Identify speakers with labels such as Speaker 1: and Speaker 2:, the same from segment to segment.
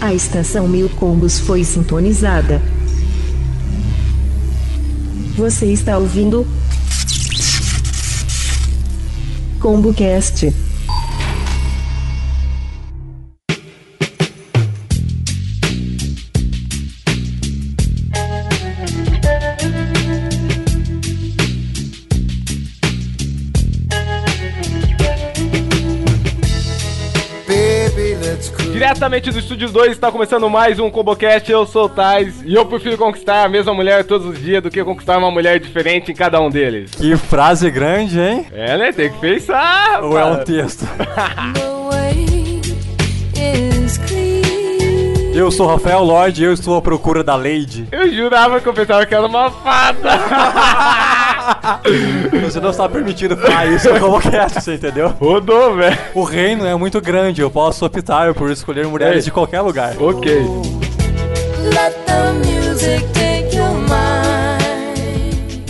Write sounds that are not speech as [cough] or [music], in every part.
Speaker 1: A estação Mil Combos foi sintonizada. Você está ouvindo ComboCast.
Speaker 2: Diretamente do Estúdio 2 está começando mais um ComboCast, eu sou o Tais e eu prefiro conquistar a mesma mulher todos os dias do que conquistar uma mulher diferente em cada um deles.
Speaker 3: Que frase grande, hein?
Speaker 2: É, né? Tem que pensar.
Speaker 3: Ou é um
Speaker 2: rapaz.
Speaker 3: texto?
Speaker 4: The way is clear.
Speaker 3: Eu sou Rafael Lorde e eu estou à procura da Lady.
Speaker 2: Eu jurava que eu pensava que era uma fada.
Speaker 3: Você não está permitido falar isso [laughs] como que é, você entendeu?
Speaker 2: Rodou, velho.
Speaker 3: O reino é muito grande, eu posso optar por escolher mulheres
Speaker 2: Ei.
Speaker 3: de qualquer lugar.
Speaker 2: Ok.
Speaker 4: Let the music take your mind.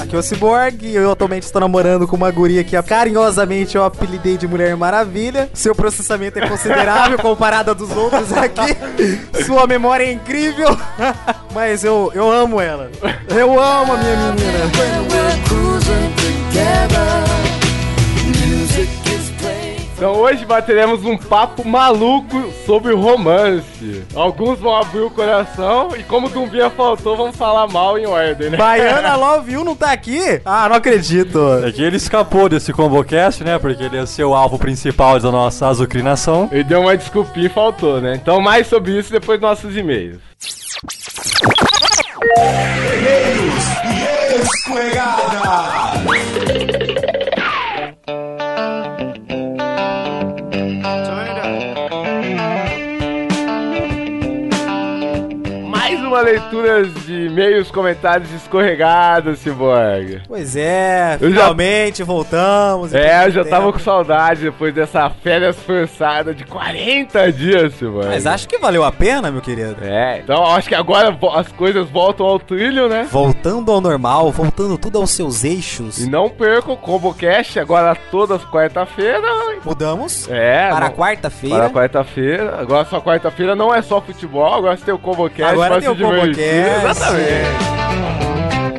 Speaker 5: Aqui é o Cyborg e eu atualmente estou namorando com uma guria que é carinhosamente eu apelidei de Mulher Maravilha. Seu processamento é considerável comparado a dos outros aqui. Sua memória é incrível. [laughs] Mas eu, eu amo ela. Eu amo a minha menina.
Speaker 4: When we're cruising together, music is playing.
Speaker 2: Então hoje bateremos um papo maluco sobre romance. Alguns vão abrir o coração e como Dumbia faltou, vamos falar mal em ordem, né?
Speaker 5: Baiana Love You não tá aqui? Ah, não acredito.
Speaker 3: É que ele escapou desse convocast, né? Porque ele ia ser o alvo principal da nossa azucrinação.
Speaker 2: Ele deu uma desculpinha e faltou, né? Então mais sobre isso depois dos nossos e-mails. Mais uma leitura de e-mails, comentários escorregados, Cyborg.
Speaker 5: Pois é,
Speaker 2: Eu já-
Speaker 5: finalmente voltamos.
Speaker 2: É, eu já tava com saudade depois dessa férias forçada de 40 dias, Cyborg.
Speaker 5: Mas acho que valeu a pena, meu querido.
Speaker 2: É, então acho que agora vo- as coisas voltam ao trilho, né?
Speaker 5: Voltando ao normal, voltando tudo aos seus eixos.
Speaker 2: E não perca o ComboCast agora todas quarta-feira.
Speaker 5: Mudamos
Speaker 2: É,
Speaker 5: para
Speaker 2: não-
Speaker 5: quarta-feira.
Speaker 2: para quarta-feira. Agora só quarta-feira não é só futebol, agora você tem o ComboCast
Speaker 5: Agora
Speaker 2: pra
Speaker 5: tem
Speaker 2: se
Speaker 5: o ComboCast.
Speaker 2: divertir. Exatamente.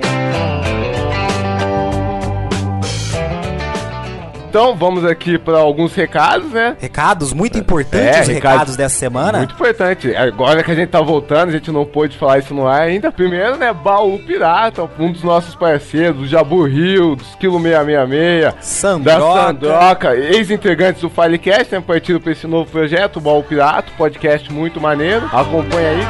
Speaker 2: Então vamos aqui para alguns recados, né?
Speaker 5: Recados muito importantes,
Speaker 2: É,
Speaker 5: os
Speaker 2: recado-
Speaker 5: recados dessa semana.
Speaker 2: Muito importante. Agora que a gente tá voltando, a gente não pôde falar isso no ar ainda. Primeiro, né, Baú Pirata, um dos nossos parceiros, do Jabu Rio, dos Quilo 666, da
Speaker 5: Sandroca.
Speaker 2: Sandroca, ex-integrantes do Filecast, né, partido pra esse novo projeto, o Baú Pirata, podcast muito maneiro. Acompanha aí.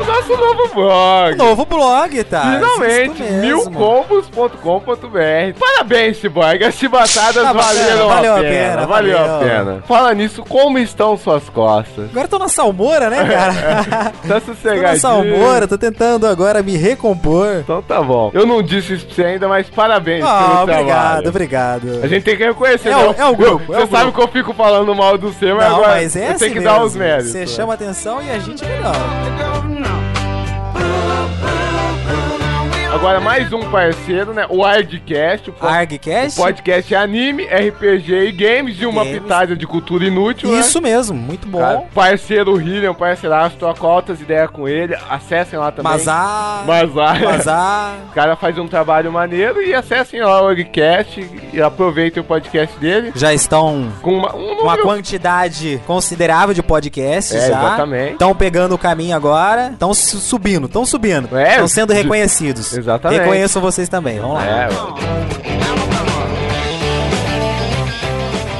Speaker 2: O nosso novo blog.
Speaker 5: Novo blog, tá?
Speaker 2: Finalmente,
Speaker 5: Isso mesmo.
Speaker 2: milcombos.com.br. Parabéns, Cyborg. As chibatadas
Speaker 5: Ah, valeu,
Speaker 2: valeram
Speaker 5: valeu
Speaker 2: a
Speaker 5: a
Speaker 2: pena,
Speaker 5: pena,
Speaker 2: Valeu a
Speaker 5: valeu.
Speaker 2: pena. Fala nisso, como estão suas costas?
Speaker 5: Agora eu tô na salmoura, né, [laughs] cara?
Speaker 2: Tá
Speaker 5: tô na
Speaker 2: sossegadinho?
Speaker 5: salmoura, tô tentando agora me recompor.
Speaker 2: Então tá bom. Eu não disse isso pra você ainda, mas parabéns
Speaker 5: Ah,
Speaker 2: pelo
Speaker 5: obrigado,
Speaker 2: trabalho.
Speaker 5: obrigado.
Speaker 2: A gente tem que reconhecer,
Speaker 5: É
Speaker 2: né?
Speaker 5: o- é o grupo,
Speaker 2: Eu-
Speaker 5: é
Speaker 2: Você
Speaker 5: o
Speaker 2: sabe que eu fico falando mal do seu, mas
Speaker 5: Não,
Speaker 2: agora
Speaker 5: mas é
Speaker 2: eu
Speaker 5: assim
Speaker 2: tenho que
Speaker 5: mesmo.
Speaker 2: dar os méritos.
Speaker 5: Você chama atenção e a gente é legal.
Speaker 2: Agora mais um parceiro, né? O Ardcast, o pod-
Speaker 5: Argcast?
Speaker 2: podcast é anime, RPG e games e uma
Speaker 5: Games.
Speaker 2: pitada de cultura inútil, né?
Speaker 5: Isso mesmo, muito bom.
Speaker 2: Cara, parceiro William, parceiraço, troca altas ideias com ele, acessem lá também.
Speaker 5: Mazar.
Speaker 2: Mazar.
Speaker 5: Mazar.
Speaker 2: [laughs] O cara faz um trabalho maneiro e acessem lá o Orgcast e aproveitem o podcast dele
Speaker 5: Já estão
Speaker 2: com uma, um
Speaker 5: com uma
Speaker 2: número-
Speaker 5: quantidade considerável de podcasts
Speaker 2: É,
Speaker 5: já.
Speaker 2: exatamente.
Speaker 5: Estão pegando o caminho agora, estão subindo, estão subindo.
Speaker 2: É,
Speaker 5: Estão sendo
Speaker 2: de-
Speaker 5: reconhecidos.
Speaker 2: Exatamente.
Speaker 5: Reconheçam vocês também, vamos lá.
Speaker 2: É, mano.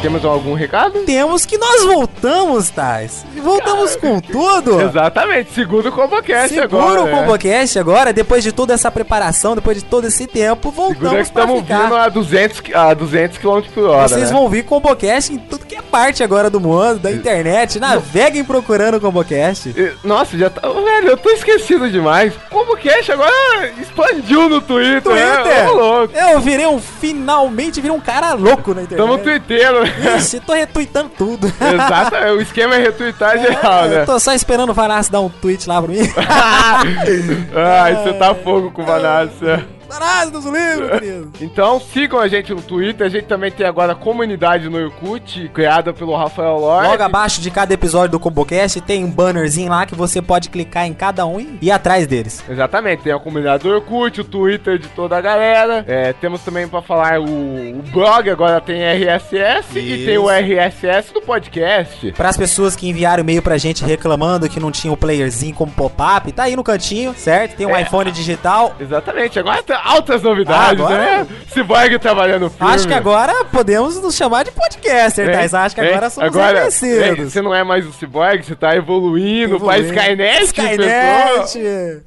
Speaker 2: Temos algum recado?
Speaker 5: Temos que nós voltamos, Tais. E Voltamos com tudo.
Speaker 2: Exatamente, segura o Combocast agora.
Speaker 5: Segura o
Speaker 2: né?
Speaker 5: Combocast agora, depois de toda essa preparação, depois de todo esse tempo,
Speaker 2: Segura é que
Speaker 5: voltamos pra
Speaker 2: estamos vindo
Speaker 5: ficar.
Speaker 2: a 200, qui- a 200 km por hora.
Speaker 5: Vocês
Speaker 2: né?
Speaker 5: vão vir Combocast em tudo que é parte agora do mundo, da internet. Naveguem procurando o Combocast.
Speaker 2: E- Nossa, já tá. Ô, Velho, eu tô esquecido demais. Como o Cash agora expandiu no Twitter, né?
Speaker 5: Twitter.
Speaker 2: Ô, louco.
Speaker 5: Eu virei um, finalmente virei um cara louco na internet.
Speaker 2: Tamo twitteiro. [laughs]
Speaker 5: Ixi, tô retweetando tudo.
Speaker 2: Exato, o esquema é retweetar geral, né?
Speaker 5: [laughs] Eu tô só esperando o
Speaker 2: [laughs]
Speaker 5: Vanassi dar um tweet lá pra mim.
Speaker 2: Ai, você tá fogo com o Vanassi.
Speaker 5: Satanás nos
Speaker 2: [laughs]
Speaker 5: livros, querido.
Speaker 2: Então sigam a gente no Twitter, a gente também tem agora a comunidade no Irkut, criada pelo Rafael Lorde.
Speaker 5: Logo abaixo de cada episódio do ComboCast tem um bannerzinho lá que você pode clicar em cada um e ir atrás deles.
Speaker 2: Exatamente, tem a comunidade do Orkut, o Twitter de toda a galera. É, temos também pra falar o, o blog, agora tem RSS e
Speaker 5: Isso.
Speaker 2: tem o RSS do podcast.
Speaker 5: Para as pessoas que enviaram e-mail pra gente reclamando que não tinha o playerzinho como pop-up, tá aí no cantinho, certo? Tem um
Speaker 2: É.
Speaker 5: iPhone digital.
Speaker 2: Exatamente, agora tem altas novidades,
Speaker 5: Ah, agora-
Speaker 2: né? Cyborg trabalhando firme.
Speaker 5: Acho que agora podemos nos chamar de podcaster,
Speaker 2: Hein?
Speaker 5: Thais. Acho que
Speaker 2: Hein?
Speaker 5: agora somos
Speaker 2: hein?
Speaker 5: agradecidos.
Speaker 2: Você não é mais o Cyborg, você tá evoluindo, pra
Speaker 5: Evoluindo.
Speaker 2: Skynet, pessoal.
Speaker 5: Skynet!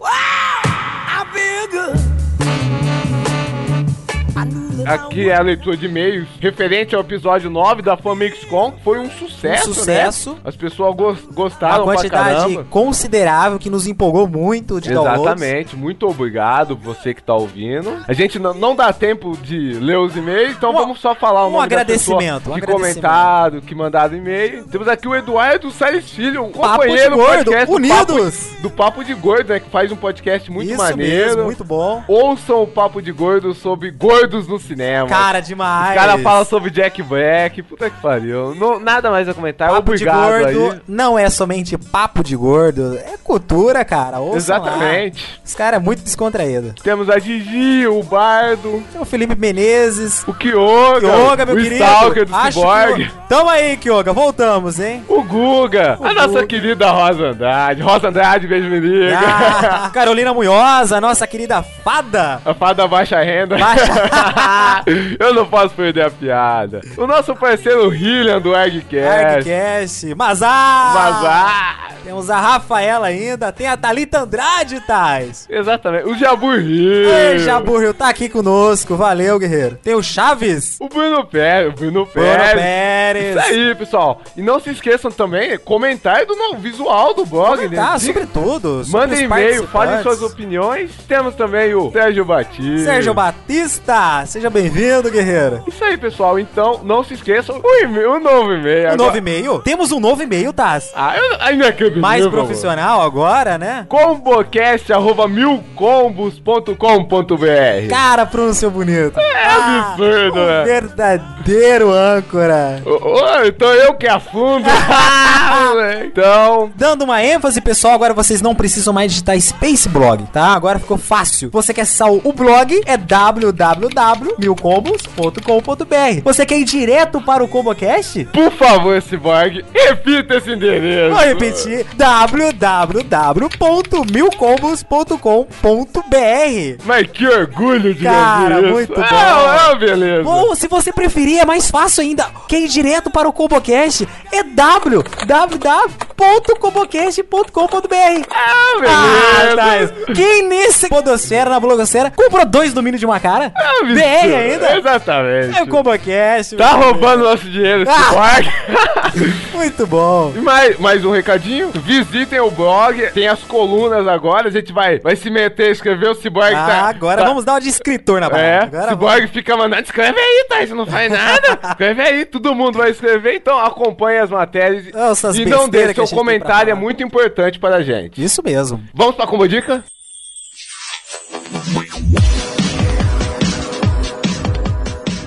Speaker 2: Aqui é a leitura de e-mails referente ao episódio 9 da FamixCon. Foi um sucesso,
Speaker 5: Um sucesso.
Speaker 2: né? As pessoas gos-
Speaker 5: Uma
Speaker 2: gostaram pra
Speaker 5: quantidade
Speaker 2: caramba.
Speaker 5: considerável que nos empolgou muito de downloads.
Speaker 2: Exatamente, muito obrigado você que tá ouvindo. A gente não, não dá tempo de ler os e-mails, então
Speaker 5: Um-
Speaker 2: vamos só falar o
Speaker 5: um
Speaker 2: nome da
Speaker 5: agradecimento,
Speaker 2: pessoa
Speaker 5: um
Speaker 2: que
Speaker 5: agradecimento.
Speaker 2: comentaram, que mandaram e-mail. Temos aqui o Eduardo Salles Filho, um
Speaker 5: Papo
Speaker 2: companheiro
Speaker 5: de
Speaker 2: do
Speaker 5: Gordo,
Speaker 2: podcast do
Speaker 5: unidos!
Speaker 2: Papo- do Papo de Gordo, né, que faz um podcast muito
Speaker 5: Isso
Speaker 2: maneiro.
Speaker 5: mesmo, muito bom.
Speaker 2: Ouçam o Papo de Gordo sobre gordos no cinema.
Speaker 5: Cara,
Speaker 2: o
Speaker 5: demais.
Speaker 2: cara fala assim, sobre Jack Black, puta que pariu. Não, nada mais a comentar, é
Speaker 5: Papo
Speaker 2: "Tá obrigado
Speaker 5: de gordo
Speaker 2: aí.
Speaker 5: não é somente papo de gordo, é cultura, cara. Ouçam Lá.
Speaker 2: Exatamente.
Speaker 5: Esse cara é muito descontraído.
Speaker 2: Temos a Gigi, o Bardo,
Speaker 5: Tem o Felipe Menezes,
Speaker 2: O Kyoga,
Speaker 5: Kyoga, meu
Speaker 2: o
Speaker 5: querido.
Speaker 2: Stalker do
Speaker 5: Acho
Speaker 2: Cyborg,
Speaker 5: que- Tamo aí, Kyoga, voltamos, hein?
Speaker 2: o Guga, a nossa
Speaker 5: Guga.
Speaker 2: querida Rosa Andrade. Rosa Andrade, beijo, menina.
Speaker 5: Ah, Carolina Munhosa, nossa querida fada.
Speaker 2: [laughs] A fada baixa renda.
Speaker 5: Baixa.
Speaker 2: [laughs] Eu não posso perder a piada. O nosso parceiro Hillian do Eggcast.
Speaker 5: Argcast, Mazar.
Speaker 2: Mas, ah,
Speaker 5: Temos a Rafaela ainda, tem a Thalita Andrade, Tais.
Speaker 2: exatamente. O Jabu Hill.
Speaker 5: Ei, Jaburril, tá aqui conosco, valeu, guerreiro. Tem o Chaves.
Speaker 2: O Bruno Pérez. O Bruno
Speaker 5: Bruno
Speaker 2: Pérez.
Speaker 5: Pérez.
Speaker 2: Isso É aí, pessoal. E não se esqueçam também, comentar do novo visual do blog, né?
Speaker 5: Tá,
Speaker 2: Dica-
Speaker 5: sobre tudo. sobre
Speaker 2: Mandem
Speaker 5: os
Speaker 2: e-mail,
Speaker 5: participantes.
Speaker 2: falem suas opiniões. Temos também o Sérgio Batista.
Speaker 5: Sérgio Batista, seja bem-vindo, guerreiro.
Speaker 2: Isso aí, pessoal. Então, não se esqueçam, o, e-mail, o novo e-mail.
Speaker 5: Um
Speaker 2: É, agora-
Speaker 5: novo e-mail? Temos um novo e-mail, Taz.
Speaker 2: Ah, eu ainda é que
Speaker 5: Mais profissional agora, né?
Speaker 2: Combocast.milcombos.com.br
Speaker 5: Cara, pronunciou bonito.
Speaker 2: É absurdo,
Speaker 5: Um
Speaker 2: né?
Speaker 5: verdadeiro âncora.
Speaker 2: Ô, ô, então eu que afundo.
Speaker 5: [laughs]
Speaker 2: então,
Speaker 5: Dando uma ênfase, pessoal, agora vocês não precisam mais digitar Space Blog, tá? Agora ficou fácil. Você quer acessar o o blog, é www.milcombos.com.br. Você quer ir direto para o ComboCast?
Speaker 2: por favor, Cyborg, repita esse endereço.
Speaker 5: Vou repetir, www.milcombos.com.br.
Speaker 2: Mas que orgulho de
Speaker 5: Cara,
Speaker 2: ouvir isso.
Speaker 5: muito
Speaker 2: Ah,
Speaker 5: bom.
Speaker 2: ah, beleza.
Speaker 5: Ou, se você preferir, é mais fácil ainda. Quer ir direto para o ComboCast? É www.combocast.com.br.
Speaker 2: Ah,
Speaker 5: Ah,
Speaker 2: beleza. É
Speaker 5: Thais, quem nesse Podosfera, na Blogosfera, comprou dois domínios de uma cara?
Speaker 2: Ah,
Speaker 5: BR
Speaker 2: absurdo.
Speaker 5: ainda?
Speaker 2: Exatamente.
Speaker 5: É o Combocast.
Speaker 2: Tá
Speaker 5: meu
Speaker 2: roubando nosso dinheiro,
Speaker 5: Ah.
Speaker 2: Cyborg.
Speaker 5: Deus. Muito bom.
Speaker 2: [laughs] E mais, mais um recadinho. Visitem o blog, tem as colunas agora. A gente vai, vai se meter, escrever o Cyborg.
Speaker 5: Ah,
Speaker 2: tá-
Speaker 5: agora
Speaker 2: tá-
Speaker 5: vamos dar uma de escritor na
Speaker 2: É,
Speaker 5: barra. Agora
Speaker 2: Cyborg fica mandando, escreve aí, Thaís, não
Speaker 5: [laughs]
Speaker 2: faz nada. escreve aí, todo mundo vai escrever, então acompanhe as matérias. e-
Speaker 5: Nossa, as
Speaker 2: e não
Speaker 5: besteiras
Speaker 2: deixe,
Speaker 5: que a gente tem
Speaker 2: seu
Speaker 5: pra
Speaker 2: comentário é
Speaker 5: falar.
Speaker 2: muito importante para a gente.
Speaker 5: Isso mesmo.
Speaker 2: Vamos pra Combo Dica?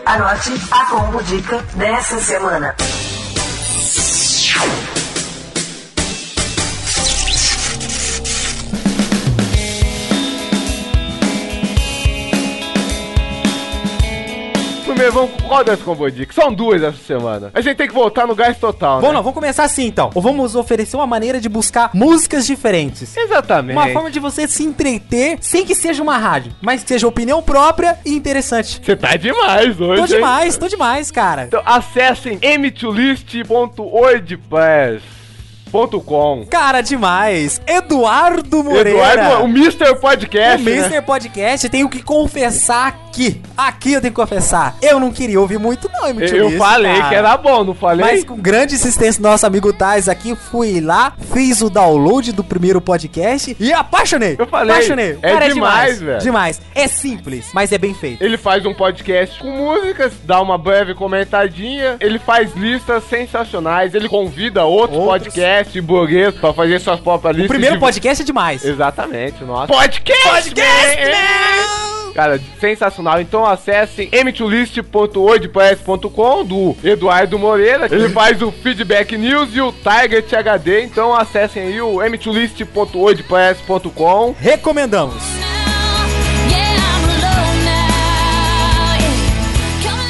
Speaker 6: Anote a combo dica dessa semana.
Speaker 2: Primeiro, vamos, qual das Combo Dicas? São duas essa semana. A gente tem que voltar no gás total,
Speaker 5: Bom,
Speaker 2: né?
Speaker 5: não, vamos começar assim então. Ou Vamos oferecer uma maneira de buscar músicas diferentes.
Speaker 2: né? Exatamente.
Speaker 5: Uma forma de você se entreter sem que seja uma rádio, mas que seja opinião própria e interessante.
Speaker 2: Você tá demais hoje,
Speaker 5: Tô
Speaker 2: hein?
Speaker 5: demais, tô demais, cara.
Speaker 2: Então acessem m2list.wordpress.com
Speaker 5: Cara, demais. Eduardo Moreira.
Speaker 2: Eduardo, o Mr. Podcast.
Speaker 5: O Mr.
Speaker 2: né?
Speaker 5: Podcast tem o que confessar aqui. Aqui eu tenho que confessar. Eu não queria ouvir muito, não,
Speaker 2: Eu
Speaker 5: Emitiu isso,
Speaker 2: falei
Speaker 5: cara.
Speaker 2: que era bom, não falei?
Speaker 5: é Mas com grande insistência do nosso amigo Tais aqui, fui lá, fiz o download do primeiro podcast e apaixonei.
Speaker 2: Eu falei,
Speaker 5: Apaixonei. O
Speaker 2: é demais, velho.
Speaker 5: Demais. É simples, mas é bem feito.
Speaker 2: Ele faz um podcast com músicas, dá uma breve comentadinha, ele faz listas sensacionais, ele convida outros,
Speaker 5: Outros.
Speaker 2: podcasts e blogueiros pra fazer suas próprias listas.
Speaker 5: O primeiro
Speaker 2: de-
Speaker 5: podcast né? é demais.
Speaker 2: Exatamente, nossa. Podcast!
Speaker 5: Podcast,
Speaker 2: man!
Speaker 5: man!
Speaker 2: Cara, sensacional. Então acessem m2list.wordpress.com do Eduardo Moreira. Ele faz o Feedback News e o Target HD. Então acessem aí o m2list.wordpress.com.
Speaker 5: Recomendamos.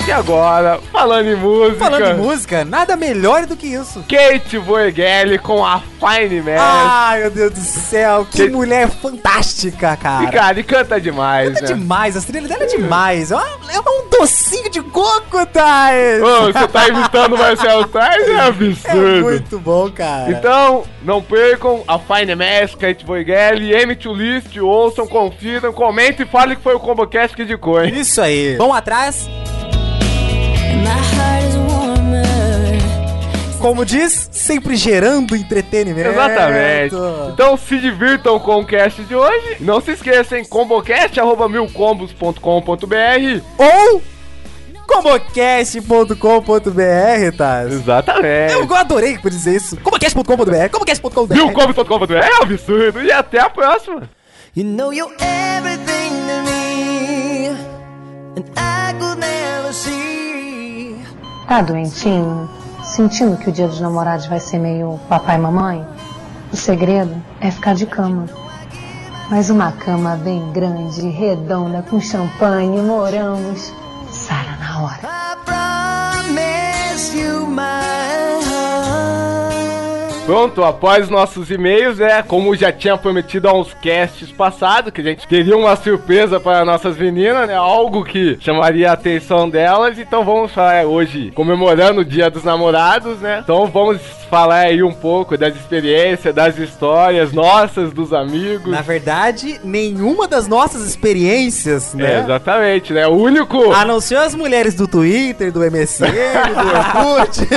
Speaker 2: E agora, falando em música.
Speaker 5: Falando em música, nada melhor do que isso.
Speaker 2: Kate Borghelli com a Fine Man.
Speaker 5: Ai, meu Deus do céu, que
Speaker 2: É. Que-
Speaker 5: mulher fantástica, cara.
Speaker 2: e, cara, e canta demais,
Speaker 5: Ela é
Speaker 2: né?
Speaker 5: demais, a estrela dela é demais. É uma- é um docinho de coco, Thais.
Speaker 2: Ô, você tá imitando o Marcelo Tais? É
Speaker 5: É
Speaker 2: absurdo.
Speaker 5: muito bom, cara.
Speaker 2: Então, não percam a Fine Mask, Kate Boygelli, M2 List, ouçam, confiram, comentem e falem que foi o ComboCast que indicou, hein?
Speaker 5: Isso aí. Vão atrás, como diz, sempre gerando entretenimento.
Speaker 2: Exatamente. Então se divirtam com o cast de hoje. Não se esqueçam, combocast.milcombos.com.br
Speaker 5: Ou comocast.com.br, Thais. Eu
Speaker 2: Exatamente.
Speaker 5: adorei por dizer isso. Comocast.com.br, comocast.com.br.
Speaker 2: Milcombos.com.br é um absurdo. E até a próxima.
Speaker 4: You know you're everything to me, and I could never see.
Speaker 7: Tá doentinho? Sentindo que o dia dos namorados vai ser meio papai e mamãe? O segredo é ficar de cama. Mas uma cama bem grande, redonda, com champanhe, morangos. Sara na hora.
Speaker 4: I promise you my heart.
Speaker 2: Pronto, após nossos e-mails, é como já tinha prometido há uns casts passados, que a gente teria uma surpresa para nossas meninas, né? Algo que chamaria a atenção delas. Então vamos falar hoje, comemorando o Dia dos Namorados, né? Então vamos falar aí um pouco das experiências, das histórias nossas, dos amigos.
Speaker 5: Na verdade, nenhuma das nossas experiências,
Speaker 2: É,
Speaker 5: né?
Speaker 2: exatamente, né? O único.
Speaker 5: A não ser as mulheres do Twitter, do MSN,
Speaker 2: [laughs]
Speaker 5: do Orkut,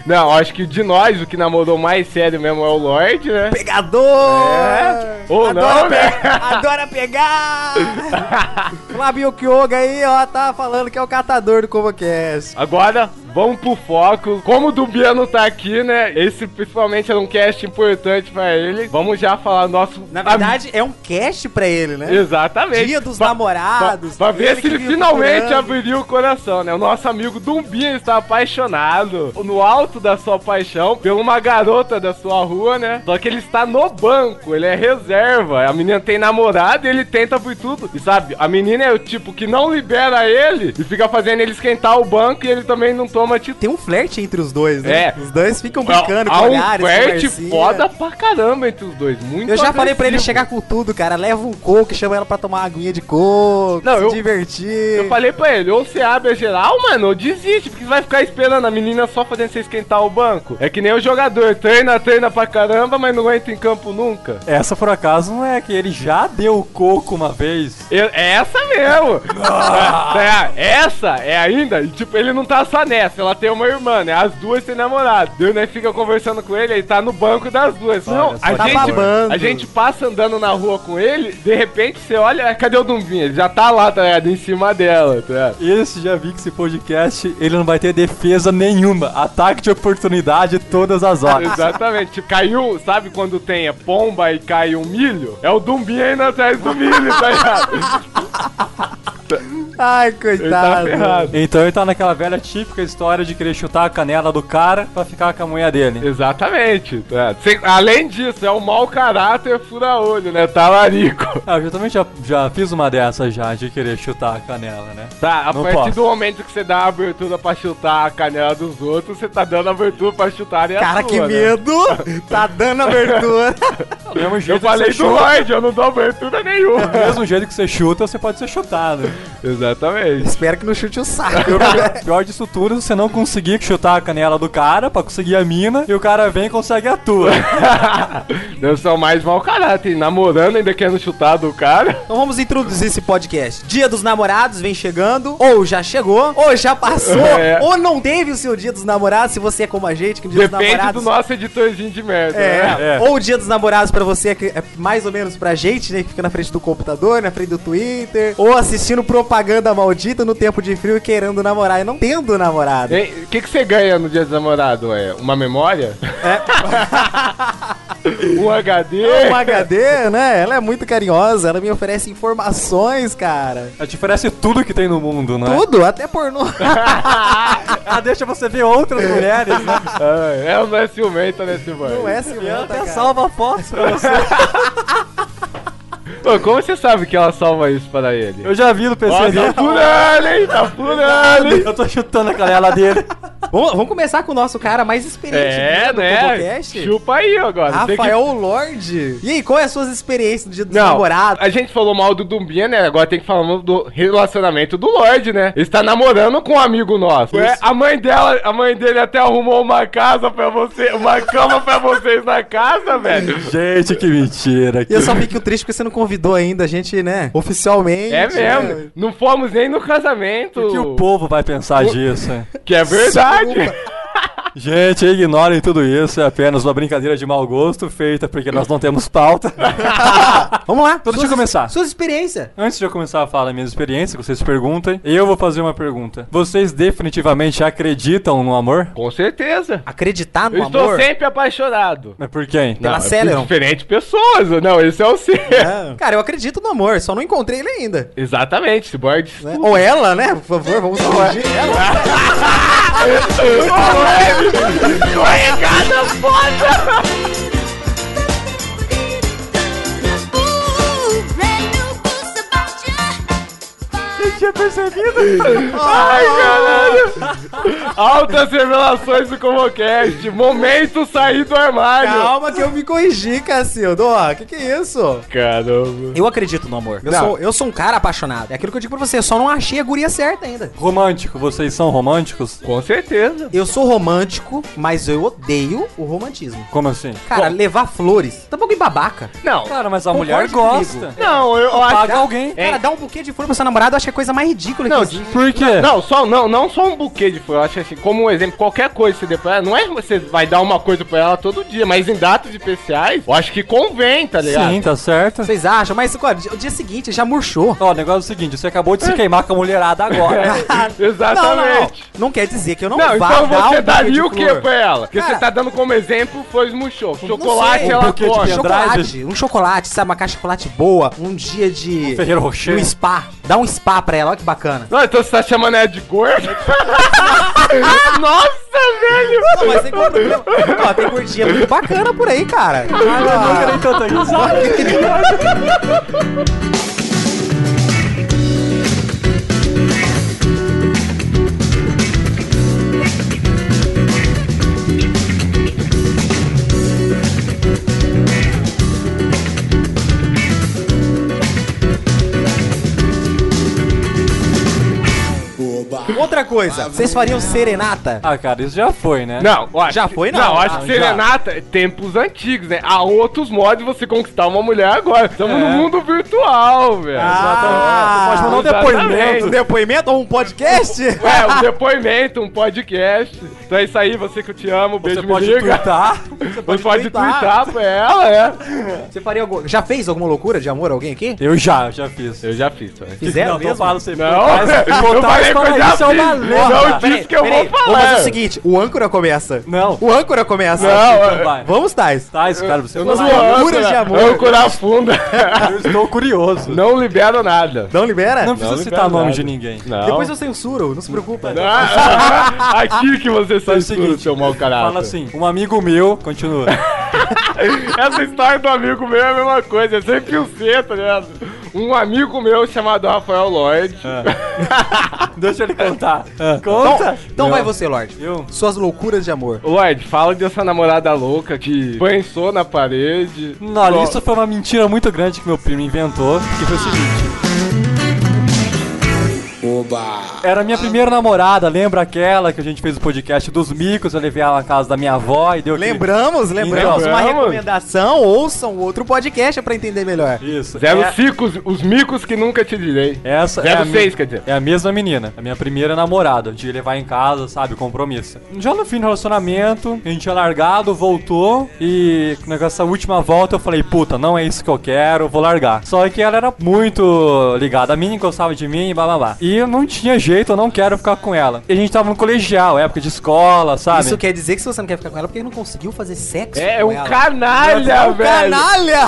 Speaker 5: [laughs]
Speaker 2: Não, acho que de nós, o que namorou mais sério mesmo é o Lorde, né?
Speaker 5: pegador.
Speaker 2: É, ou
Speaker 5: adora
Speaker 2: não,
Speaker 5: pe-
Speaker 2: né?
Speaker 5: Adora
Speaker 2: [laughs]
Speaker 5: pegar. Flávio Kyoga aí, ó, tá falando que é o catador do Comocast.
Speaker 2: Agora, vamos pro foco. Como o Dubiano tá aqui, né? Esse principalmente era um cast importante pra ele. Vamos já falar nosso.
Speaker 5: Na verdade, é um cast pra ele, né?
Speaker 2: Exatamente.
Speaker 5: Dia dos
Speaker 2: Pra-
Speaker 5: namorados.
Speaker 2: Pra, pra ver se
Speaker 5: que
Speaker 2: ele
Speaker 5: vive
Speaker 2: finalmente
Speaker 5: procurando.
Speaker 2: abriu o coração, né? O nosso amigo Dumbinha está apaixonado, no alto da sua paixão, por uma garota da sua rua, né? Só que ele está no banco, ele é reserva. A menina tem namorado e ele tenta por tudo. E sabe, a menina é o tipo que não libera ele e fica fazendo ele esquentar o banco e ele também não toma atitude.
Speaker 5: Tem um flerte entre os dois, né?
Speaker 2: É.
Speaker 5: Os dois ficam brincando
Speaker 2: Há
Speaker 5: com
Speaker 2: um
Speaker 5: olhares,
Speaker 2: flerte
Speaker 5: conversinha.
Speaker 2: foda pra caramba entre os dois. Muito
Speaker 5: Eu já falei pra ele
Speaker 2: agressivo.
Speaker 5: chegar com tudo, cara. Leva um coco, chama ela pra tomar uma aguinha de coco,
Speaker 2: Não,
Speaker 5: se
Speaker 2: eu-
Speaker 5: divertir.
Speaker 2: Eu falei pra ele, ou você abre a geral, mano, ou desiste, porque você vai ficar esperando a menina só fazendo você esquentar o banco. É que nem o jogador, treina, treina pra caramba, mas não entra em campo nunca.
Speaker 3: Essa por acaso não é que ele já deu o coco uma vez.
Speaker 2: Eu- é essa mesmo! [laughs] É, é, essa é ainda, e, tipo, ele não tá só nessa, ela tem uma irmã, né? As duas têm namorado. Deus né, fica conversando com ele, ele tá no banco das duas.
Speaker 3: Olha
Speaker 2: não,
Speaker 3: só
Speaker 2: a
Speaker 3: que
Speaker 2: gente,
Speaker 5: babando.
Speaker 2: a gente passa andando na rua com ele, de repente você olha, cadê o Dumbinha? Ele já tá lá, tá ligado? Em cima dela, tá ligado?
Speaker 3: Esse já vi que esse podcast ele não vai ter defesa nenhuma. Ataque de oportunidade todas as horas.
Speaker 2: Exatamente. Tipo, Caiu, sabe quando tem a pomba e cai um milho? É o Dumbinha indo atrás do milho, tá ligado?
Speaker 5: Ai,
Speaker 2: Ele tá
Speaker 5: coitado.
Speaker 2: ferrado.
Speaker 3: Então ele tá naquela velha típica história de querer chutar a canela do cara pra ficar com a mulher dele.
Speaker 2: Exatamente. tá. Sem- além disso, é o mau caráter fura-olho, né? Talarico.
Speaker 3: Ah, eu também já, já fiz uma dessas já, de querer chutar a canela, né?
Speaker 2: Tá, a
Speaker 3: Não
Speaker 2: partir
Speaker 3: posso.
Speaker 2: do momento que você dá a abertura pra chutar a canela dos outros, você tá dando abertura pra chutar a
Speaker 5: Cara,
Speaker 2: sua,
Speaker 5: que
Speaker 2: né?
Speaker 5: medo! Tá dando abertura. [laughs]
Speaker 3: Do mesmo
Speaker 2: Eu
Speaker 3: jeito que
Speaker 2: falei
Speaker 3: você
Speaker 2: do
Speaker 3: chuta-
Speaker 2: Lorde, eu não dou abertura
Speaker 5: [laughs]
Speaker 2: nenhuma.
Speaker 3: Do mesmo jeito que você chuta, você pode ser chutado.
Speaker 2: Exatamente.
Speaker 5: Espero que não chute o saco.
Speaker 3: Pior disso tudo, é você não conseguir chutar a canela do cara pra conseguir a mina, e o cara vem e consegue a tua.
Speaker 2: Não são mais mau caráter, namorando ainda querendo chutar do cara.
Speaker 5: Então vamos introduzir esse podcast. Dia dos namorados vem chegando, ou já chegou, ou já passou,
Speaker 2: É.
Speaker 5: ou não teve o seu dia dos namorados, se você é como a gente, que o dia dos
Speaker 2: Depende do
Speaker 5: namorados.
Speaker 2: nosso editorzinho de merda, né?
Speaker 5: É,
Speaker 3: É.
Speaker 5: ou o dia dos namorados pra você, que é mais ou menos pra gente, né? Que fica na frente do computador, na frente do Twitter, ou assistindo propaganda maldita no tempo de frio e querendo namorar e não tendo namorado.
Speaker 2: O que, que você ganha no dia dos namorados? É uma memória? [laughs] um HD.
Speaker 5: É uma HD, né? Ela é muito carinhosa, ela me oferece informações, cara.
Speaker 3: Ela te oferece é tudo que tem no mundo, né?
Speaker 5: Tudo, até
Speaker 3: [laughs]
Speaker 5: pornô.
Speaker 3: Ela Ah, deixa você ver outras mulheres, né?
Speaker 2: É, ela não é ciumenta, né, Silvana?
Speaker 5: Não é
Speaker 3: E ela
Speaker 5: ciumenta,
Speaker 3: até
Speaker 5: cara.
Speaker 3: salva fotos pra você.
Speaker 2: Pô, como você sabe que ela salva isso para ele?
Speaker 3: Eu já vi no PC
Speaker 2: Ó, tá
Speaker 3: dele.
Speaker 2: furando, hein? Tá furando, hein?
Speaker 3: Eu tô chutando a canela dele.
Speaker 5: [laughs] Vamos, vamos começar com o nosso cara mais experiente
Speaker 2: É,
Speaker 5: né, do
Speaker 2: né?
Speaker 5: Combocast.
Speaker 2: Chupa aí agora. Tem que-
Speaker 5: Rafael Lorde. E aí, qual é as suas experiências de
Speaker 2: Não,
Speaker 5: namorado?
Speaker 2: a gente falou mal do Dumbinha, né? Agora tem que falar mal do relacionamento do Lorde, né? Ele está namorando com um amigo nosso. É, a mãe dela, a mãe dele até arrumou uma casa pra você, uma cama pra vocês na casa, velho.
Speaker 3: Gente, que mentira.
Speaker 5: E eu só fico triste porque você não convidou ainda a gente, né? Oficialmente.
Speaker 2: É
Speaker 5: né?
Speaker 2: mesmo. Não fomos nem no casamento.
Speaker 3: O que o povo vai pensar disso, hein?
Speaker 2: Que é verdade.
Speaker 3: Gente, ignorem tudo isso. É apenas uma brincadeira de mau gosto feita porque nós não
Speaker 5: [laughs]
Speaker 3: temos pauta.
Speaker 5: É. Vamos lá.
Speaker 3: Então, deixa eu
Speaker 5: suas-
Speaker 3: começar.
Speaker 5: Suas experiências.
Speaker 3: Antes de eu começar a falar minhas experiências, que vocês perguntem, eu vou fazer uma pergunta. Vocês definitivamente acreditam no amor?
Speaker 2: Com certeza.
Speaker 5: Acreditar no
Speaker 2: Eu estou
Speaker 5: amor.
Speaker 2: sempre apaixonado.
Speaker 3: Mas por quem?
Speaker 5: Pela
Speaker 2: Um é por
Speaker 5: Celeron.
Speaker 2: diferentes pessoas. Não, esse é o ser.
Speaker 5: Cara, eu acredito no amor, só não encontrei ele ainda.
Speaker 2: [laughs] Exatamente, Cyborg.
Speaker 5: né? Ou ela, né? Por favor, vamos corrigir
Speaker 2: é,
Speaker 5: ela.
Speaker 2: Escorregada foda!
Speaker 3: tinha percebido?
Speaker 2: Ai, caralho! Altas revelações do Comocast. Momento sair do armário.
Speaker 5: Calma que eu me corrigi, Cacildo. Ó, que que é isso?
Speaker 2: Caramba.
Speaker 5: Eu acredito no amor. Eu
Speaker 2: Não.
Speaker 5: sou, eu sou um cara apaixonado. É aquilo que eu digo pra você, eu só não achei a guria certa ainda.
Speaker 3: Romântico, vocês são românticos?
Speaker 2: Com certeza.
Speaker 5: Eu sou romântico, mas eu odeio o romantismo.
Speaker 3: Como assim?
Speaker 5: Cara, levar flores, tá pouco em babaca.
Speaker 2: Não.
Speaker 3: Cara, mas a
Speaker 5: Concordo
Speaker 3: mulher
Speaker 5: comigo.
Speaker 3: gosta.
Speaker 2: Não, eu acho.
Speaker 3: Paga alguém.
Speaker 2: É.
Speaker 5: Cara, dar um buquê de flor pro seu namorado, eu acho que é a coisa mais ridícula
Speaker 2: Não,
Speaker 5: que existe.
Speaker 3: Por quê?
Speaker 2: Não, só, não, não só um buquê de flor. Eu acho assim, como um exemplo, qualquer coisa que você der pra ela, não é que você vai dar uma coisa pra ela todo dia, mas em datas especiais, eu acho que convém, tá ligado?
Speaker 3: Sim, tá certo.
Speaker 5: Vocês acham? Mas cara, o dia seguinte já murchou.
Speaker 3: Ó, o negócio é o seguinte, você acabou de se queimar com a mulherada
Speaker 2: É.
Speaker 3: agora.
Speaker 5: Não, não, não.
Speaker 2: [laughs] Exatamente.
Speaker 5: Não quer dizer que eu não,
Speaker 2: Não,
Speaker 5: vá
Speaker 2: então
Speaker 5: dar um
Speaker 2: você
Speaker 5: buquê de
Speaker 2: daria o que
Speaker 5: flor.
Speaker 2: pra ela? Porque
Speaker 5: Cara,
Speaker 2: você tá dando como exemplo foi esmurchou.
Speaker 5: Não
Speaker 2: Chocolate
Speaker 5: sei.
Speaker 2: ela
Speaker 3: buquê de
Speaker 2: gosta.
Speaker 3: pendrive.
Speaker 5: chocolate, um chocolate, sabe? Uma caixa de chocolate boa, um dia de.
Speaker 3: Ferreiro Rocher.
Speaker 5: Um spa. Dá um spa pra ela, olha que bacana.
Speaker 2: Não, então você tá chamando ela de gorda?
Speaker 5: [laughs]
Speaker 2: Nossa, velho!
Speaker 5: Não, mas tem como problema. Ó, tem gordinha muito bacana por aí, cara.
Speaker 3: Eu não quero tanto aqui, sabe?
Speaker 5: Outra coisa, vocês fariam serenata?
Speaker 3: Ah, cara, isso já foi, né?
Speaker 2: Não, eu acho
Speaker 5: Já
Speaker 2: que-
Speaker 5: foi, não.
Speaker 2: Não, eu acho
Speaker 3: Ah,
Speaker 2: que
Speaker 3: já.
Speaker 2: serenata é tempos antigos, né? Há outros modos de você conquistar uma mulher agora. Estamos no mundo virtual, velho.
Speaker 5: Ah,
Speaker 3: Exatamente. Você pode mandar um
Speaker 2: exatamente.
Speaker 3: depoimento.
Speaker 5: Um depoimento ou um
Speaker 2: [laughs]
Speaker 5: podcast?
Speaker 2: É, um depoimento, um podcast. Então é isso aí, você que eu te amo, beijo,
Speaker 3: Você
Speaker 2: me
Speaker 3: pode
Speaker 2: liga.
Speaker 3: tweetar.
Speaker 2: Você pode,
Speaker 5: tweetar.
Speaker 2: tweetar pra ela, é.
Speaker 5: Você faria algum... Já fez alguma loucura de amor alguém aqui?
Speaker 3: Eu já, já fiz.
Speaker 2: Eu já fiz, velho.
Speaker 5: Fizeram
Speaker 3: não,
Speaker 5: mesmo?
Speaker 3: não falo sempre.
Speaker 2: Não,
Speaker 5: Ah,
Speaker 2: eu
Speaker 5: tá,
Speaker 3: botar
Speaker 2: falei
Speaker 3: isso
Speaker 2: que eu
Speaker 3: pra
Speaker 2: já
Speaker 3: isso é uma
Speaker 2: fiz.
Speaker 3: lenda.
Speaker 2: Não
Speaker 5: Peraí,
Speaker 2: disse que eu
Speaker 5: peraí,
Speaker 2: vou
Speaker 5: Vamos fazer
Speaker 2: falar.
Speaker 5: o seguinte, o âncora começa.
Speaker 3: Não.
Speaker 5: O âncora começa.
Speaker 2: Não, é. [laughs]
Speaker 3: Então vai.
Speaker 5: Vamos, Tais.
Speaker 3: Tá, isso, cara, você
Speaker 2: Eu
Speaker 3: não
Speaker 2: não né?
Speaker 5: Vamos lá,
Speaker 2: sou âncora,
Speaker 5: loucuras de amor.
Speaker 2: âncora funda. [laughs]
Speaker 3: Eu estou curioso. Não,
Speaker 2: Não libero nada.
Speaker 5: Não libera?
Speaker 3: precisa
Speaker 2: não
Speaker 3: citar
Speaker 2: libera
Speaker 3: nome
Speaker 2: nada.
Speaker 3: de ninguém.
Speaker 2: Não.
Speaker 5: Depois eu censuro, não se preocupa.
Speaker 2: Ah, ah, Aqui que você
Speaker 3: Faz Então é o
Speaker 2: censura o
Speaker 3: seguinte,
Speaker 2: seu mau caráter.
Speaker 3: Fala assim, um amigo meu,
Speaker 2: [laughs]
Speaker 3: continua.
Speaker 2: Essa história do amigo meu é a mesma coisa, é sempre o C, tá ligado? Um amigo meu chamado Rafael Lloyd.
Speaker 3: Deixa ele contar.
Speaker 5: Então,
Speaker 3: Conta.
Speaker 5: então vai você, Lorde.
Speaker 3: Ah, tá. Eu?
Speaker 5: Suas loucuras de amor.
Speaker 2: [laughs] Lloyd, fala dessa namorada louca que pensou na parede.
Speaker 3: Não,
Speaker 2: Só-
Speaker 3: isso foi uma mentira muito grande que meu primo inventou, que foi o seguinte. Era minha primeira namorada, lembra aquela que a gente fez o podcast dos micos, eu levei ela na casa da minha avó e deu aquele-
Speaker 5: Lembramos, lembramos.
Speaker 2: Lembramos.
Speaker 5: Uma recomendação, ouçam outro podcast pra entender melhor.
Speaker 3: Isso.
Speaker 2: Zero
Speaker 3: É-
Speaker 2: cicos, os micos que nunca te direi.
Speaker 3: Essa
Speaker 2: Zero
Speaker 3: é a me-
Speaker 2: seis, quer dizer.
Speaker 3: É a mesma menina, a minha primeira namorada, de levar em casa, sabe, compromisso. Já no fim do relacionamento, a gente tinha largado, voltou e nessa última volta eu falei, puta, não é isso que eu quero, vou largar. Só que ela era muito ligada a mim, gostava de mim e blá blá blá. E não tinha jeito, eu não quero ficar com ela. E a gente tava no colegial, época de escola, sabe?
Speaker 5: Isso quer dizer que se você não quer ficar com ela, é porque não conseguiu fazer sexo
Speaker 2: É
Speaker 5: com
Speaker 2: um
Speaker 5: ela.
Speaker 2: canalha,
Speaker 5: É um
Speaker 2: velho.
Speaker 5: canalha!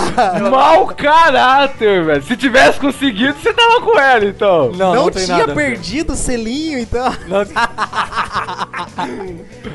Speaker 2: Mau caráter, velho. Se tivesse conseguido, você tava com ela, então.
Speaker 5: Não,
Speaker 3: Não, não, tem
Speaker 5: tinha
Speaker 3: nada.
Speaker 5: perdido o selinho, então.
Speaker 3: Não-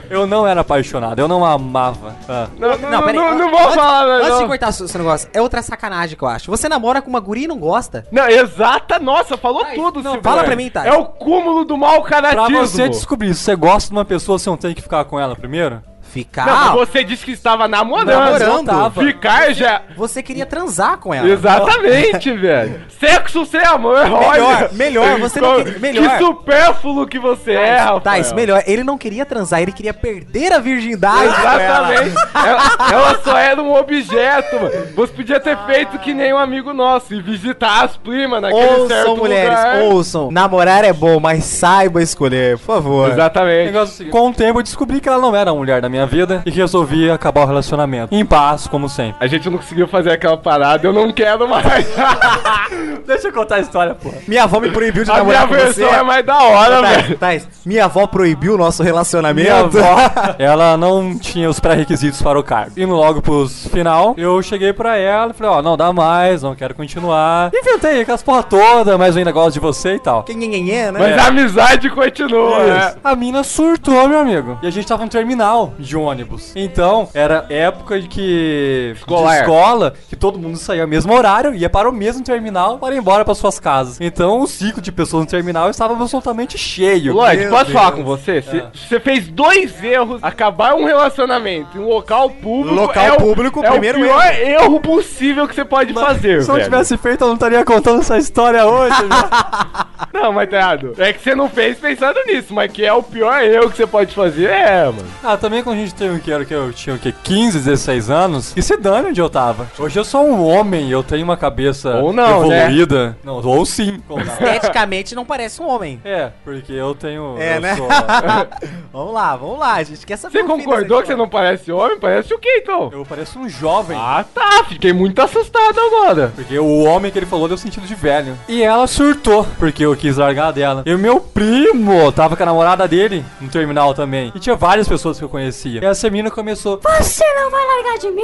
Speaker 3: eu não era apaixonado, eu não amava. Ah.
Speaker 2: Não, não, não,
Speaker 5: peraí.
Speaker 2: não, não vou
Speaker 5: Antes-
Speaker 2: falar, velho.
Speaker 5: Antes de
Speaker 2: não.
Speaker 5: cortar o seu seu negócio, é outra sacanagem que eu acho. Você namora com uma guria e não gosta?
Speaker 2: Não, exata, nossa, falou
Speaker 5: Ai,
Speaker 2: tudo,
Speaker 5: não,
Speaker 2: Silvio.
Speaker 5: fala pra mim, tá. Thay.
Speaker 2: É o cúmulo do mau
Speaker 3: Pra
Speaker 2: caratismo.
Speaker 3: você descobrir se você gosta de uma pessoa, você não tem que ficar com ela primeiro?
Speaker 5: Ficar.
Speaker 2: Não, mas você disse que estava namorando.
Speaker 5: Ah! Namorando.
Speaker 2: Ficar já...
Speaker 5: Você queria transar com ela. [laughs]
Speaker 2: Exatamente, velho. Sexo sem amor, olha. [laughs]
Speaker 5: melhor, você não
Speaker 2: Como-
Speaker 5: quer- melhor.
Speaker 2: Que supérfluo que você é, rapaz.
Speaker 5: Tá, isso melhor. Ele não queria transar, ele queria perder a virgindade. com ela.
Speaker 2: Exatamente. Ela, ela só era um objeto, mano. Você podia ter feito que nem um amigo nosso e visitar as primas naquele certo
Speaker 5: Ouçam, mulheres,
Speaker 2: lugar.
Speaker 5: ouçam. Namorar é bom, mas saiba escolher, por favor.
Speaker 3: O
Speaker 2: Exatamente.
Speaker 3: negócio é o seguinte, Com o tempo eu descobri que ela não era a mulher da minha vida e resolvi acabar o relacionamento. Em paz, como sempre.
Speaker 2: A gente não conseguiu fazer aquela parada, eu não quero mais.
Speaker 3: [laughs] Deixa eu contar a história, porra.
Speaker 5: Minha avó me proibiu de
Speaker 2: [laughs] A minha
Speaker 5: namorar com você.
Speaker 2: versão é mais da hora,
Speaker 5: Thais,
Speaker 2: velho.
Speaker 5: Thais, minha avó proibiu o nosso
Speaker 3: Minha
Speaker 5: relacionamento.
Speaker 3: avó, ela não tinha os pré-requisitos para o cargo. Indo logo pros final, eu cheguei pra ela e falei, ó, não dá mais, não quero continuar. Inventei aquelas porra toda, mas eu ainda gosto de você e tal.
Speaker 5: Quem é, né?
Speaker 2: Mas a amizade continua, né?
Speaker 3: Isso. É. A mina surtou, meu amigo. E a gente tava no terminal de ônibus. Então, era época de que.
Speaker 2: Escolar.
Speaker 3: De escola, que todo mundo saía ao mesmo horário, ia para o mesmo terminal para ir embora para suas casas. Então, o ciclo de pessoas no terminal estava absolutamente cheio.
Speaker 2: Lloyd,
Speaker 5: Meu
Speaker 2: posso
Speaker 5: Deus.
Speaker 2: falar com você? Se-
Speaker 3: Ah.
Speaker 2: Você fez dois erros. Acabar um relacionamento em um local público.
Speaker 5: Local
Speaker 2: o-
Speaker 5: público,
Speaker 2: é
Speaker 5: primeiro
Speaker 2: o pior erro. possível que você pode fazer.
Speaker 3: Se eu
Speaker 2: velho.
Speaker 3: tivesse feito, eu não estaria contando essa história hoje, né? velho.
Speaker 2: Não, mas tá errado. É que você não fez pensando nisso, mas que é o pior erro que você pode fazer, é, mano.
Speaker 3: [laughs] Ah, também quando a gente teve o que era que eu tinha o que 15, 16 anos, e se dane onde eu tava. Hoje eu sou um homem, eu tenho uma cabeça
Speaker 2: Ou não, né?
Speaker 3: evoluída. Não, ou sim.
Speaker 5: Esteticamente não parece um homem.
Speaker 3: É, porque eu tenho.
Speaker 5: É,
Speaker 3: eu
Speaker 5: né?
Speaker 3: [laughs] sou-
Speaker 5: vamos lá, vamos lá, a gente quer saber.
Speaker 2: Você
Speaker 5: o fim
Speaker 2: concordou que
Speaker 5: dessa
Speaker 2: você não parece homem? Parece o quê, então?
Speaker 3: eu pareço um jovem.
Speaker 2: Ah, tá. Fiquei muito assustado agora.
Speaker 3: Porque o homem que ele falou deu sentido de velho. E ela surtou, porque eu quis largar dela. E o meu primo tava com a namorada dele no terminal também. E tinha várias pessoas que eu conhecia. E essa menina começou.
Speaker 8: Você não vai largar de mim!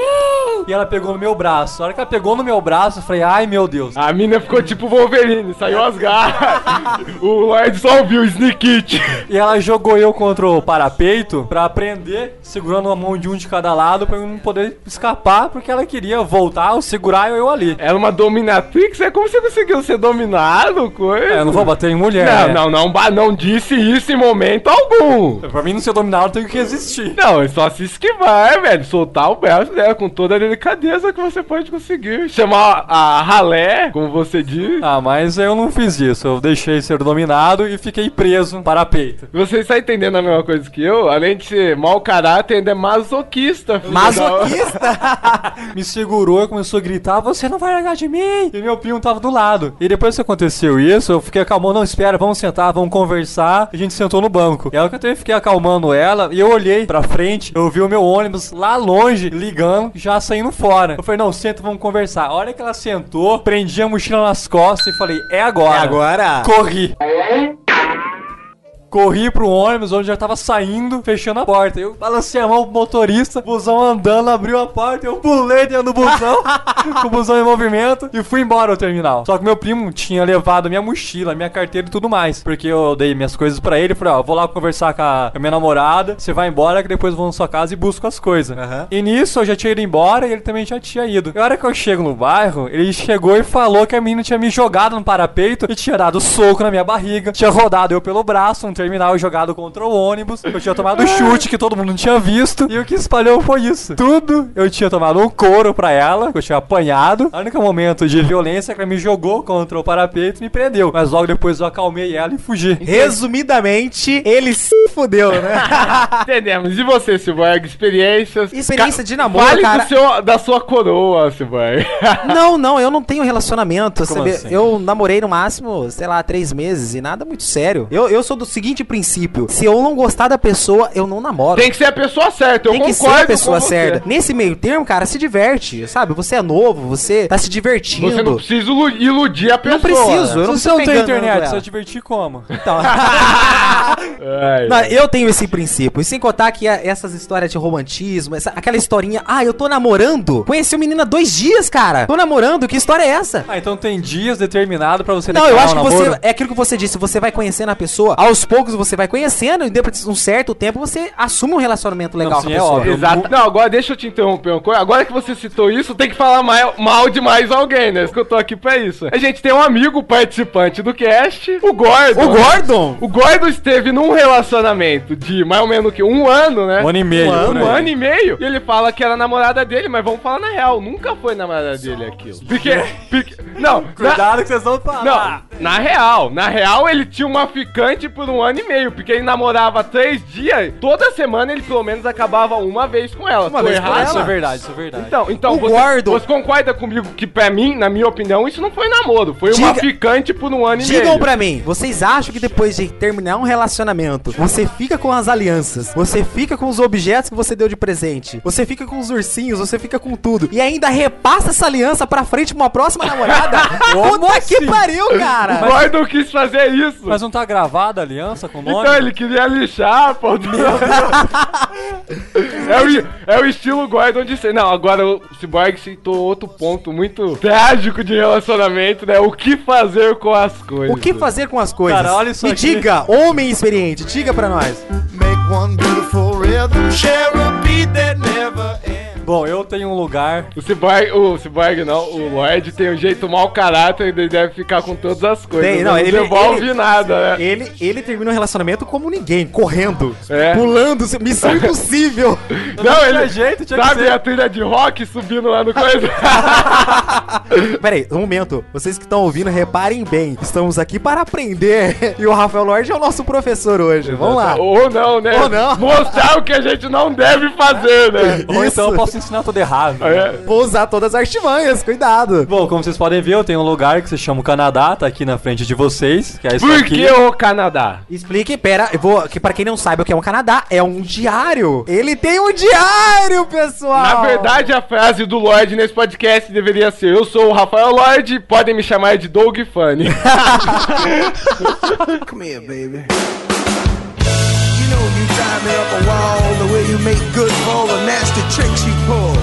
Speaker 3: E ela pegou no meu braço. A hora que ela pegou no meu braço, eu falei, ai meu Deus.
Speaker 2: A mina ficou tipo Wolverine, saiu as garras. o Lloyd só ouviu o Sneak It.
Speaker 3: E ela jogou eu contra o parapeito pra prender, segurando a mão de um de cada lado pra eu não poder escapar, porque ela queria voltar, ou segurar eu ali.
Speaker 2: Era uma dominatrix? É como você conseguiu ser dominado, coisa?
Speaker 3: É, eu não vou bater em mulher. né?
Speaker 2: Não, não, não, ba- não disse isso em momento algum.
Speaker 3: Pra mim não ser dominado, eu tenho que resistir.
Speaker 2: Não, é só se esquivar, velho. Soltar o braço dela com toda a delicadeza que você pode conseguir. Chamar a ralé, como você diz.
Speaker 3: Ah, mas eu não fiz isso. Eu deixei ser dominado e fiquei preso para peito.
Speaker 2: Você está entendendo a mesma coisa que eu? Além de ser mau caráter, ainda é masoquista. filho
Speaker 5: Masoquista!
Speaker 3: Me segurou e começou a gritar: Você não vai largar de mim! E meu primo tava do lado. E depois que aconteceu isso, eu fiquei acalmando: Não, espera, vamos sentar, vamos conversar. E a gente sentou no banco. E aí que eu também fiquei acalmando ela. E eu olhei pra frente, eu vi o meu ônibus lá longe, ligando, já saindo fora. Eu falei: Não, senta, vamos conversar. A hora que ela sentou, prendi a mochila nas costas e falei: É agora.
Speaker 5: É agora.
Speaker 3: Corri. Corri pro ônibus, onde já tava saindo, fechando a porta. Eu balancei a mão pro motorista, o busão andando, abriu a porta, eu pulei dentro do busão, [laughs] com o busão em movimento, e fui embora ao terminal. Só que meu primo tinha levado minha mochila, minha carteira e tudo mais. Porque eu dei minhas coisas pra ele, falei, ó, vou lá conversar com a, com a minha namorada, você vai embora, que depois eu vou na sua casa e busco as coisas.
Speaker 5: Aham.
Speaker 3: E nisso eu já tinha ido embora e ele também já tinha ido. E a hora que eu chego no bairro, ele chegou e falou que a menina tinha me jogado no parapeito e tinha dado soco na minha barriga, tinha rodado eu pelo braço, um terminal e jogado contra o ônibus. Eu tinha tomado um chute que todo mundo não tinha visto. E o que espalhou foi isso. Tudo eu tinha tomado um couro pra ela, que eu tinha apanhado. O único momento de violência é que ela me jogou contra o parapeito e me prendeu. Mas logo depois eu acalmei ela e fugi.
Speaker 5: Resumidamente, ele se fudeu, né?
Speaker 2: Entendemos. E você, Cyborg? Experiências.
Speaker 5: Experiência
Speaker 2: Ca-
Speaker 5: de namoro,
Speaker 2: Fale do
Speaker 5: cara.
Speaker 2: seu- da sua coroa,
Speaker 5: [laughs]
Speaker 2: Cyborg.
Speaker 5: [laughs] não, não, eu não tenho relacionamento.
Speaker 3: Como
Speaker 5: sabe?
Speaker 3: assim?
Speaker 5: Eu namorei no máximo, sei lá, três meses e nada muito sério. Eu, eu sou do seguinte princípio: se eu não gostar da pessoa, eu não namoro.
Speaker 2: Tem que ser a pessoa certa, eu
Speaker 5: Tem que
Speaker 2: concordo.
Speaker 5: ser a pessoa
Speaker 2: com você.
Speaker 5: certa. Nesse meio termo, cara, se diverte, sabe? Você é novo, você tá se divertindo.
Speaker 2: Você não precisa ilu- iludir a pessoa.
Speaker 5: Não preciso, eu não
Speaker 3: Se você
Speaker 5: tô
Speaker 3: não tem
Speaker 5: enganando ela.
Speaker 3: internet, você vai divertir como?
Speaker 5: Então.
Speaker 2: Ai,
Speaker 5: Não, eu tenho esse princípio. E sem contar que a- essas histórias de romantismo, essa, aquela historinha, ah, eu tô namorando. Conheci o menino há dois dias, cara. Tô namorando, que história é essa?
Speaker 3: [laughs] Ah, então tem dias determinados pra você
Speaker 5: Não, eu
Speaker 3: declarar
Speaker 5: acho que
Speaker 3: o
Speaker 5: você.
Speaker 3: um namoro?
Speaker 5: É aquilo que você disse, você vai conhecendo a pessoa, aos poucos você vai conhecendo, e depois de um certo tempo você assume um relacionamento legal
Speaker 3: Não,
Speaker 5: com a
Speaker 3: sim, é
Speaker 5: pessoa.
Speaker 3: óbvio.
Speaker 2: Exato. Não, agora deixa eu te interromper uma coisa. Agora que você citou isso, tem que falar mal, mal de mais alguém, né? Isso que eu tô aqui pra isso. A gente tem um amigo participante do cast, o Gordon.
Speaker 5: é- O Gordon?
Speaker 2: O Gordon esteve num relacionamento de mais ou menos que um ano, né?
Speaker 3: Um ano e meio,
Speaker 2: Um
Speaker 3: por
Speaker 2: ano,
Speaker 3: aí.
Speaker 2: um ano e meio. E ele fala que era namorada dele, mas vamos falar na real, nunca foi namorada dele aquilo. Porque. porque não, na-
Speaker 3: Cuidado que vocês vão
Speaker 2: não,
Speaker 3: falar.
Speaker 2: na real, na real ele tinha uma ficante por um ano e meio, porque ele namorava três dias, toda semana ele pelo menos acabava uma vez com ela. Tô
Speaker 5: vez com
Speaker 2: errado?
Speaker 3: isso
Speaker 5: ela.
Speaker 3: é verdade, isso é verdade.
Speaker 2: Então, então
Speaker 5: O
Speaker 2: você,
Speaker 5: Gordo-
Speaker 2: você concorda comigo que pra mim, na minha opinião, isso não foi namoro, foi uma
Speaker 5: Diga-
Speaker 2: ficante por um ano e
Speaker 5: Digam
Speaker 2: meio.
Speaker 5: pra mim, vocês acham que depois de terminar um relacionamento, você fica com as alianças, você fica com os objetos que você deu de presente, você fica com os ursinhos, você fica com tudo, e ainda repassa essa aliança pra frente pra uma próxima namorada?
Speaker 3: [laughs] Como
Speaker 5: Puta que
Speaker 3: assim?
Speaker 5: pariu,
Speaker 2: O
Speaker 5: cara!
Speaker 2: Gordon quis fazer isso.
Speaker 3: Mas não tá gravada a aliança com o nome?
Speaker 2: Então ele queria lixar, pô.
Speaker 5: [laughs]
Speaker 2: é, o, é o estilo Gordon de ser. Não, agora o Cyborg citou outro ponto muito trágico de relacionamento, né? O que fazer com as coisas.
Speaker 5: O que fazer com as coisas?
Speaker 3: Cara, olha isso
Speaker 5: Me
Speaker 3: aqui.
Speaker 5: diga, homem experiente, diga pra nós.
Speaker 4: Make one beautiful rhythm, share a beat that never ends.
Speaker 3: Bom, eu tenho um lugar.
Speaker 2: O Cyborg, o Cyborg não, o Lloyd tem um jeito mau caráter e ele deve ficar com todas as coisas. né?
Speaker 5: Tem, não, ele-
Speaker 2: devolve
Speaker 5: ele-
Speaker 2: nada, né?
Speaker 5: Ele, ele termina um relacionamento como ninguém, correndo,
Speaker 2: É.
Speaker 5: pulando,
Speaker 3: [laughs]
Speaker 5: missão impossível.
Speaker 2: Não,
Speaker 3: tinha
Speaker 2: ele.
Speaker 3: jeito, tinha que
Speaker 2: sabe
Speaker 3: ser.
Speaker 2: a trilha de rock subindo lá no coisa?
Speaker 5: Pera aí, um momento. Vocês que estão ouvindo, reparem bem. Estamos aqui para aprender. [laughs] E o Rafael Lorde é o nosso professor hoje. [laughs] Vamos lá.
Speaker 2: Ou não, né?
Speaker 5: Ou não.
Speaker 2: Mostrar o que a gente não deve
Speaker 5: [laughs]
Speaker 2: fazer, né?
Speaker 3: Ou então
Speaker 5: Isso.
Speaker 3: eu posso ensinar tudo errado.
Speaker 2: É.
Speaker 5: Vou usar todas as artimanhas, cuidado.
Speaker 3: Bom, como vocês podem ver, eu tenho um lugar que se chama o Canadá, tá aqui na frente de vocês, que é isso
Speaker 2: Por
Speaker 3: aqui.
Speaker 2: que o Canadá?
Speaker 5: Explique, pera, eu vou, que para quem não sabe o que é um Canadá, é um diário. Ele tem um diário, pessoal.
Speaker 2: Na verdade, a frase do Lorde nesse podcast deveria ser: Eu sou o Rafael Lorde, podem me chamar de Doug Funny.
Speaker 4: Come here, baby. You know you drive me up a wall, the way you make good for all the nasty tricks you pull.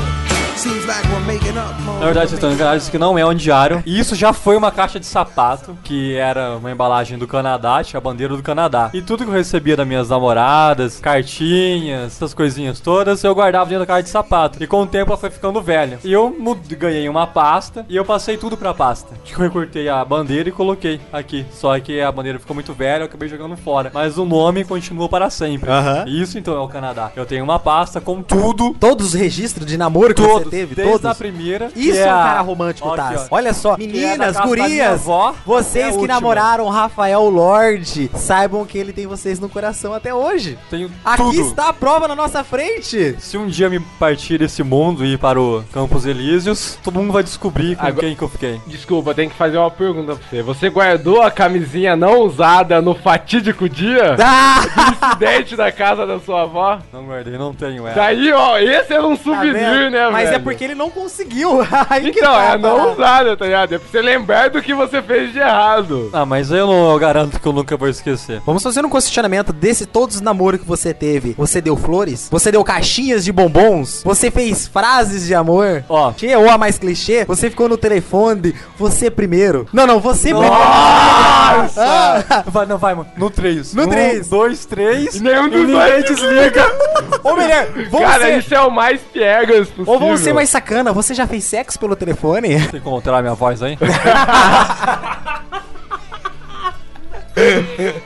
Speaker 4: Seems like we're making up more.
Speaker 3: Na verdade, vocês estão enganados, isso aqui não é um diário. E isso já foi uma caixa de sapato, que era uma embalagem do Canadá, tinha a bandeira do Canadá. E tudo que eu recebia das minhas namoradas, cartinhas, essas coisinhas todas, eu guardava dentro da caixa de sapato. E com o tempo ela foi ficando velha. E eu mu- ganhei uma pasta, e eu passei tudo pra pasta. [laughs] Eu recortei a bandeira e coloquei aqui. Só que a bandeira ficou muito velha, eu acabei jogando fora. Mas o nome continuou para sempre.
Speaker 5: Aham.
Speaker 3: Isso então é o Canadá. Eu tenho uma pasta com tudo
Speaker 5: Todos os registros de namoro que
Speaker 3: Todos,
Speaker 5: você teve,
Speaker 3: desde
Speaker 5: todos.
Speaker 3: a primeira.
Speaker 5: Isso
Speaker 3: que
Speaker 5: é um
Speaker 3: a-
Speaker 5: cara romântico,
Speaker 3: Ó,
Speaker 5: tá?
Speaker 3: aqui, ó.
Speaker 5: Olha só,
Speaker 3: é da
Speaker 5: meninas,
Speaker 3: casa da minha
Speaker 5: gurias,
Speaker 3: avó, até a
Speaker 5: vocês que
Speaker 3: última.
Speaker 5: namoraram Rafael Lorde, saibam que ele tem vocês no coração até hoje.
Speaker 3: Tenho
Speaker 5: Aqui
Speaker 3: tudo.
Speaker 5: está a prova na nossa frente.
Speaker 3: Se um dia me partir desse mundo e ir para o Campos Elíseos, todo mundo vai descobrir com
Speaker 2: Agora-
Speaker 3: quem que eu fiquei.
Speaker 2: [laughs] Desculpa, tenho que fazer uma pergunta pra você. Você guardou a camisinha não usada no
Speaker 5: [laughs]
Speaker 2: fatídico dia?
Speaker 5: Ah!
Speaker 2: Acidente da casa da sua avó?
Speaker 3: Não guardei, não tenho ela.
Speaker 2: Daí, ó, esse era um
Speaker 5: Tá
Speaker 2: souvenir,
Speaker 5: vendo?
Speaker 2: né,
Speaker 5: Mas
Speaker 2: velho?
Speaker 5: é porque ele não conseguiu. [laughs] Aí que
Speaker 2: Então,
Speaker 5: tá,
Speaker 2: é a
Speaker 5: tá.
Speaker 2: não usada, tá ligado? É pra você lembrar do que você fez de errado.
Speaker 3: Ah, mas eu não eu garanto que eu nunca vou esquecer.
Speaker 5: Vamos fazer um questionamento desse todos os namoros que você teve. Você deu flores? Você deu caixinhas de bombons? Você fez frases de amor?
Speaker 3: Ó.
Speaker 5: Tinha ou a mais clichê? Você ficou no telefone? Você primeiro? Não, não, você
Speaker 3: Nossa! Ah! Vai, não, vai, mano. No 3.
Speaker 5: No três.
Speaker 3: Um, dois, três.
Speaker 2: E nenhum dos
Speaker 3: ninguém
Speaker 2: dois
Speaker 3: desliga.
Speaker 5: primeiro! Ou melhor, vamos
Speaker 2: Cara,
Speaker 5: ser...
Speaker 2: isso é o mais piegas possível.
Speaker 5: Ou vamos ser mais sacana, você já fez sexo pelo telefone? [laughs]
Speaker 3: Tem que controlar minha voz aí?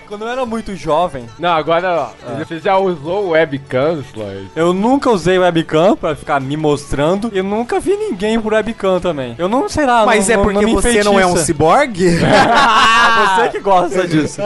Speaker 3: Quando eu era muito jovem,
Speaker 2: Não, agora, ó,
Speaker 5: Ah.
Speaker 2: você já usou webcams, Lloyd?
Speaker 3: eu nunca usei webcam pra ficar me mostrando e nunca vi ninguém por webcam também. Eu Ah, não sei lá,
Speaker 5: Mas
Speaker 3: não,
Speaker 5: é
Speaker 3: não-
Speaker 5: porque
Speaker 3: não me
Speaker 5: você não é um
Speaker 3: enfeitiça.
Speaker 5: ciborgue?
Speaker 3: [laughs] Ah, você que gosta disso.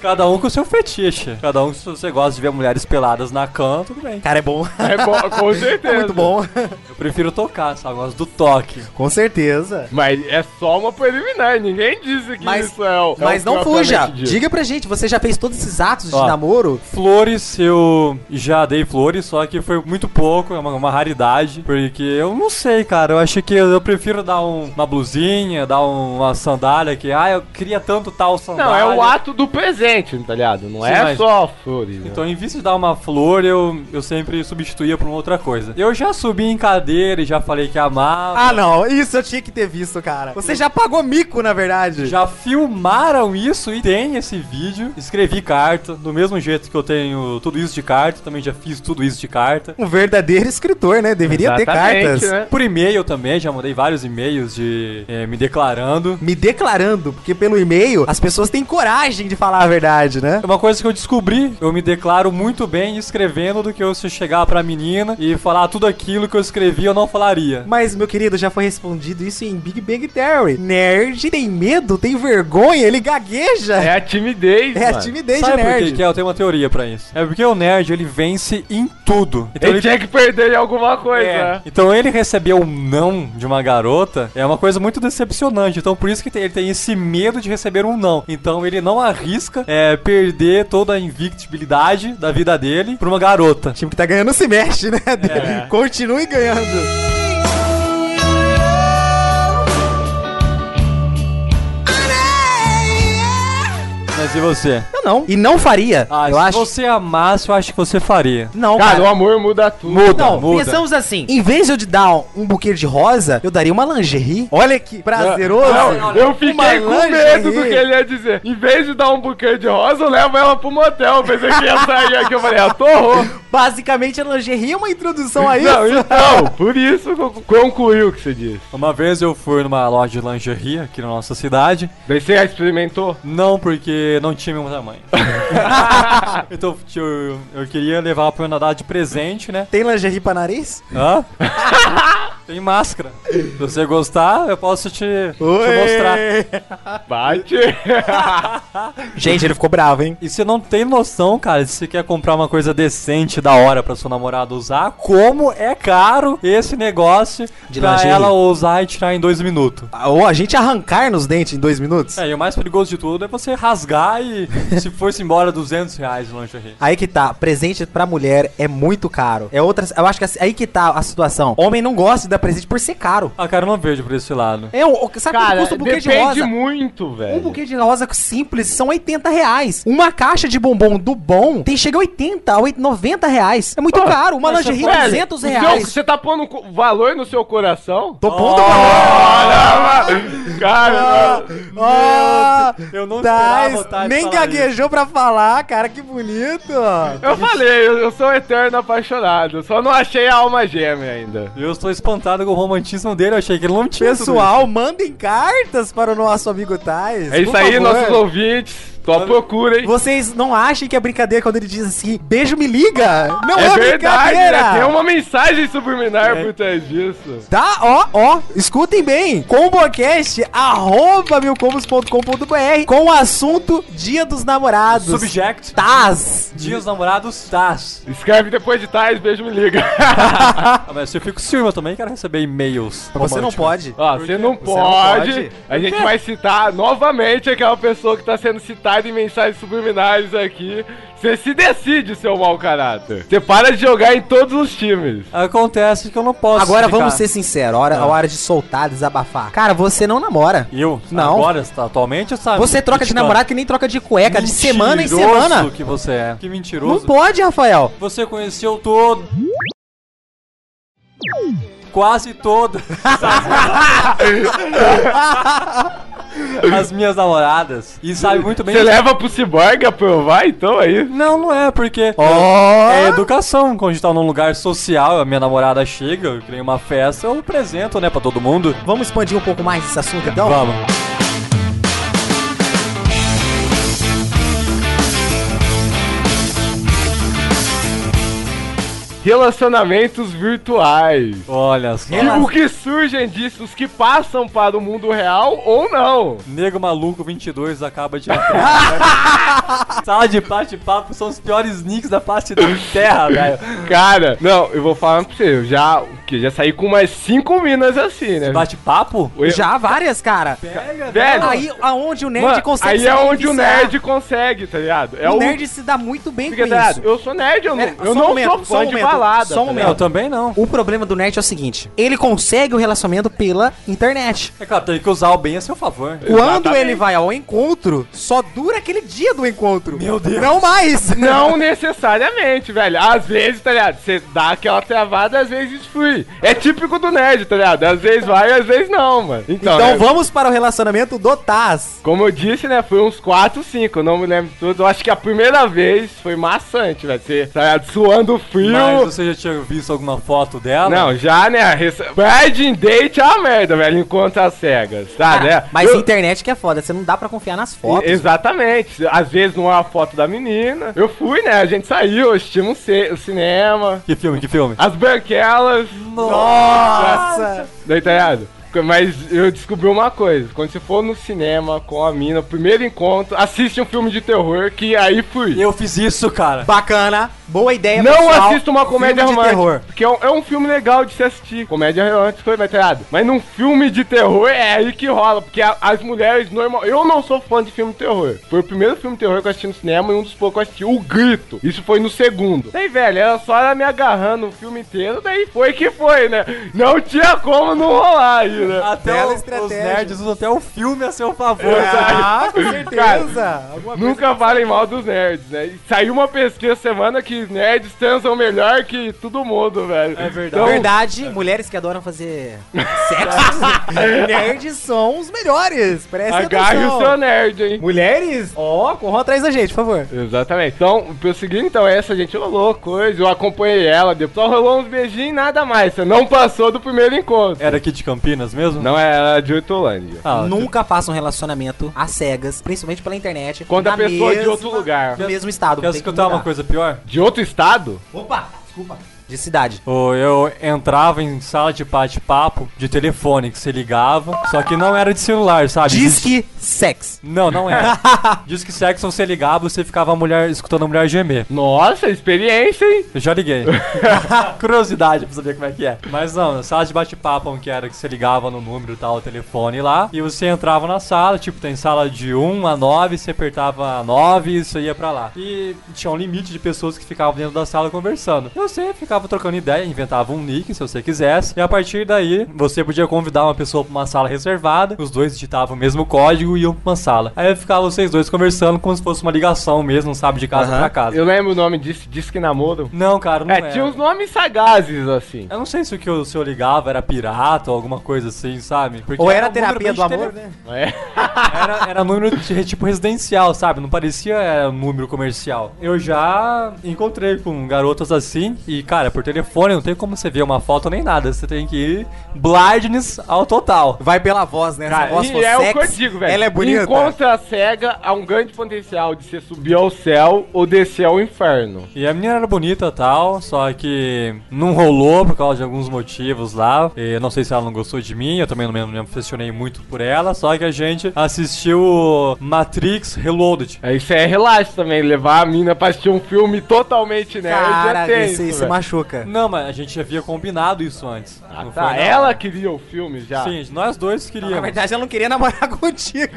Speaker 3: Cada um com o seu fetiche. Cada um, se você gosta de ver mulheres peladas na cama, tudo
Speaker 5: [laughs]
Speaker 3: bem.
Speaker 5: Cara, é bom. [laughs]
Speaker 2: É bom, com certeza.
Speaker 5: É Muito bom.
Speaker 3: Eu prefiro tocar, sabe? Eu gosto do toque.
Speaker 5: Com certeza.
Speaker 2: Mas é só uma preliminar, ninguém disse que
Speaker 5: Mas-
Speaker 2: isso é o. é
Speaker 5: Mas
Speaker 2: o
Speaker 5: não fuja.
Speaker 2: propriamente dito.
Speaker 5: Diga pra gente, você já fez todos esses atos de
Speaker 3: Ó.
Speaker 5: namoro?
Speaker 3: Flores, eu já dei flores, só que foi muito pouco, é uma, uma raridade. Porque eu não sei, cara. Eu acho que eu, eu prefiro dar um- uma blusinha, dar um- uma sandália que, ah, eu queria tanto tal sandália.
Speaker 2: Não, é o ato do presente, tá ligado? Não
Speaker 3: Sim,
Speaker 2: é
Speaker 3: mas-
Speaker 2: só flores. né?
Speaker 3: Então, em vez de dar uma flor, eu, eu sempre substituía por uma outra coisa. Eu já subi em cadeira e já falei que amava.
Speaker 5: Ah, não. Isso eu tinha que ter visto, cara. Você já pagou mico, na verdade.
Speaker 3: Já filmaram isso e tem esse vídeo. Escrevi carta, do mesmo jeito que eu tenho tudo isso de carta, também já fiz tudo isso de carta.
Speaker 5: Um verdadeiro escritor, né? Deveria ter
Speaker 2: Exatamente,
Speaker 5: cartas.
Speaker 2: né?
Speaker 3: Por e-mail também, já mandei vários e-mails de eh, me declarando.
Speaker 5: Me declarando, porque pelo e-mail as pessoas têm coragem de falar a verdade, né?
Speaker 3: É Uma coisa que eu descobri, eu me declaro muito bem escrevendo do que eu se chegar pra menina e falar tudo aquilo que eu escrevi, eu não falaria.
Speaker 5: Mas, meu querido, já foi respondido isso em Big Bang Theory. Nerd tem medo, tem vergonha, ele gagueja.
Speaker 2: É a timidez.
Speaker 5: [laughs] É a
Speaker 2: mano.
Speaker 5: timidez de
Speaker 3: Sabe por
Speaker 5: nerd.
Speaker 3: que que é? Eu tenho uma teoria pra isso. É porque o nerd, ele vence em tudo. Então
Speaker 2: Ele tinha que perder em alguma coisa.
Speaker 3: É.
Speaker 2: né?
Speaker 3: Então ele receber um não de uma garota é uma coisa muito decepcionante. Então por isso que tem- ele tem esse medo de receber um não. Então ele não arrisca é, perder toda a invictibilidade da vida dele pra uma garota.
Speaker 5: O time que tá ganhando se mexe, né? [laughs] Continue ganhando.
Speaker 3: Mas e você?
Speaker 5: Eu não. E não faria.
Speaker 3: Ah,
Speaker 5: eu
Speaker 3: se
Speaker 5: acho.
Speaker 3: você amasse, eu acho que você faria.
Speaker 5: Não,
Speaker 2: Cara, o amor muda tudo.
Speaker 5: Não,
Speaker 3: muda.
Speaker 5: pensamos assim. Em vez de eu te dar um buquê de rosa, eu daria uma lingerie. Olha que prazeroso.
Speaker 2: Não, eu fiquei
Speaker 5: Uma
Speaker 2: com medo do
Speaker 5: lingerie.
Speaker 2: que ele ia dizer. Em vez de dar um buquê de rosa, eu levo ela pro motel. Eu pensei que ia sair aqui. Eu falei, atorrou.
Speaker 5: Basicamente, a lingerie é uma introdução a isso.
Speaker 2: Não, então, por isso que concluiu o que você disse.
Speaker 3: Uma vez eu fui numa loja de lingerie aqui na nossa cidade.
Speaker 2: Daí você já experimentou?
Speaker 3: Não, porque não tinha meu tamanho. então eu, eu queria levar pra eu nadar de presente, né?
Speaker 5: Tem lingerie pra nariz?
Speaker 3: Hã? Tem máscara. Se você gostar, eu posso te, te mostrar.
Speaker 2: Bate.
Speaker 5: Gente, ele ficou bravo, hein?
Speaker 3: E você não tem noção, cara, se você quer comprar uma coisa decente, da hora, pra sua namorada usar, como é caro esse negócio
Speaker 5: De
Speaker 3: pra
Speaker 5: lingerie.
Speaker 3: ela usar e tirar em dois minutos.
Speaker 5: Ah, Ou a gente arrancar nos dentes em dois minutos?
Speaker 3: É, e o mais perigoso de tudo é você rasgar e se fosse embora 200 reais de lingerie.
Speaker 5: Aí que tá, presente pra mulher é muito caro. É outra. Eu acho que assim- aí que tá a situação. Homem não gosta de dar presente por ser caro.
Speaker 3: Ah, cara, eu não vejo por esse lado.
Speaker 5: É, o- sabe quanto
Speaker 2: Cara,
Speaker 5: custa um buquê de
Speaker 2: depende
Speaker 5: rosa?
Speaker 2: muito, velho.
Speaker 5: Um buquê de rosa simples são 80 reais. Uma caixa de bombom do bom tem chega a 80, a 80, 90 reais. É
Speaker 2: Ah,
Speaker 5: muito caro. Uma
Speaker 3: mas
Speaker 5: lingerie,
Speaker 2: Velho,
Speaker 5: 200
Speaker 2: o seu-
Speaker 5: reais.
Speaker 2: Você tá pondo co- valor no seu coração?
Speaker 5: Tô pondo
Speaker 2: Ah,
Speaker 5: valor.
Speaker 2: Caramba! Cara,
Speaker 5: Ah,
Speaker 3: Eu não
Speaker 5: tá,
Speaker 3: esperava vontade de
Speaker 5: nem
Speaker 3: falar
Speaker 5: gaguejou pra falar, cara, que bonito.
Speaker 2: eu falei, eu eu sou um eterno apaixonado. Só não achei a alma gêmea ainda.
Speaker 3: isso. Eu estou espantado com o romantismo dele, eu achei que ele não tinha tudo
Speaker 5: Pessoal, mandem cartas para o nosso amigo Tais.
Speaker 2: É isso
Speaker 5: por
Speaker 2: aí,
Speaker 5: favor.
Speaker 2: nossos ouvintes. Tô à procura, hein?
Speaker 5: Vocês não achem que é brincadeira quando ele diz assim, beijo me liga? Não é,
Speaker 2: É verdade,
Speaker 5: brincadeira! É.
Speaker 2: né? tem uma mensagem subliminar por trás disso.
Speaker 5: Tá, ó, ó, escutem bem. Combocast, arroba milcombos.com.br com o assunto Dia dos Namorados.
Speaker 3: isso. Subject.
Speaker 5: Taz.
Speaker 3: Dia dos namorados,
Speaker 5: [laughs]
Speaker 3: tás.
Speaker 2: Escreve depois de tais, beijo, me liga. [laughs]
Speaker 3: Ah, mas se eu fico ciúme, eu também quero receber e-mails.
Speaker 5: Você não
Speaker 3: românticos.
Speaker 5: pode.
Speaker 2: Ó,
Speaker 3: Por
Speaker 2: você
Speaker 3: quê?
Speaker 2: não
Speaker 5: Você não
Speaker 2: pode.
Speaker 5: pode.
Speaker 2: A gente vai citar novamente aquela pessoa que tá sendo citada em mensagens subliminares aqui. Você se decide, seu mau caráter. Você para de jogar em todos os times.
Speaker 3: Acontece que eu não posso.
Speaker 5: Agora
Speaker 3: ficar.
Speaker 5: vamos ser sinceros,
Speaker 2: Ah.
Speaker 5: hora, a hora de soltar, desabafar. Cara, você não namora.
Speaker 3: Eu?
Speaker 5: Não.
Speaker 3: Agora, está- atualmente, eu
Speaker 2: Ah,
Speaker 3: sabe?
Speaker 5: Você troca de
Speaker 3: criticando.
Speaker 5: namorado que nem troca de cueca, de semana em
Speaker 3: Mentiroso
Speaker 5: semana.
Speaker 3: que você é. Que
Speaker 5: Não
Speaker 3: mentiroso.
Speaker 5: pode, Rafael.
Speaker 3: Você conheceu todo. Quase todas [laughs] as minhas namoradas. E sabe muito bem.
Speaker 2: Você leva pro ciborgue aprovar, então, aí?
Speaker 3: Não, não é, porque.
Speaker 5: Ó.
Speaker 3: É educação. Quando a gente tá num lugar social, a minha namorada chega, eu criei uma festa, eu apresento, né, pra todo mundo.
Speaker 5: Vamos expandir um pouco mais esse assunto, então?
Speaker 3: Vamos.
Speaker 2: Relacionamentos virtuais.
Speaker 3: Olha só.
Speaker 2: Digo que surgem disso, os que passam para o mundo real ou não.
Speaker 3: Nego Maluco 22 acaba de entrar. [laughs] Sala de parte e papo são os piores nicks da face da terra, É, velho.
Speaker 2: Cara, não, eu vou falar pra você, eu já, o quê? já saí com umas cinco minas assim,
Speaker 5: É.
Speaker 2: né?
Speaker 3: Bate-papo?
Speaker 2: Eu-
Speaker 5: Já várias, cara.
Speaker 2: Velho,
Speaker 5: Aí aonde o nerd
Speaker 2: mano,
Speaker 5: consegue
Speaker 2: aí
Speaker 5: se
Speaker 2: é onde o
Speaker 5: beneficiar.
Speaker 2: nerd consegue, tá ligado? É
Speaker 5: O
Speaker 2: o,
Speaker 5: nerd se dá muito bem
Speaker 2: Porque,
Speaker 5: com
Speaker 2: tá
Speaker 5: isso.
Speaker 2: ligado? Eu sou nerd, eu não,
Speaker 5: Pera, só
Speaker 2: eu
Speaker 5: um
Speaker 2: não
Speaker 5: momento,
Speaker 2: sou
Speaker 5: só um
Speaker 2: fã de
Speaker 5: momento,
Speaker 2: balada.
Speaker 5: só um
Speaker 2: tá
Speaker 5: momento.
Speaker 3: Eu
Speaker 2: ligado?
Speaker 3: também não.
Speaker 5: O problema do nerd é o seguinte: ele consegue o relacionamento pela internet.
Speaker 3: É claro, tem que usar o bem a seu favor.
Speaker 5: Quando ele vai ao encontro, só dura aquele dia do encontro.
Speaker 3: Meu Deus.
Speaker 5: Não mais.
Speaker 2: [laughs] Não necessariamente, velho. Às vezes, tá ligado? Você dá aquela travada, às vezes flui. É típico do nerd, tá ligado? Às vezes vai, às vezes não, mano. Então,
Speaker 5: Então
Speaker 2: né,
Speaker 5: vamos para o relacionamento do Taz.
Speaker 2: Como eu disse, né? Foi uns 4, 5, não me lembro tudo. Eu acho que a primeira vez foi maçante, velho. Você tá ligado? suando frio.
Speaker 3: Mas você já tinha visto alguma foto dela?
Speaker 2: Não, já, né? Rece... Virgin Date é uma merda, velho. Enquanto as cegas, tá, né?
Speaker 5: Ah, Mas
Speaker 2: Eu-
Speaker 5: internet que é foda, você não dá pra confiar nas fotos.
Speaker 2: Exatamente. Às vezes não é a foto da menina. Eu fui, né? A gente saiu, assistimos um ce- o cinema.
Speaker 3: Que filme, que filme?
Speaker 2: As branquelas.
Speaker 5: Nossa!
Speaker 2: Daí, tá ligado? Mas eu descobri uma coisa, quando você for no cinema com a mina, primeiro encontro, assiste um filme de terror, que aí fui.
Speaker 3: Eu fiz isso, cara.
Speaker 5: Bacana, boa ideia,
Speaker 2: Não
Speaker 5: É, pessoal.
Speaker 2: assista uma comédia
Speaker 5: Filme de
Speaker 2: romântica.
Speaker 5: terror.
Speaker 2: Porque é um, é um filme legal de se assistir. Comédia romântica foi metralhado. Mas num filme de terror é aí que rola. Porque a- as mulheres normal. Eu não sou fã de filme de terror. Foi o primeiro filme de terror que eu assisti no cinema e um dos poucos que eu assisti. O Grito. Isso foi no segundo. Daí, velho, ela só era me agarrando o filme inteiro. Daí foi que foi, né? Não tinha como não rolar aí, né?
Speaker 3: Até
Speaker 5: Bela
Speaker 3: os, os
Speaker 5: estratégia.
Speaker 3: nerds usam até o filme a seu
Speaker 2: É
Speaker 3: favor. sabe?
Speaker 5: Ah, com certeza. Alguma
Speaker 2: Nunca falem mal dos nerds, né? E saiu uma pesquisa semana que nerds transam melhor que todo mundo, velho. É
Speaker 3: verdade.
Speaker 5: Verdade, mulheres que adoram
Speaker 2: [laughs]
Speaker 5: fazer sexo, nerds são os melhores. Presta
Speaker 2: Agarre
Speaker 5: atenção.
Speaker 2: o seu nerd, hein?
Speaker 5: Mulheres, ó, corram atrás da gente, por favor.
Speaker 2: Exatamente. Então, prosseguindo, então, essa gente rolou coisa, eu acompanhei ela, depois só rolou uns beijinhos e nada mais. Você não passou do primeiro encontro.
Speaker 3: Era aqui de Campinas mesmo?
Speaker 2: Não era de Hortolândia.
Speaker 3: Ah,
Speaker 5: Nunca faça um relacionamento às cegas, principalmente pela internet.
Speaker 2: Quando a
Speaker 5: na
Speaker 2: pessoa é de outro lugar.
Speaker 5: No mesmo estado. tem
Speaker 3: Quer
Speaker 5: que
Speaker 3: escutar uma
Speaker 5: mudar.
Speaker 3: coisa pior?
Speaker 2: De outro estado?
Speaker 5: Opa, desculpa. De cidade.
Speaker 3: Ou eu entrava em sala de bate-papo de telefone que você ligava, só que não era de celular, sabe?
Speaker 5: Disque sex.
Speaker 3: Não,
Speaker 5: [laughs]
Speaker 3: não era. Diz que sexo você ligava, você ficava a mulher escutando a mulher gemer.
Speaker 2: Nossa, experiência, hein?
Speaker 3: Eu já [laughs] liguei. Curiosidade pra saber como é que é. Mas não, na sala de bate-papo um que era que você ligava no número tal, o telefone lá, e você entrava na sala, tipo, tem sala de 1 a 9, você apertava a 9 e isso ia pra lá. E tinha um limite de pessoas que ficavam dentro da sala conversando. E você ficava trocando ideia, inventava um nick se você quisesse, e a partir daí você podia convidar uma pessoa pra uma sala reservada, os dois digitavam o mesmo código e iam pra uma sala. Aí ficavam vocês dois conversando como se fosse uma ligação mesmo, sabe, de casa pra casa.
Speaker 2: Eu lembro o nome disso, Disque Namoro.
Speaker 3: Não, cara, não
Speaker 2: É,
Speaker 3: era.
Speaker 2: tinha uns nomes sagazes, assim.
Speaker 3: Eu não sei se o que o senhor ligava era pirata ou alguma coisa assim, sabe? Porque
Speaker 5: Ou era, a
Speaker 3: um número
Speaker 5: terapia
Speaker 3: bem
Speaker 5: do
Speaker 3: de
Speaker 5: amor,
Speaker 3: tele-
Speaker 5: né?
Speaker 2: É.
Speaker 3: Era, era número de, tipo residencial, sabe? Não parecia é, um número comercial. Eu já encontrei com garotas assim e, cara, por telefone não tem como você ver uma foto nem nada. Você tem que ir blindness ao total.
Speaker 5: Vai pela voz, né? Se a voz for
Speaker 2: [laughs] E é o que eu
Speaker 5: sex,
Speaker 2: digo, velho.
Speaker 5: Ela é bonita.
Speaker 2: Encontra a cega há um grande potencial de você subir ao céu ou descer ao inferno.
Speaker 3: E a menina era bonita tal, só que não rolou por causa de alguns motivos lá. E eu não sei se ela não gostou de mim, eu também não me- me impressionei muito por ela. Só que a gente assistiu Matrix Reloaded.
Speaker 2: É, Isso é relaxa também, levar a mina pra assistir um filme totalmente nerd é
Speaker 5: Cara,
Speaker 2: tenso,
Speaker 5: esse, esse
Speaker 2: velho.
Speaker 5: machuca.
Speaker 3: Não, mas a gente havia combinado isso antes.
Speaker 2: Ah,
Speaker 3: não
Speaker 2: tá,
Speaker 3: foi, não. né?
Speaker 2: ela queria o filme já.
Speaker 3: Sim, nós dois queríamos.
Speaker 5: É, Na verdade, eu não queria namorar [laughs] contigo.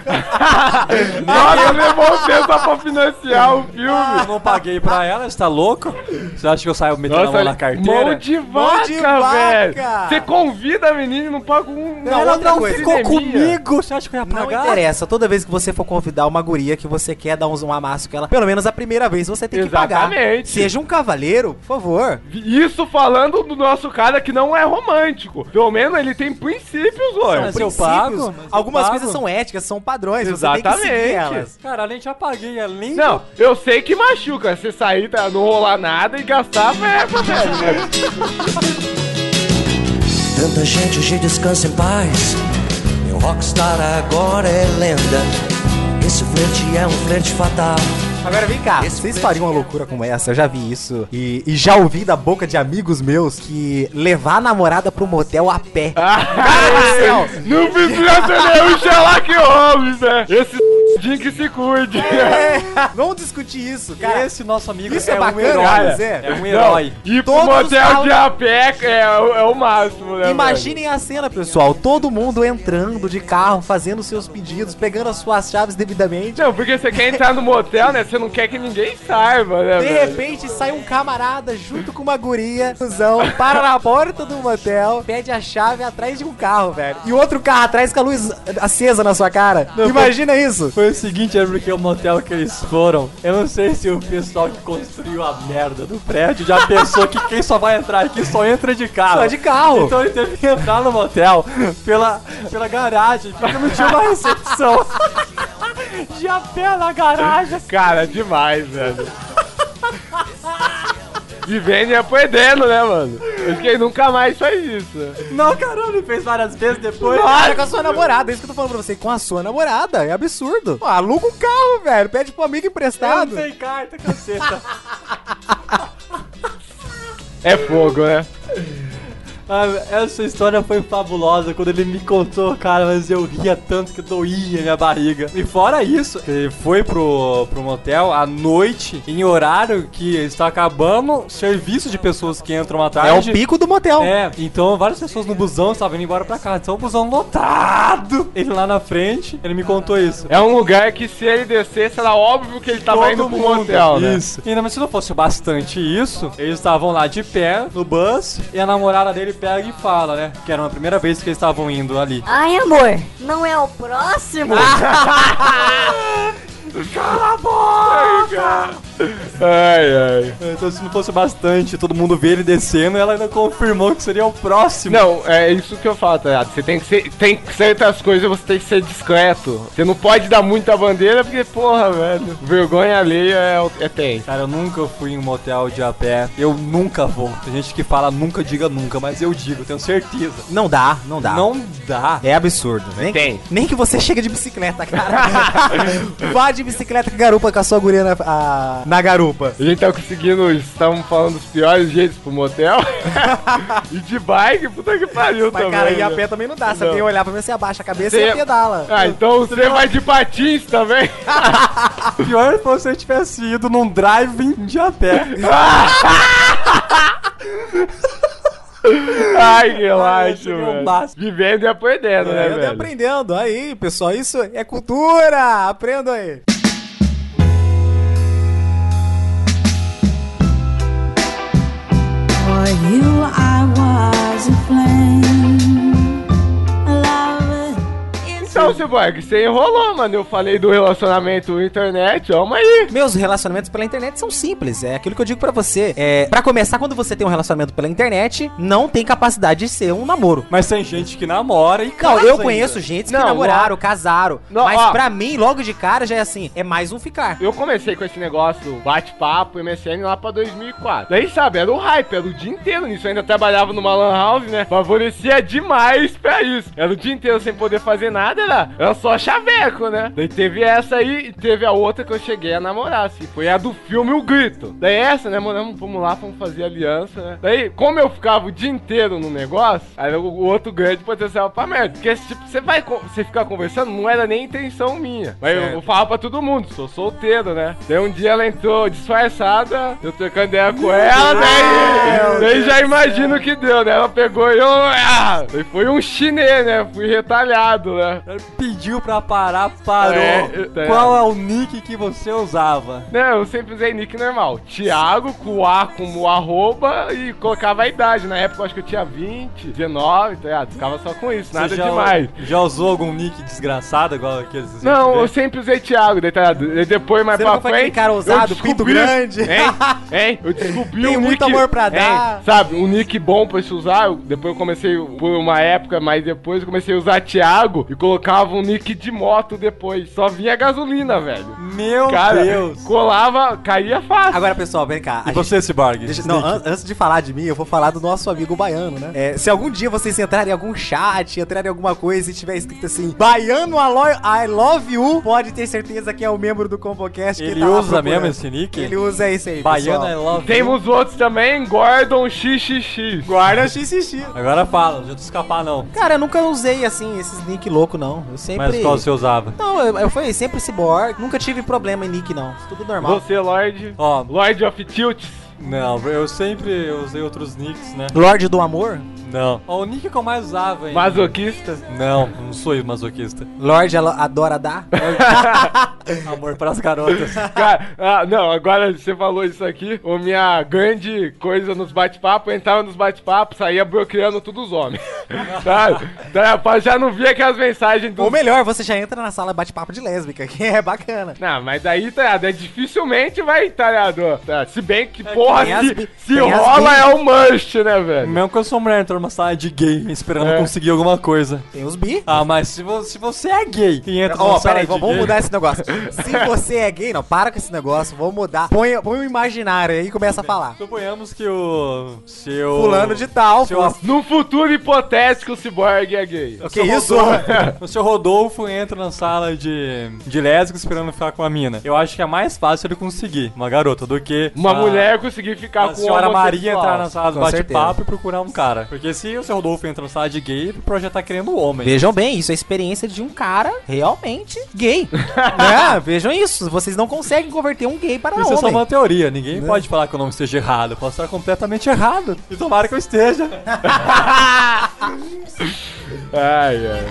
Speaker 2: Nossa, levou o tempo pra financiar o filme.
Speaker 3: Eu não paguei pra ela, você tá louco? Você acha que eu saio metendo a mão na carteira?
Speaker 2: mão de vaca,
Speaker 5: Mão de vaca.
Speaker 2: velho. Você convida a menina e não paga um...
Speaker 5: Não,
Speaker 3: Ela
Speaker 5: outra
Speaker 3: não
Speaker 5: coisa.
Speaker 3: ficou
Speaker 2: Cineminha.
Speaker 3: comigo! Você acha que eu ia
Speaker 5: Não
Speaker 3: pagar?
Speaker 5: interessa, toda vez que você for convidar uma guria que você quer dar uns- um amasso com ela, pelo menos a primeira vez você tem que pagar.
Speaker 2: Exatamente.
Speaker 5: Seja um cavaleiro, por favor.
Speaker 2: Isso falando do nosso cara que não é romântico. Pelo menos ele tem princípios,
Speaker 3: Mas
Speaker 2: olha.
Speaker 3: eu
Speaker 5: Princípios,
Speaker 3: pago, mas eu
Speaker 5: Algumas
Speaker 3: pago.
Speaker 5: coisas são éticas, são padrões, você tem que seguir
Speaker 2: Exatamente.
Speaker 5: elas.
Speaker 3: Cara, além de eu paguei, além
Speaker 2: Não, eu sei que machuca. Você sair, tá, não rolar nada e gastar verba, velho.
Speaker 3: [laughs]
Speaker 2: né?
Speaker 9: Tanta gente hoje descansa em paz. Meu rockstar agora é lenda. Esse flerte é um flerte fatal.
Speaker 5: Agora vem cá, vocês fariam uma loucura como essa? Eu já vi isso e, e já ouvi da boca de amigos meus que levar a namorada pro motel a pé. [laughs]
Speaker 2: Ah, não precisa ser nenhum Sherlock Holmes, né? Esse [laughs] dia que
Speaker 5: [laughs]
Speaker 2: se cuide.
Speaker 5: É, vamos discutir isso, cara.
Speaker 3: Esse nosso amigo
Speaker 5: Isso
Speaker 3: é,
Speaker 5: é
Speaker 3: um
Speaker 5: bacana,
Speaker 3: herói.
Speaker 5: mas é.
Speaker 3: É um herói.
Speaker 2: Não, ir pro
Speaker 5: Todos
Speaker 2: motel
Speaker 5: falam-
Speaker 2: de a pé é, o- é o máximo, né?
Speaker 5: Imaginem a cena, pessoal. Todo mundo entrando de carro, fazendo seus pedidos, pegando as suas chaves devidamente.
Speaker 2: Não, porque você quer entrar no motel, né? Você não quer que ninguém saiba, né?
Speaker 5: De
Speaker 2: velho?
Speaker 5: repente sai um camarada junto com uma guria, cuzão, para na porta do motel, pede a chave atrás de um carro, velho. E outro carro atrás com a luz acesa na sua cara. Imagina isso.
Speaker 3: Foi o seguinte, é porque o motel que eles foram, eu não sei se o pessoal que construiu a merda do prédio já pensou que quem só vai entrar aqui só entra de carro.
Speaker 5: Só de carro.
Speaker 3: Então ele teve que entrar no motel pela, pela garagem, porque não tinha uma
Speaker 5: [laughs]
Speaker 3: [laughs] recepção. De a pé na garagem.
Speaker 2: Cara, é demais, velho. E vende aprendendo, né, mano? Eu fiquei nunca mais faz isso. né?
Speaker 3: Não, caramba, ele fez várias vezes depois.
Speaker 5: Cara, com a sua namorada, é isso que eu tô falando pra você. Com a sua namorada, é absurdo. Pô, aluga um carro, velho. Pede pro amigo
Speaker 3: Eu não
Speaker 5: emprestado. É
Speaker 3: tenho carta, caceta.
Speaker 2: É fogo, né?
Speaker 3: [laughs] Ah, Essa história foi fabulosa quando ele me contou, cara, mas eu ria tanto que doía minha barriga. E fora isso, ele foi pro, pro motel à noite, em horário que está acabando o serviço de pessoas que entram à
Speaker 5: É o
Speaker 3: tarde.
Speaker 5: pico do motel.
Speaker 3: É, então várias pessoas no busão estavam indo embora pra casa. Então o busão lotado. Ele lá na frente, ele me contou isso.
Speaker 2: É um lugar que se ele descesse, era óbvio que ele tava indo pro motel, né?
Speaker 3: Isso. E ainda mais se não fosse bastante isso, eles estavam lá de pé no bus e a namorada dele pega e fala, né? Que era a primeira vez que eles estavam indo ali.
Speaker 8: Ai, amor, não é o próximo?
Speaker 2: Ai, ai.
Speaker 3: Então se não fosse bastante, todo mundo vê ele descendo, ela ainda confirmou que seria o próximo.
Speaker 2: Não, é isso que eu falo, tá ligado? Você tem que ser. Tem certas coisas você tem que ser discreto. Você não pode dar muita bandeira porque, porra, velho. Vergonha alheia é, o- é tem.
Speaker 3: Cara, eu nunca fui em um motel de a pé. Eu nunca vou. Tem gente que fala nunca, diga nunca, mas eu digo, tenho certeza.
Speaker 5: Não dá, não
Speaker 2: Tá.
Speaker 5: dá.
Speaker 3: Não dá.
Speaker 5: É absurdo, nem,
Speaker 2: Tem.
Speaker 5: nem que você chega de bicicleta,
Speaker 3: [laughs]
Speaker 5: cara. Vá de bicicleta com garupa com a sua guria na, a- na garupa.
Speaker 2: A gente tá conseguindo. Estamos falando dos piores jeitos pro motel. [laughs] e de bike, puta que pariu,
Speaker 5: Mas,
Speaker 2: também.
Speaker 5: cara, ir a
Speaker 2: né?
Speaker 5: pé também não dá. Você
Speaker 2: Não.
Speaker 5: tem que olhar pra mim, você abaixa a cabeça
Speaker 2: Você-
Speaker 5: e pedala.
Speaker 2: Ah, então você vai de patins
Speaker 5: [laughs]
Speaker 2: também?
Speaker 3: Pior é se você tivesse ido num drive-in de a
Speaker 2: né,
Speaker 3: pé.
Speaker 2: Ai, que relaxo,
Speaker 3: é o
Speaker 2: velho.
Speaker 3: básico.
Speaker 2: Vivendo e aprendendo, né,
Speaker 5: Eu tô
Speaker 2: velho?
Speaker 5: aprendendo. Aí, pessoal, isso é cultura. Aprenda aí.
Speaker 8: For you I was a flame, a lover in
Speaker 2: Então, Cyborg, você enrolou, mano. Eu falei do relacionamento internet, ó, mas aí.
Speaker 5: Meus relacionamentos pela internet são simples. É aquilo que eu digo pra você. É, para começar, quando você tem um relacionamento pela internet, não tem capacidade de ser um namoro.
Speaker 3: Mas tem gente que namora e
Speaker 5: Não,
Speaker 3: casa
Speaker 5: eu
Speaker 3: ainda.
Speaker 5: conheço gente que
Speaker 2: Não,
Speaker 5: namoraram, casaram.
Speaker 2: Não,
Speaker 5: mas
Speaker 2: ó.
Speaker 5: pra mim, logo de cara, já é assim. É mais um ficar.
Speaker 2: Eu comecei com esse negócio bate-papo, MSN lá pra 2004. Daí, sabe, era o hype, era o dia inteiro nisso. Eu ainda trabalhava numa lan house, né? Favorecia demais pra isso. Era o dia inteiro sem poder fazer nada, era, era só chaveco, né? Daí teve essa aí e teve a outra que eu cheguei a namorar, assim. Foi a do filme O Grito. Daí essa, né, mano, vamos lá, vamos fazer aliança, né? Daí, como eu ficava o dia inteiro no negócio, aí o o outro grande potencial pra merda. Porque, tipo, você vai, con- você ficar conversando, não era nem intenção minha. Mas eu, eu falava pra todo mundo, sou solteiro, né? Daí um dia ela entrou disfarçada, eu trocando ideia com ela, daí, daí já imagino o que deu, né? Ela pegou e eu... Ah! Daí foi um chinês, né? Fui retalhado, né?
Speaker 3: Ele Pediu pra parar, parou.
Speaker 2: É, eu- é.
Speaker 3: Qual é o nick que você usava?
Speaker 2: Não, Né, eu sempre usei nick normal. Thiago, com A como arroba e colocava a idade. Na época eu acho que eu tinha 20, 19, tá ligado? Ficava só com isso, nada
Speaker 3: Você já,
Speaker 2: demais.
Speaker 3: Já usou algum nick desgraçado igual aqueles?
Speaker 2: Não, eu sempre usei Thiago, tá ligado? E depois, mais
Speaker 5: Você
Speaker 2: pra
Speaker 5: nunca foi aquele
Speaker 2: frente.
Speaker 5: cara
Speaker 2: eu
Speaker 5: ousado, pinto
Speaker 2: descobri-
Speaker 5: grande.
Speaker 2: Hein? Hein? Eu descobri
Speaker 5: Tem
Speaker 2: um
Speaker 5: muito
Speaker 2: nick-
Speaker 5: amor pra
Speaker 2: hein?
Speaker 5: dar.
Speaker 2: Sabe, um nick bom pra se usar. eu- depois eu comecei por uma época, mas depois eu comecei a usar Thiago e colocar colocava um nick de moto depois. Só vinha gasolina, velho.
Speaker 3: Meu
Speaker 2: Cara,
Speaker 3: Deus.
Speaker 2: colava, caía fácil.
Speaker 5: Agora, pessoal, vem cá.
Speaker 3: E
Speaker 5: A
Speaker 3: você, Cyborg?
Speaker 5: Deixa- não, an- antes de falar de mim, eu vou falar do nosso amigo baiano, né? É, se algum dia vocês entrarem em algum chat, entrarem em alguma coisa e tiver escrito assim, baiano alo- I love you, pode ter certeza que é o membro do Combocast que
Speaker 3: Ele
Speaker 5: tá lá
Speaker 3: usa
Speaker 5: procurando.
Speaker 3: mesmo esse nick?
Speaker 5: Ele usa esse aí,
Speaker 3: Baiana é
Speaker 5: pessoal.
Speaker 3: love. you.
Speaker 5: um-
Speaker 2: Temos outros também, Gordon XXX.
Speaker 5: Guarda xixi.
Speaker 3: Agora fala, não adianta escapar não.
Speaker 5: Cara, eu nunca usei, assim, esses nick louco, não. Eu sempre...
Speaker 3: Mas qual você usava?
Speaker 5: Não, eu, eu fui sempre cyborg. Nunca tive problema em nick, não. Tudo normal.
Speaker 2: Você, Lorde.
Speaker 3: Ó,
Speaker 2: Lorde of Tilts.
Speaker 3: não, eu sempre usei outros nicks, né?
Speaker 5: Lorde do Amor?
Speaker 3: Não. Ó, o nick que eu mais usava, hein?
Speaker 2: Masoquista.
Speaker 3: Não, não sou masoquista.
Speaker 5: Lorde ela adora [laughs] dar?
Speaker 3: Amor pras garotas.
Speaker 2: Cara, ah, não, agora você falou isso aqui. A minha grande coisa nos bate-papo, eu entrava nos bate-papos, saía bloqueando todos os homens. [laughs] Sabe? Então, eu já não via aquelas mensagens do.
Speaker 5: Ou melhor, você já entra na sala bate-papo de lésbica, que é bacana.
Speaker 2: Não, mas daí, tá ligado? É dificilmente vai, tá ligado? Tá, se bem que, porra,
Speaker 5: É, tem as
Speaker 2: se,
Speaker 5: bi-
Speaker 2: se
Speaker 5: tem as
Speaker 2: rola
Speaker 5: bi-
Speaker 2: é o must, né, velho?
Speaker 3: Mesmo que eu sou mulher, entro numa sala de gay esperando
Speaker 2: É.
Speaker 3: conseguir alguma coisa.
Speaker 5: Tem os bi.
Speaker 3: Ah, mas se, vo- se você é gay e entra
Speaker 5: Ó,
Speaker 3: numa
Speaker 5: oh,
Speaker 3: sala
Speaker 5: peraí,
Speaker 3: de
Speaker 5: vamos
Speaker 3: gay...
Speaker 5: mudar esse [laughs] negócio. Se você é gay, não, para com esse negócio, vamos mudar. Põe, põe um imaginário aí e começa a falar.
Speaker 3: Suponhamos que o seu...
Speaker 5: Fulano de tal,
Speaker 3: seu
Speaker 5: fulano-
Speaker 2: Num futuro hipotético, o ciborgue é gay.
Speaker 5: Que
Speaker 3: seu
Speaker 5: isso?
Speaker 3: Rodolfo- [laughs] o seu Rodolfo entra na sala de, de lésbico esperando ficar com a mina. Eu acho que é mais fácil ele conseguir uma garota do que
Speaker 2: Uma
Speaker 5: Ah.
Speaker 3: a-
Speaker 2: mulher conseguir ficar com
Speaker 3: A
Speaker 2: um
Speaker 3: senhora Maria
Speaker 2: homossexual.
Speaker 3: entrar na sala do
Speaker 5: Com certeza.
Speaker 3: bate-papo e procurar um cara. Porque se o seu Rodolfo entra na sala de gay, ele projetar querendo um homem.
Speaker 5: Vejam bem, isso é a experiência de um cara realmente [laughs] gay. né? Vejam isso, vocês não conseguem converter um gay para
Speaker 3: Isso é só
Speaker 5: homem.
Speaker 3: uma teoria, ninguém pode falar que o nome esteja errado. Eu posso estar completamente errado. E tomara que eu esteja.
Speaker 2: Ai, ai.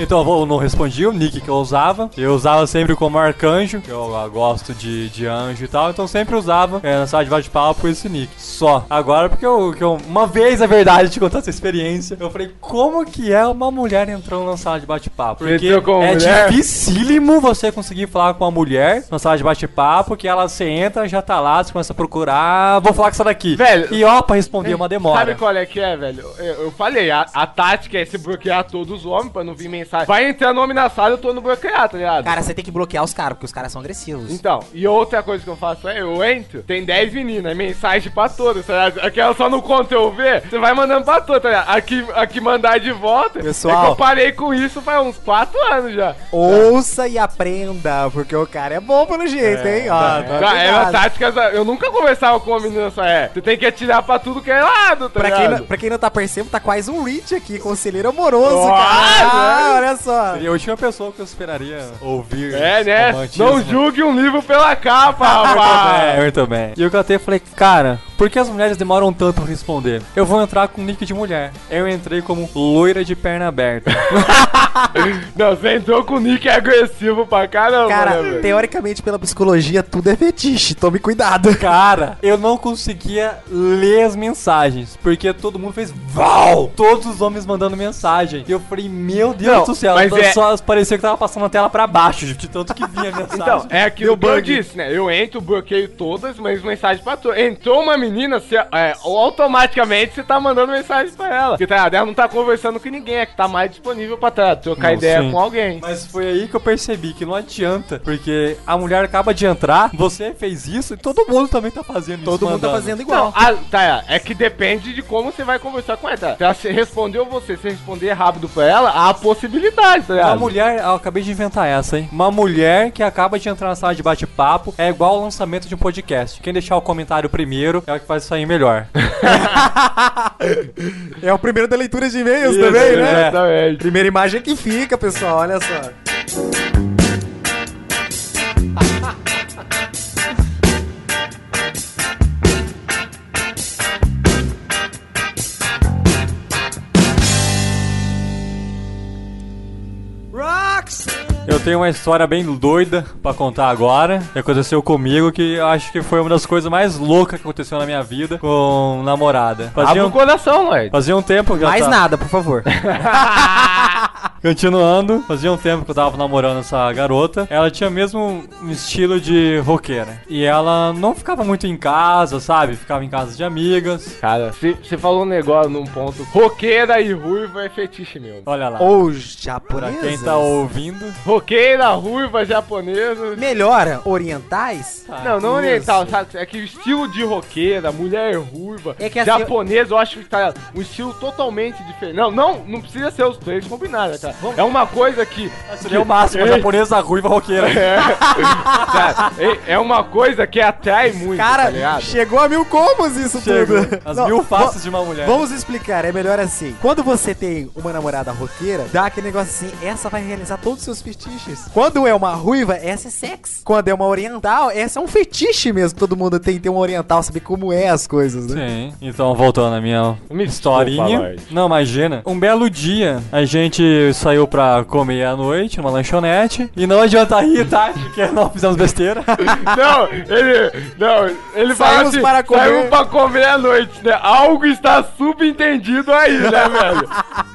Speaker 3: Então, eu vou- não respondi o nick que eu usava. Eu usava sempre como arcanjo, que eu, eu gosto de, de anjo e tal. Então, sempre usava é, na sala de bate-papo esse nick. Só. Agora, porque eu, que eu- uma vez, a verdade, te contar essa experiência, eu falei, como que é uma mulher entrando na sala de bate-papo? Porque
Speaker 2: Entrou com
Speaker 3: é
Speaker 2: mulher?
Speaker 3: dificílimo você conseguir falar com uma mulher na sala de bate-papo, que ela, você entra, já tá lá, você começa a procurar, "Ah, vou falar com essa daqui.
Speaker 2: Velho,
Speaker 3: e ó, pra responder uma demora.
Speaker 2: Sabe qual é que é, velho? Eu, eu falei, a, a tática é se bloquear todos os homens pra não vir mensagem. Vai entrando homem na sala, eu tô no bloquear, tá ligado?
Speaker 5: Cara, você tem que bloquear os caras, porque os caras são agressivos.
Speaker 2: Então, e outra coisa que eu faço é, eu entro, tem 10 meninas, é mensagem pra todas, tá ligado? Aquela só no conto eu ver, você vai mandando pra todas, tá ligado? Aqui, aqui mandar de volta,
Speaker 5: Pessoal.
Speaker 2: é que eu parei com isso faz uns 4 anos já.
Speaker 5: Ouça e aprenda, porque o cara é bom pelo jeito, hein? Ó, tá
Speaker 2: Tá, era
Speaker 5: ligado.
Speaker 2: tática, da- eu nunca conversava com uma menina só, é, você tem que atirar pra tudo que é lado, tá
Speaker 5: Pra quem, não,
Speaker 2: ligado?
Speaker 5: pra quem não tá percebendo, tá quase um Rich aqui, conselheiro amoroso,
Speaker 2: Nossa,
Speaker 5: cara. Ah,
Speaker 2: velho.
Speaker 5: olha só.
Speaker 3: Seria a última pessoa que eu esperaria ouvir.
Speaker 2: É,
Speaker 3: esse
Speaker 2: né?
Speaker 3: romantismo.
Speaker 2: Não julgue um livro pela capa, [laughs] rapaz!
Speaker 3: É, eu também. E eu catei e falei, cara, por que as mulheres demoram tanto pra responder? Eu vou entrar com um nick de mulher. Eu entrei como loira de perna aberta.
Speaker 2: [laughs] Não, você entrou com o Nick agressivo pra caramba, né,
Speaker 5: Cara,
Speaker 2: velho?
Speaker 5: teoricamente, pela psicologia, tudo é fetiche. Tome cuidado.
Speaker 3: cara, eu não conseguia ler as mensagens, porque todo mundo fez VAU! Todos os homens mandando mensagem. E eu falei, meu Deus
Speaker 2: Não,
Speaker 3: do céu,
Speaker 2: mas
Speaker 3: só,
Speaker 2: é-
Speaker 3: só parecia que tava passando a tela pra baixo, de tanto
Speaker 2: [laughs]
Speaker 3: que vinha a mensagem.
Speaker 2: Então, é aquilo que
Speaker 3: Deu
Speaker 2: eu
Speaker 3: bug.
Speaker 2: disse, né? Eu entro, bloqueio todas, mas mensagem pra tu. Entrou uma menina, você, é, automaticamente você tá mandando mensagem pra ela. Porque tá, ligado? ela não tá conversando com ninguém, é que tá mais disponível pra tá, trocar
Speaker 3: Não,
Speaker 2: ideia
Speaker 3: sim.
Speaker 2: com alguém.
Speaker 3: Mas foi aí que eu percebi que não adianta, porque a mulher acaba de entrar, você fez isso e todo mundo também tá fazendo isso.
Speaker 5: Todo mundo tá
Speaker 3: mandando.
Speaker 5: fazendo igual.
Speaker 2: Não, ah, tá, é que depende de como você vai conversar com ela. Tá? Se ela se respondeu você, se responder rápido pra ela, há a possibilidade, tá
Speaker 3: Uma
Speaker 2: ligado?
Speaker 3: mulher, eu acabei de inventar essa, hein? Uma mulher que acaba de entrar na sala de bate-papo é igual ao lançamento de um podcast. Quem deixar o comentário primeiro é o que vai sair melhor.
Speaker 5: [laughs] É o primeiro da leitura de e-mails
Speaker 3: Isso,
Speaker 5: também, né?
Speaker 3: é.
Speaker 2: Exatamente.
Speaker 5: Primeira imagem que fica, pessoal, olha só.
Speaker 3: Eu tenho uma história bem doida pra contar agora, que aconteceu comigo, que eu acho que foi uma das coisas mais loucas que aconteceu na minha vida com namorada.
Speaker 2: Abre
Speaker 3: Fazia
Speaker 2: o
Speaker 3: um,
Speaker 2: coração, Lloyd.
Speaker 5: Tá.
Speaker 3: fazia um tempo que eu
Speaker 5: Mais
Speaker 3: tava-
Speaker 5: nada, por favor.
Speaker 3: Continuando, fazia um tempo que eu tava namorando essa garota. Ela tinha mesmo um estilo de roqueira. E ela não ficava muito em casa, sabe? Ficava em casa de amigas.
Speaker 2: Cara, você você falou um negócio num ponto. Roqueira e ruiva é fetiche meu.
Speaker 3: Olha lá.
Speaker 5: Ou
Speaker 3: Pra
Speaker 5: japonesa.
Speaker 3: quem tá ouvindo,
Speaker 2: Roqueira, ruiva, japonesa.
Speaker 5: Melhora, orientais?
Speaker 3: Tá.
Speaker 2: Não, não
Speaker 5: Isso.
Speaker 2: oriental, sabe? É que o estilo de roqueira, mulher ruiva,
Speaker 5: É que assim,
Speaker 2: japonesa, eu acho que tá um estilo totalmente diferente. Não, não, não precisa ser os três combinados, cara. É uma coisa que.
Speaker 3: seria é o máximo.
Speaker 2: Ei.
Speaker 3: Japonesa, ruiva, roqueira.
Speaker 2: É, cara, é- é uma coisa que atrai muito, tá
Speaker 5: Cara,
Speaker 2: ligado?
Speaker 5: chegou a mil combos isso
Speaker 3: Chegou.
Speaker 5: [laughs] tudo.
Speaker 3: As
Speaker 5: Não,
Speaker 3: mil
Speaker 5: va-
Speaker 3: faces de uma mulher.
Speaker 5: Vamos explicar, é melhor assim. Quando você tem uma namorada roqueira, dá aquele negócio assim, essa vai realizar todos os seus fetiches. Quando é uma ruiva, essa é sexo. Quando é uma oriental, essa é um fetiche mesmo. Todo mundo tem que ter um oriental, saber como é as coisas, né?
Speaker 3: Sim. Então, voltando à minha
Speaker 2: Me
Speaker 3: historinha.
Speaker 2: desculpa, Lorde.
Speaker 3: Não, imagina. Um belo dia, a gente saiu pra comer à noite numa lanchonete. E não adianta rir, tá? Porque não fizemos besteira.
Speaker 2: Não, ele. Não, ele fala
Speaker 5: Saímos
Speaker 2: assim,
Speaker 5: para comer.
Speaker 2: Saiu pra comer à noite, né? Algo está subentendido
Speaker 5: [laughs]
Speaker 2: aí, né, velho?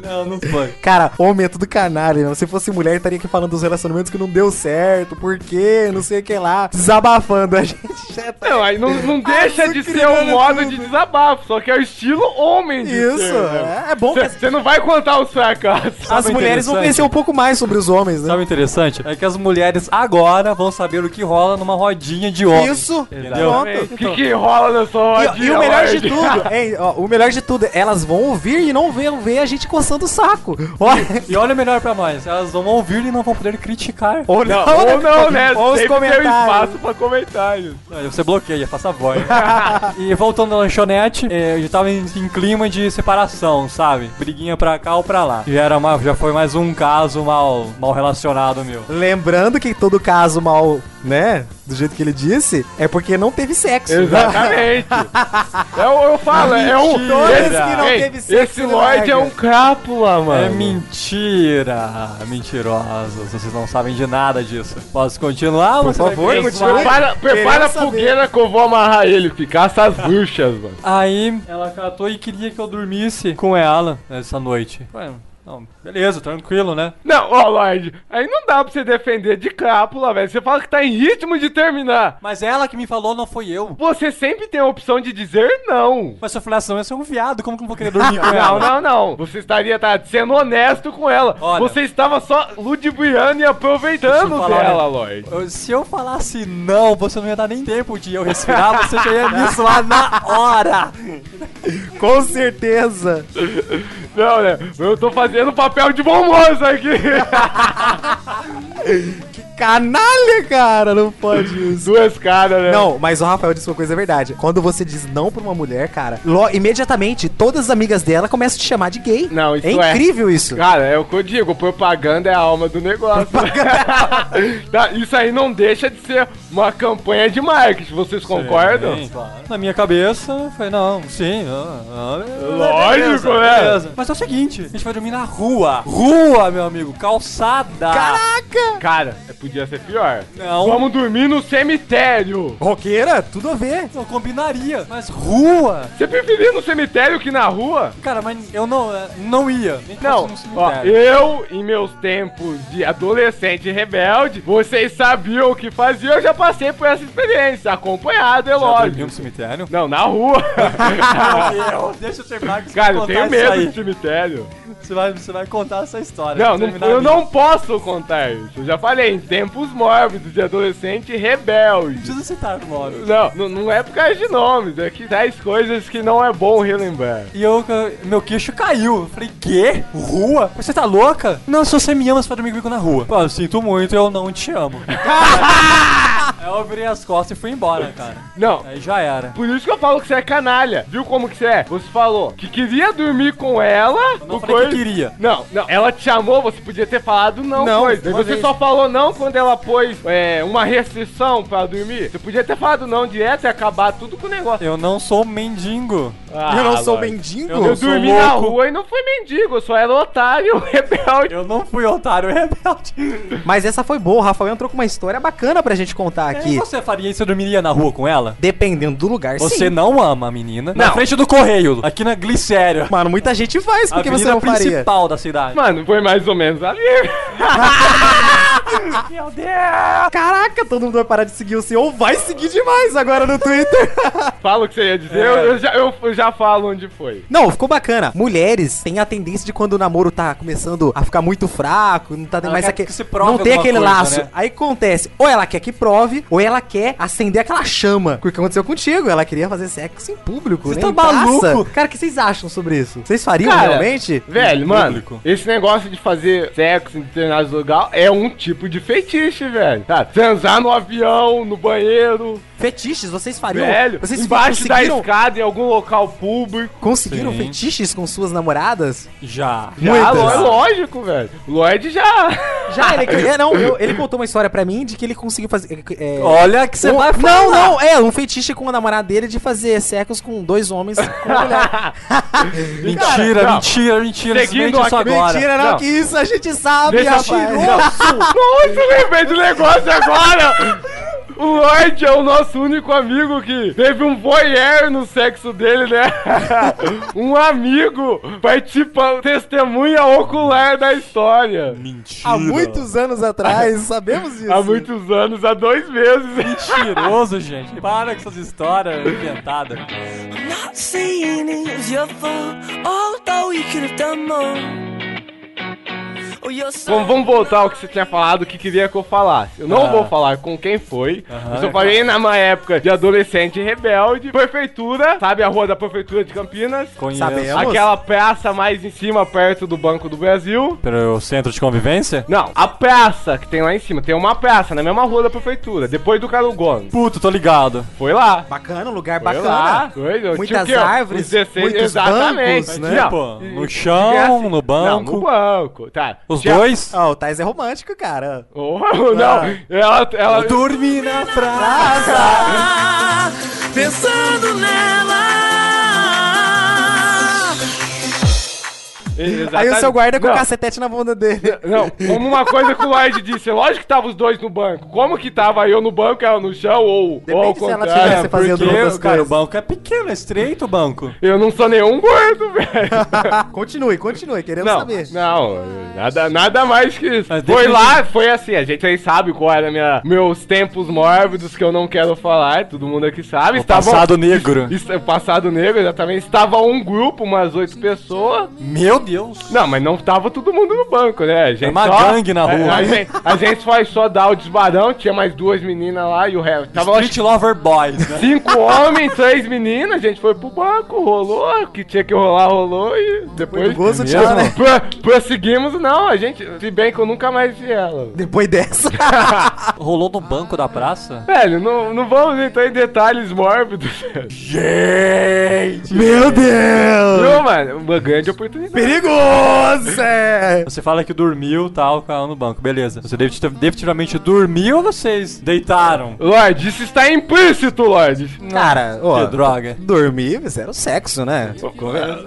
Speaker 3: não, não foi.
Speaker 5: Cara, homem é tudo canalha, né? Se fosse mulher, estaria aqui falando dos relacionamentos que não deu certo, por quê, não sei o que lá. Desabafando, a
Speaker 2: [laughs]
Speaker 5: gente já tá...
Speaker 2: Não, aí não, não deixa de ser um
Speaker 5: criando
Speaker 2: modo
Speaker 5: tudo.
Speaker 2: de desabafo, só que é o estilo homem de
Speaker 5: Isso,
Speaker 2: ser, né?
Speaker 5: é, é bom que
Speaker 2: [laughs]
Speaker 5: as,
Speaker 2: Você não vai contar os fracassos.
Speaker 5: as mulheres vão
Speaker 3: interessante?
Speaker 5: conhecer um pouco mais sobre os homens, né?
Speaker 3: Sabe o interessante? É que as mulheres agora vão saber o que rola numa rodinha de homens.
Speaker 5: Isso,
Speaker 3: Entendeu?
Speaker 5: pronto.
Speaker 2: O que, que rola nessa rodinha?
Speaker 5: Então. E, e o melhor de
Speaker 2: Lorde?
Speaker 5: tudo, é, ó, o melhor de tudo, elas vão ouvir e não ver, ver a gente coçando o saco. Olha,
Speaker 3: E olha o melhor pra nós, elas vão ouvir e não vão poder criticar.
Speaker 5: ou
Speaker 2: [laughs] Não, ou não, né?
Speaker 5: um Ou os
Speaker 2: Sempre tem um
Speaker 5: comentários.
Speaker 2: espaço pra comentários.
Speaker 3: Aí Você bloqueia, faça voz. e voltando à lanchonete, eh, eu já tava em, em clima de separação, sabe? Briguinha pra cá ou pra lá. E era uma, já foi mais um caso mal, mal relacionado meu.
Speaker 5: Lembrando que todo caso mal, né? Do jeito que ele disse, é porque não teve sexo.
Speaker 2: Exatamente. eu, eu falo, é um.
Speaker 5: Mentira. Que não
Speaker 2: Ei,
Speaker 5: teve sexo,
Speaker 2: esse
Speaker 5: né,
Speaker 2: Lloyd é
Speaker 5: cara?
Speaker 2: um crápula, mano.
Speaker 3: É mentira! Mentirosos, vocês não sabem de nada disso. Posso continuar? Por
Speaker 5: favor, continua.
Speaker 2: Prepara, prepara a
Speaker 5: Queremos saber.
Speaker 2: fogueira que eu vou amarrar ele, ficar essas bruxas, mano.
Speaker 3: Aí ela catou e queria que eu dormisse com ela essa noite. Ué, não, beleza, tranquilo, né?
Speaker 2: Não, ó, Lloyd, aí não dá pra você defender de crápula, velho. Você fala que tá em ritmo de terminar.
Speaker 3: Mas ela que me falou, não foi eu.
Speaker 2: Você sempre tem a opção de dizer não.
Speaker 3: Mas se eu falasse não, eu sou um viado, como que eu vou querer [laughs] dormir com ela?
Speaker 2: Não, não, não. Você estaria tá, sendo honesto com ela.
Speaker 3: Olha.
Speaker 2: Você estava só ludibriando e aproveitando
Speaker 3: Deixa eu falar,
Speaker 2: dela,
Speaker 3: né?
Speaker 2: Lloyd.
Speaker 3: Eu- Se eu falasse não, você não ia dar nem tempo de eu respirar, você já ia me zoar na hora.
Speaker 5: Com certeza.
Speaker 2: Não, né? Eu tô fazendo papel de bom moço aqui.
Speaker 3: [laughs]
Speaker 5: Canalha, cara, não pode isso.
Speaker 2: Duas caras, né?
Speaker 5: Não, mas o Rafael disse uma coisa verdade. Quando você diz não pra uma mulher, cara, lo- imediatamente todas as amigas dela começam a te chamar de gay.
Speaker 2: Não, isso
Speaker 5: é
Speaker 2: é.
Speaker 5: incrível isso.
Speaker 2: Cara, é o que eu digo, propaganda é a alma do negócio. [laughs] Tá, Isso aí não deixa de ser uma campanha de marketing, vocês concordam?
Speaker 3: Sim, claro. Na minha cabeça, eu falei, não, sim. ah, ah,
Speaker 2: Lógico, né?
Speaker 3: Mas é o seguinte, a gente vai dormir na rua. Rua, meu amigo, calçada.
Speaker 5: Caraca!
Speaker 2: Cara, podia ser pior.
Speaker 3: Não.
Speaker 2: Vamos dormir no cemitério.
Speaker 5: Roqueira, tudo a ver.
Speaker 3: Não combinaria, mas rua.
Speaker 2: Você preferia no cemitério que na rua?
Speaker 3: Cara, mas eu não, eh, não ia. Nem que
Speaker 2: Não,
Speaker 3: fosse num
Speaker 2: ó,
Speaker 3: cemitério. um
Speaker 2: eu, em meus tempos de adolescente rebelde, vocês sabiam o que fazia, eu já passei por essa experiência, acompanhado, é
Speaker 3: Já dormiu
Speaker 2: lógico.
Speaker 3: no cemitério?
Speaker 2: Não, na
Speaker 3: [laughs]
Speaker 2: rua.
Speaker 3: eu, deixa eu terminar que você
Speaker 2: Cara, eu
Speaker 3: vai
Speaker 2: tenho
Speaker 3: contar isso
Speaker 2: medo de
Speaker 3: aí.
Speaker 2: cemitério.
Speaker 3: Você vai, você vai contar essa história.
Speaker 2: Não,
Speaker 3: vai
Speaker 2: não-
Speaker 3: terminar a
Speaker 2: eu
Speaker 3: minha.
Speaker 2: não posso contar isso. Eu já falei, em tempos mórbidos de adolescente rebelde.
Speaker 3: Precisa citar o nome.
Speaker 2: Não, não, não é por causa de nomes, é que tais coisas que não é bom relembrar.
Speaker 3: E eu, meu queixo caiu. Eu falei, quê? Rua? Você tá louca? Não, se você me ama, você vai dormir comigo na rua. Pô, eu sinto muito, eu não
Speaker 2: [laughs]
Speaker 3: te amo. Aí eu virei as costas e fui embora, cara.
Speaker 2: Não,
Speaker 3: Aí já era.
Speaker 2: Por isso que eu falo que você é canalha. Viu como que você é? Você falou que queria dormir com ela.
Speaker 3: não
Speaker 2: o
Speaker 3: falei que queria.
Speaker 2: Não, não. Ela te chamou, você podia ter falado não,
Speaker 5: Não,
Speaker 2: coisa.
Speaker 5: uma
Speaker 2: Você
Speaker 5: vez.
Speaker 2: só falou não quando ela pôs é, uma restrição pra dormir. Você podia ter falado não direto e acabar tudo com o negócio.
Speaker 3: Eu não sou um mendigo.
Speaker 5: eu não sou
Speaker 2: Ah,
Speaker 5: mendigo?
Speaker 2: Eu,
Speaker 3: Eu sou
Speaker 2: dormi
Speaker 3: louco.
Speaker 2: na rua e não fui mendigo, eu só era otário, [laughs] rebelde.
Speaker 3: Eu não fui otário rebelde.
Speaker 5: Mas essa foi boa, o Rafael entrou com uma história bacana pra gente contar
Speaker 3: E
Speaker 5: aqui.
Speaker 3: você faria isso? Você dormiria na rua com ela?
Speaker 5: Dependendo do lugar,
Speaker 3: Você
Speaker 5: É sim.
Speaker 3: não ama a menina. Na
Speaker 2: Não.
Speaker 3: frente do correio, aqui na Glicério.
Speaker 5: Mano, muita gente faz,
Speaker 3: A é
Speaker 5: por que você não faria?
Speaker 3: principal da cidade.
Speaker 2: Mano, foi mais ou menos ali. [laughs]
Speaker 3: Meu Deus!
Speaker 5: Caraca, todo mundo vai parar de seguir você ou vai seguir demais agora no [laughs] Twitter.
Speaker 2: Fala o que você ia dizer, eu, eu já, eu já falo onde foi.
Speaker 5: não, ficou bacana. Mulheres têm a tendência de quando o namoro tá começando a ficar muito fraco, não tá
Speaker 3: Ela
Speaker 5: mais
Speaker 3: quer
Speaker 5: aquele.
Speaker 3: que se prove
Speaker 5: Não tem
Speaker 3: alguma
Speaker 5: aquele
Speaker 3: coisa,
Speaker 5: laço.
Speaker 3: né?
Speaker 5: Aí acontece, ou ela quer que prove, ou ela quer acender aquela chama. Porque aconteceu contigo, ela queria fazer sexo em público,
Speaker 3: Você
Speaker 5: né?
Speaker 3: tá
Speaker 5: Em praça.
Speaker 3: maluco?
Speaker 5: Cara, o que vocês acham sobre isso? Vocês fariam
Speaker 2: Cara,
Speaker 5: realmente?
Speaker 2: Velho, mano,
Speaker 3: Público.
Speaker 2: esse negócio de fazer sexo em determinados lugares é um tipo de fetiche, velho. Tá? Transar no avião, no banheiro,
Speaker 5: Fetiches, vocês fariam?
Speaker 2: velho,
Speaker 5: vocês
Speaker 2: embaixo da
Speaker 5: conseguiram,
Speaker 2: escada, em algum local público.
Speaker 5: conseguiram
Speaker 3: Sim.
Speaker 5: fetiches com suas namoradas?
Speaker 3: Já.
Speaker 2: Já,
Speaker 5: Muitas.
Speaker 2: lo- é lógico, velho. Lloyd já.
Speaker 5: Já,
Speaker 2: [laughs]
Speaker 5: ele, é, não, eu- ele contou uma história pra mim de que ele conseguiu fazer. é,
Speaker 3: Olha que você
Speaker 5: um-
Speaker 3: vai
Speaker 5: Não, não, é, um feitiço com a namorada dele de fazer sexos com dois homens com uma mulher.
Speaker 2: [laughs]
Speaker 3: Mentira,
Speaker 2: Cara, não.
Speaker 3: mentira, mentira.
Speaker 2: Seguindo
Speaker 3: desmente isso
Speaker 2: aqui-
Speaker 3: agora.
Speaker 5: [laughs] Mentira, não,
Speaker 2: Não.
Speaker 5: que isso a gente sabe,
Speaker 2: Deixa eu
Speaker 5: rapaz.
Speaker 2: tirar. Nossa, eu lembrei do negócio agora! O Lloyd é o nosso único amigo que teve um voyeur no sexo dele, né? [laughs] um amigo participa, testemunha ocular da história.
Speaker 3: Mentira.
Speaker 5: Há muitos anos atrás, [laughs] sabemos disso.
Speaker 2: Há muitos anos, há dois meses.
Speaker 3: Mentiroso, gente. Para com essas histórias inventadas.
Speaker 9: Not saying it was your fault, although you could have done more. Oh, you're so
Speaker 2: Bom, vamos voltar ao que você tinha falado, que queria que eu falasse. Eu não
Speaker 3: Ah.
Speaker 2: vou falar com quem foi.
Speaker 3: Aham,
Speaker 2: eu só
Speaker 3: é
Speaker 2: falei na minha época de adolescente rebelde. Prefeitura, sabe a rua da Prefeitura de Campinas?
Speaker 3: Conheço.
Speaker 5: Sabemos.
Speaker 2: Aquela praça mais em cima, perto do Banco do Brasil.
Speaker 3: Pelo centro de convivência?
Speaker 2: Não, a praça que tem lá em cima. Tem uma praça na mesma rua da prefeitura, depois do Carlos Gomes.
Speaker 3: Puto, tô ligado.
Speaker 2: Foi lá.
Speaker 5: Bacana, um lugar
Speaker 2: Foi
Speaker 5: bacana.
Speaker 2: lá. Foi, eu tinha
Speaker 5: Muitas
Speaker 2: o quê? Uns
Speaker 5: árvores,
Speaker 2: 16,
Speaker 5: muitos
Speaker 2: exatamente.
Speaker 5: bancos,
Speaker 2: Mas,
Speaker 5: né?
Speaker 2: não,
Speaker 3: Pô, Tipo, no
Speaker 2: e-
Speaker 3: chão,
Speaker 2: e assim-
Speaker 3: no banco.
Speaker 2: Não, no banco. Tá.
Speaker 3: Os
Speaker 2: Tinha-
Speaker 3: dois?
Speaker 5: Ó, o Thais é romântico, cara.
Speaker 2: [laughs] Oh, não,
Speaker 5: Ah.
Speaker 2: ela. ela
Speaker 3: Dormi na praia.
Speaker 9: pensando nela.
Speaker 5: Aí o seu guarda com o
Speaker 2: não,
Speaker 5: cacetete na bunda dele.
Speaker 2: Não, como uma coisa que o Lloyd disse, é lógico que tava os dois no banco. Como que tava eu no banco, ela no chão, ou, ou ao
Speaker 5: se ela
Speaker 2: contrário?
Speaker 5: tivesse fazendo
Speaker 3: é, Porque,
Speaker 5: outras
Speaker 3: cara,
Speaker 5: coisas.
Speaker 3: o banco é pequeno, é estreito o banco.
Speaker 2: Eu não sou nenhum gordo, [laughs] velho.
Speaker 5: [laughs] continue, continue, queremos
Speaker 2: Não,
Speaker 5: saber.
Speaker 2: não, nada, nada mais que isso.
Speaker 3: Mas
Speaker 2: foi
Speaker 3: depende-
Speaker 2: lá, foi assim, a gente aí sabe qual era minha, meus tempos mórbidos que eu não quero falar, todo mundo aqui sabe.
Speaker 3: O passado negro.
Speaker 2: Isso, passado negro, exatamente. Estava um grupo, umas oito pessoas.
Speaker 3: Meu Deus.
Speaker 2: Não, mas não tava todo mundo no banco, né? A gente
Speaker 3: Era uma
Speaker 2: só-
Speaker 3: gangue na
Speaker 2: a-
Speaker 3: rua.
Speaker 2: A, gente, a gente foi só dar o desbarão, tinha mais duas meninas lá e o resto. Tava acho
Speaker 3: Street Lover Boys, né?
Speaker 2: Cinco homens, três meninas, a gente foi pro banco, rolou, o que tinha que rolar, rolou e depois.
Speaker 5: do gozo,
Speaker 2: É
Speaker 5: tchau,
Speaker 2: mesmo?
Speaker 5: né?
Speaker 2: [laughs] Pro- Prosseguimos, não, a gente. Se bem que eu nunca mais vi ela.
Speaker 5: Depois [laughs] dessa.
Speaker 3: [laughs] Rolou no banco da praça?
Speaker 2: Velho, não, não vamos entrar em detalhes
Speaker 5: [laughs]
Speaker 2: mórbidos.
Speaker 3: Gente!
Speaker 5: Meu Deus!
Speaker 2: Não, mano, uma grande oportunidade.
Speaker 5: Perigoso! é.
Speaker 3: Você fala que dormiu tal, com ela no banco, beleza. Você definitiv- definitivamente dormiu ou vocês deitaram?
Speaker 2: Lorde, isso está implícito, Lorde.
Speaker 5: Cara, ó,
Speaker 3: Que droga.
Speaker 5: dormir, mas era o sexo, né?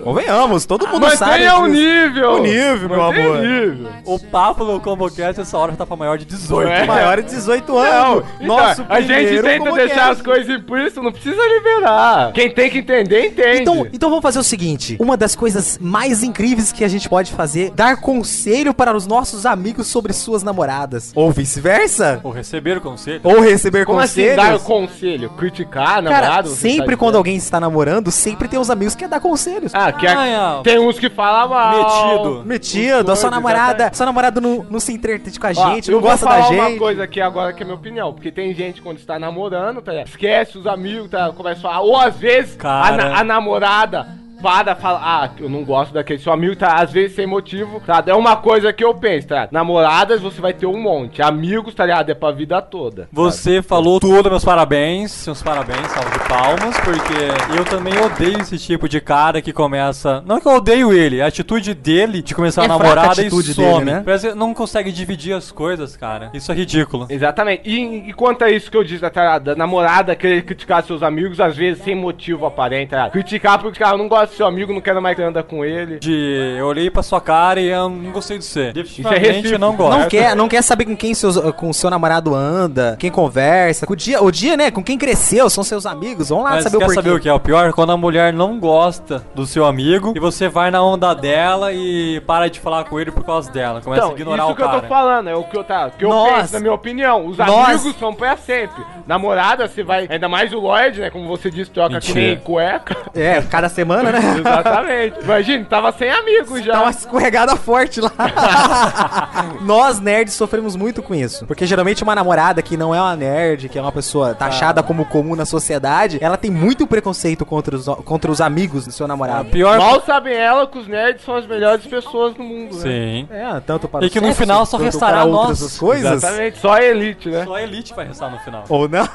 Speaker 5: Convenhamos, Ah, todo mundo
Speaker 2: Mas
Speaker 5: sabe.
Speaker 2: tem o
Speaker 5: disso.
Speaker 2: nível.
Speaker 5: O nível, meu
Speaker 2: Mantenha
Speaker 5: amor.
Speaker 2: o nível.
Speaker 3: O papo no ComboCast essa hora já tá pra maior de 18.
Speaker 2: É.
Speaker 5: Maior de 18
Speaker 2: Não,
Speaker 5: anos.
Speaker 2: então,
Speaker 5: Nosso
Speaker 2: a gente
Speaker 5: primeiro
Speaker 2: tenta
Speaker 5: como é?
Speaker 2: deixar
Speaker 5: cast.
Speaker 2: as coisas implícitas, não precisa liberar. Quem tem que entender, entende.
Speaker 5: Então, então vamos fazer o seguinte: uma das coisas mais incríveis que a gente pode fazer, dar conselho para os nossos amigos sobre suas namoradas. Ou vice-versa.
Speaker 3: Ou receber o conselho.
Speaker 5: Ou receber
Speaker 2: Como assim
Speaker 5: conselhos.
Speaker 2: dar o conselho? Criticar,
Speaker 5: Cara,
Speaker 2: namorado?
Speaker 5: sempre
Speaker 2: sabe? é?
Speaker 5: quando alguém está namorando, sempre tem uns amigos que quer dar conselhos.
Speaker 2: Ah, que é-
Speaker 3: Ah, é.
Speaker 2: tem uns que falam mal.
Speaker 3: Metido.
Speaker 5: Metido, a sua namorada, sua namorada não, não se entretém com a
Speaker 2: tá- Ó,
Speaker 5: gente,
Speaker 2: eu
Speaker 5: não
Speaker 2: vou
Speaker 5: gosta da
Speaker 2: falar uma
Speaker 5: gente.
Speaker 2: coisa aqui agora que é minha opinião, porque tem gente quando está namorando, tá, ligado? esquece os amigos, tá, começa a falar, ou às vezes a,
Speaker 3: Cara.
Speaker 2: na- a namorada para fala, ah, eu não gosto daquele seu amigo, tá, às vezes sem motivo, tá, é uma coisa que eu penso, tá, namoradas você vai ter um monte, amigos, tá ligado, é pra vida toda.
Speaker 3: Você falou tudo, meus parabéns, seus parabéns, salve de palmas, porque eu também odeio esse tipo de cara que começa. Não que eu odeio ele, a atitude dele de começar
Speaker 5: É
Speaker 3: a
Speaker 5: fraca
Speaker 3: namorada
Speaker 5: a atitude
Speaker 3: e some.
Speaker 5: dele, né?
Speaker 3: Parece que não consegue dividir as coisas, cara. Isso é ridículo.
Speaker 2: Exatamente. E, e quanto a isso que eu disse da, tarada, da namorada querer é, criticar seus amigos, às vezes sem motivo aparente. Tá? Criticar porque o cara não gosta caso seu amigo não quer mais andar com ele.
Speaker 3: De eu olhei pra sua cara e eu não gostei de você. Definitivamente
Speaker 2: recíproco.
Speaker 3: não gosto.
Speaker 5: é Não quer, não quer saber com quem seus, com seu namorado anda, quem conversa, com o dia, o dia, né? Com quem cresceu, são seus amigos. Vamos lá
Speaker 3: Mas
Speaker 5: saber o
Speaker 3: quer
Speaker 5: porquê.
Speaker 3: saber o que é o pior? Quando a mulher não gosta do seu amigo e você vai na onda dela e para de falar com ele por causa dela. Começa
Speaker 2: Então,
Speaker 3: a ignorar
Speaker 2: isso
Speaker 3: o
Speaker 2: que eu tô
Speaker 3: cara.
Speaker 2: falando, é o que eu, tá, que eu
Speaker 5: Nossa.
Speaker 2: penso, na minha opinião. Os
Speaker 5: Nossa.
Speaker 2: amigos são pra sempre. Namorada, você vai. Ainda mais o Lloyd, né? Como você disse, troca que
Speaker 3: Mentira.
Speaker 2: nem cueca. [laughs]
Speaker 5: É, cada semana, né?
Speaker 3: [laughs]
Speaker 2: Exatamente. Imagina, tava sem amigo já.
Speaker 5: Dá uma escorregada forte
Speaker 3: [laughs]
Speaker 5: lá. Nós, nerds, sofremos muito com isso. Porque geralmente uma namorada que não é uma nerd, que é uma pessoa taxada
Speaker 3: Tá.
Speaker 5: como comum na sociedade, ela tem muito preconceito contra os, contra os amigos do seu
Speaker 3: A
Speaker 5: namorado.
Speaker 3: pior
Speaker 2: Mal sabe ela que os nerds são as melhores pessoas do mundo, né?
Speaker 3: Sim.
Speaker 5: É, tanto para
Speaker 3: E
Speaker 5: o
Speaker 3: que no
Speaker 5: sexo,
Speaker 3: final só
Speaker 5: tanto
Speaker 3: restará
Speaker 5: para
Speaker 3: nós.
Speaker 5: outras as coisas.
Speaker 2: Exatamente, só a elite, né?
Speaker 3: Só a elite vai restar no final.
Speaker 5: Ou não?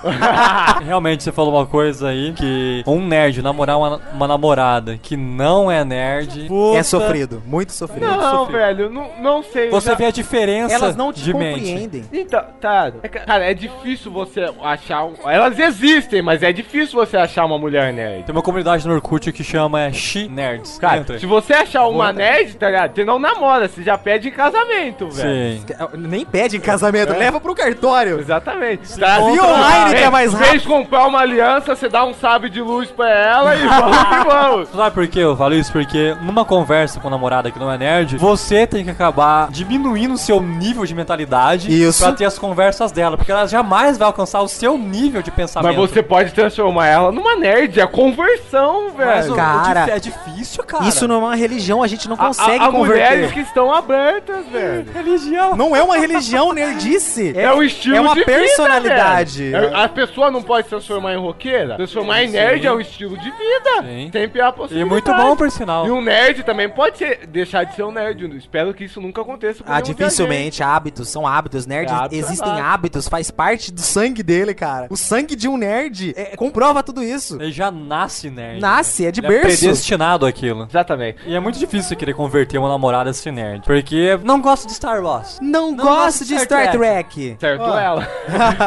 Speaker 3: Realmente você falou uma coisa aí que um nerd namorar uma, uma namorada que não é nerd
Speaker 5: É
Speaker 3: puta,
Speaker 5: sofrido, muito sofrido.
Speaker 2: Não,
Speaker 3: sofrido.
Speaker 2: velho, não, não sei. eu
Speaker 3: Você
Speaker 2: já-
Speaker 3: vê a diferença
Speaker 5: Elas não te
Speaker 3: de mente.
Speaker 5: compreendem.
Speaker 2: Então, tá. É, ca- Cara, é difícil você achar. um- Elas existem, mas é difícil você achar uma mulher nerd.
Speaker 3: Tem uma comunidade no Orkut que chama é, She Nerds. Entra
Speaker 2: Cara,
Speaker 3: aí.
Speaker 2: se você achar uma
Speaker 5: Boa.
Speaker 2: nerd, tá ligado? Você não namora, você já pede em casamento, velho.
Speaker 3: Sim.
Speaker 5: Nem pede em casamento, leva pro cartório.
Speaker 2: Exatamente. Tá,
Speaker 5: encontra
Speaker 2: viu?
Speaker 5: online que
Speaker 2: Vem-
Speaker 5: é mais rápido.
Speaker 2: Vem comprar uma aliança, você dá um sabre de luz pra
Speaker 5: [laughs]
Speaker 2: ela e vamos que vamos.
Speaker 3: Sabe por que eu falo isso? Porque numa conversa com a namorada que não é nerd, você tem que acabar diminuindo o seu nível de mentalidade
Speaker 5: Isso.
Speaker 3: pra ter as conversas dela. Porque ela jamais vai alcançar o seu nível de pensamento.
Speaker 2: Mas você pode transformar ela numa nerd, é conversão,
Speaker 3: Mas
Speaker 2: velho.
Speaker 3: o-
Speaker 5: Cara,
Speaker 3: o dif- é difícil, cara.
Speaker 5: Isso não é uma religião, a gente não
Speaker 2: Há-
Speaker 5: consegue
Speaker 2: há- há mulheres
Speaker 5: converter.
Speaker 2: é que estão abertas, velho.
Speaker 3: religião.
Speaker 5: Não é uma religião, nerdice.
Speaker 2: É um estilo
Speaker 5: É uma
Speaker 2: de vida,
Speaker 5: personalidade.
Speaker 2: velho. É- a pessoa não pode se transformar em roqueira. Transformar em nerd é um estilo de vida.
Speaker 3: Sim.
Speaker 2: Sempre há a possibilidade.
Speaker 3: E é muito bom, por sinal.
Speaker 2: E um nerd também pode ser, deixar de ser um nerd. Eu Espero que isso nunca aconteça. com
Speaker 5: Ah,
Speaker 2: nenhum de
Speaker 5: dificilmente, hábitos, são hábitos, nerds
Speaker 2: É hábito,
Speaker 5: existem
Speaker 2: é hábito.
Speaker 5: hábitos, faz parte do sangue dele, cara. O sangue de um nerd é- comprova tudo isso.
Speaker 3: Ele já nasce nerd.
Speaker 5: Nasce, é de
Speaker 3: Ele É
Speaker 5: berço.
Speaker 3: predestinado
Speaker 2: a
Speaker 3: àquilo.
Speaker 2: gente. Exatamente.
Speaker 3: E é muito difícil você querer converter uma namorada a ser nerd. Porque não gosto de Star Wars.
Speaker 5: Não, gosto de Star Trek.
Speaker 2: Certo
Speaker 5: [laughs]
Speaker 2: ela.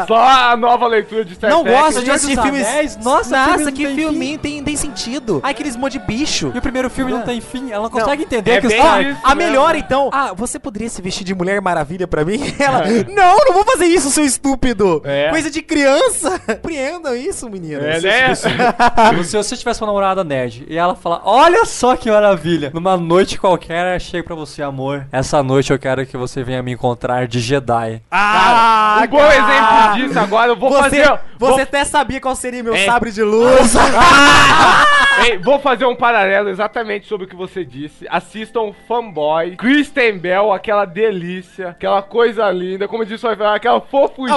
Speaker 2: Só a nova leitura de Star
Speaker 5: Não
Speaker 2: Trek.
Speaker 5: gosto de
Speaker 3: Senhor
Speaker 5: assistir
Speaker 3: dos
Speaker 5: filmes.
Speaker 3: Anéis, nossa, filmes não
Speaker 5: que
Speaker 3: tem
Speaker 5: filminho tem, tem sentido. Ai, aqueles monte de bicho.
Speaker 3: E o primeiro filme não tem fim. Ela não consegue entender
Speaker 2: É
Speaker 3: que
Speaker 2: bem
Speaker 3: Star...
Speaker 2: isso.
Speaker 5: A
Speaker 2: mesmo.
Speaker 5: melhor, então. Ah, você poderia se vestir de Mulher Maravilha pra mim? [laughs] Ela, não, não vou fazer isso, seu estúpido.
Speaker 2: É.
Speaker 5: Coisa de criança. [laughs] Compreendam isso, menino.
Speaker 2: É, né?
Speaker 3: Se você tivesse uma namorada nerd e ela falar, olha só que maravilha, numa noite qualquer eu chego pra você, amor, essa noite eu quero que você venha me encontrar de Jedi.
Speaker 5: Ah,
Speaker 2: um bom
Speaker 5: cara.
Speaker 2: exemplo disso agora. Eu vou
Speaker 5: Você,
Speaker 2: fazer.
Speaker 5: você até sabia qual seria meu
Speaker 2: É.
Speaker 5: sabre de luz. [laughs]
Speaker 2: [laughs] Ei, vou fazer um paralelo exatamente sobre o que você disse. Assistam Fanboy, Kristen Bell, aquela delícia, aquela coisa linda, como disse o Rafael, aquela fofuchinha,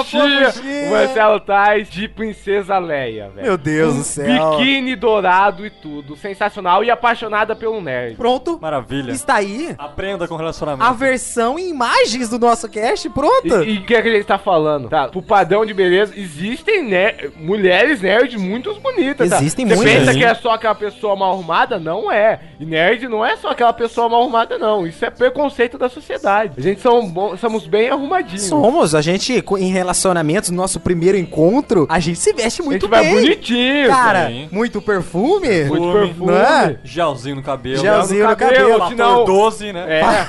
Speaker 5: A fofuchinha.
Speaker 2: o Marcelo Tais de Princesa Leia, velho.
Speaker 5: meu Deus do céu.
Speaker 2: Um Biquíni dourado e tudo. Sensacional e apaixonada pelo nerd.
Speaker 5: Pronto.
Speaker 3: Maravilha.
Speaker 5: Está aí
Speaker 3: Aprenda com
Speaker 5: a
Speaker 3: relacionamento.
Speaker 5: versão em imagens do nosso cast
Speaker 2: E
Speaker 5: pronta.
Speaker 2: e o que, é que a gente tá falando? Tá, pro padrão de beleza, existem ner- mulheres nerds muito bonitas, tá?
Speaker 5: Existem
Speaker 2: Você
Speaker 5: muitas.
Speaker 2: pensa
Speaker 3: Sim.
Speaker 2: que é só aquela pessoa mal arrumada? Não é. E nerd não é só aquela pessoa mal arrumada, não. Isso é preconceito da sociedade. A gente são bo- somos bem arrumadinhos.
Speaker 5: Somos, a gente, co- em relacionamentos, nosso primeiro encontro, a gente se veste
Speaker 2: a gente
Speaker 5: muito
Speaker 2: vai
Speaker 5: bem.
Speaker 2: bonitinho.
Speaker 5: Cara,
Speaker 3: Sim.
Speaker 5: muito perfume.
Speaker 2: Muito
Speaker 3: Homem,
Speaker 2: perfume.
Speaker 5: não é?
Speaker 3: Gelzinho no cabelo.
Speaker 5: Gelzinho. no cabelo,
Speaker 3: Fator
Speaker 2: senão-
Speaker 3: 12, né?
Speaker 2: É,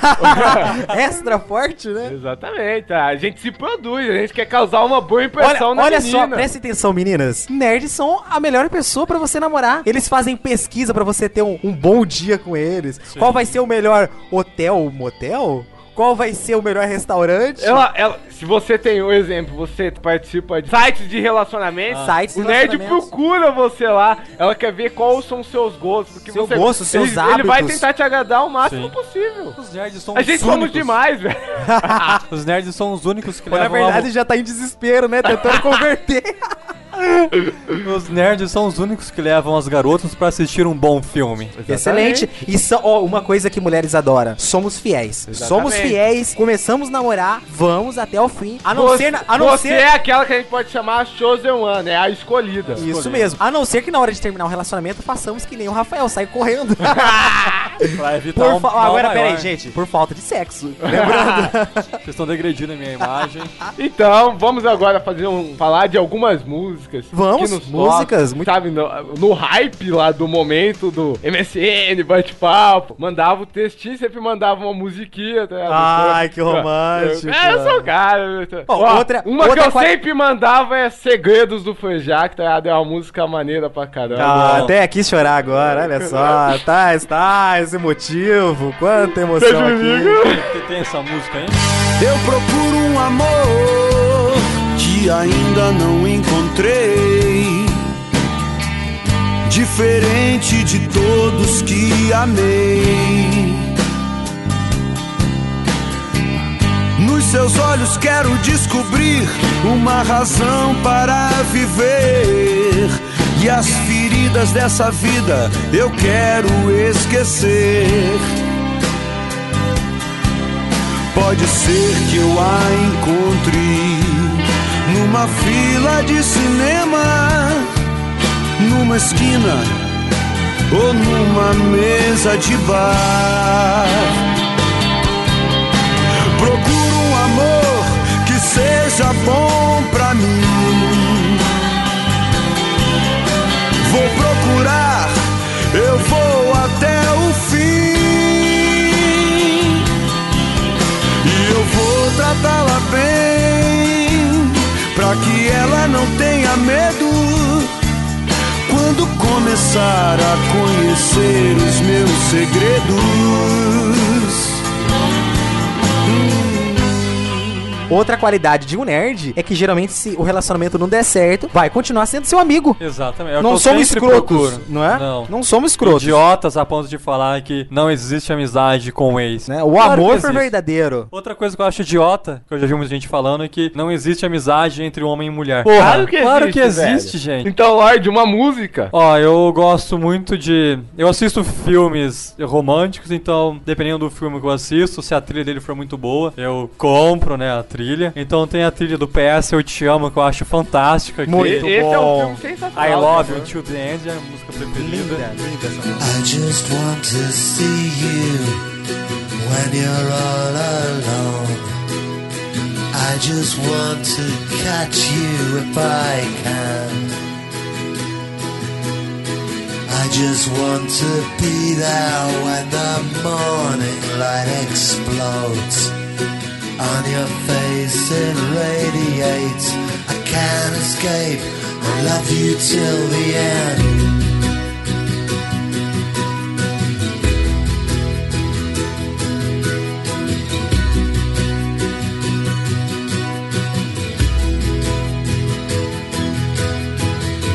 Speaker 5: Extra forte, né?
Speaker 2: exatamente. tá? A gente se produz, a gente quer causar uma boa
Speaker 5: Olha,
Speaker 2: impressão na
Speaker 5: olha só,
Speaker 2: menina.
Speaker 5: presta atenção, meninas. Nerds são a melhor pessoa pra você namorar. Eles fazem pesquisa pra você ter um, um bom dia com eles. Qual vai ser o melhor hotel ou motel? Qual vai ser o melhor restaurante?
Speaker 2: Ela, ela, se você tem um exemplo, você participa de sites de relacionamento,
Speaker 5: Ah. Sites de
Speaker 2: o nerd
Speaker 5: relacionamentos.
Speaker 2: procura você lá, ela quer ver quais são os seus gostos, do que
Speaker 5: Seu
Speaker 2: você
Speaker 5: gosto, seus
Speaker 2: ele, Ele vai
Speaker 5: hábitos.
Speaker 2: tentar te agradar o máximo
Speaker 3: Sim.
Speaker 2: possível.
Speaker 3: Os nerds são
Speaker 2: A
Speaker 3: os
Speaker 2: gente somos
Speaker 3: únicos.
Speaker 2: demais, velho.
Speaker 3: Os nerds são os únicos que
Speaker 5: Na
Speaker 3: levam
Speaker 5: verdade, já tá em desespero, né?
Speaker 2: [laughs]
Speaker 5: Tentando converter.
Speaker 3: a... Os nerds são os únicos que levam as garotas pra assistir um bom filme.
Speaker 5: Excelente. E só, ó, uma coisa que mulheres adoram: somos fiéis. Somos fiéis, começamos a namorar, vamos até o fim. A não ser. na- A não
Speaker 2: você
Speaker 5: ser
Speaker 2: é aquela que a gente pode chamar a Chosen One, é a escolhida.
Speaker 5: isso mesmo. A não ser que na hora de terminar um relacionamento façamos que nem o Rafael, sai
Speaker 3: [laughs]
Speaker 5: correndo.
Speaker 3: Pra evitar
Speaker 5: Por
Speaker 3: um
Speaker 5: fa-
Speaker 3: mal
Speaker 5: agora,
Speaker 3: maior.
Speaker 5: peraí, gente. Por falta de
Speaker 3: [laughs]
Speaker 5: sexo. Lembrando. [laughs]
Speaker 3: Vocês estão degredindo a minha imagem.
Speaker 2: Então, vamos agora fazer um falar de algumas músicas músicas.
Speaker 5: Vamos,
Speaker 2: que nos
Speaker 5: músicas, muito-
Speaker 2: Sabe, no, no hype lá do momento do MSN, bate-papo, mandava o textinho, sempre mandava uma musiquinha. Tá? ligado?
Speaker 5: Ai,
Speaker 2: Eu-
Speaker 5: que romântico.
Speaker 2: Eu, é, eu sou o cara. eu-
Speaker 5: Ó, outra-
Speaker 2: uma
Speaker 5: outra
Speaker 2: que eu
Speaker 5: qua-
Speaker 2: sempre mandava é Segredos do Fanjac, tá ligado? É uma música maneira pra caramba.
Speaker 5: Ah, até aqui chorar agora, olha
Speaker 3: [laughs]
Speaker 5: só. Tá, tá, esse motivo, quanta emoção aqui.
Speaker 3: Tem- Tem essa música aí?
Speaker 4: Eu procuro um amor que ainda não encontrei. Diferente de todos que amei. Nos seus olhos quero descobrir uma razão para viver. E as feridas dessa vida eu quero esquecer. Pode ser que eu a encontre numa fila de cinema, numa esquina ou numa mesa de bar. Procuro um amor que seja bom pra mim. Vou procurar, eu vou até o fim. E eu vou tratá-la bem, pra que ela não tenha medo. Quando começar a conhecer os meus segredos.
Speaker 5: Outra qualidade de um nerd é que geralmente se o relacionamento não der certo, vai continuar sendo seu amigo.
Speaker 3: Exatamente. é o que
Speaker 5: não
Speaker 3: eu
Speaker 5: somos
Speaker 3: sempre
Speaker 5: escrotos,
Speaker 3: procuro.
Speaker 5: não é?
Speaker 3: Não.
Speaker 5: somos escrotos.
Speaker 3: Idiotas a ponto de falar que não existe amizade com o ex.
Speaker 5: né? O
Speaker 3: Claro que
Speaker 5: amor foi
Speaker 3: existe.
Speaker 5: verdadeiro.
Speaker 3: Outra coisa que eu acho idiota, que eu já vi muita gente falando, é que não existe amizade entre homem e mulher.
Speaker 2: Claro que
Speaker 3: claro
Speaker 2: existe,
Speaker 3: que existe,
Speaker 2: velho.
Speaker 3: gente.
Speaker 2: Então, Lorde, uma música.
Speaker 3: Ó, eu gosto muito de. Eu assisto filmes românticos, então, dependendo do filme que eu assisto, se a trilha dele for muito boa, eu compro, né, a trilha. Então tem a trilha do PS Eu Te Amo, que eu acho fantástica. que-
Speaker 5: Muito
Speaker 2: Esse é
Speaker 5: bom.
Speaker 2: um filme sensacional.
Speaker 3: I Love You
Speaker 2: cara.
Speaker 3: Till the End é a música preferida.
Speaker 4: I just want to see you when you're all alone. I just want to catch you if I can. I just want to be there when the morning light explodes. On your face it radiates. I can't escape. I love you till the end.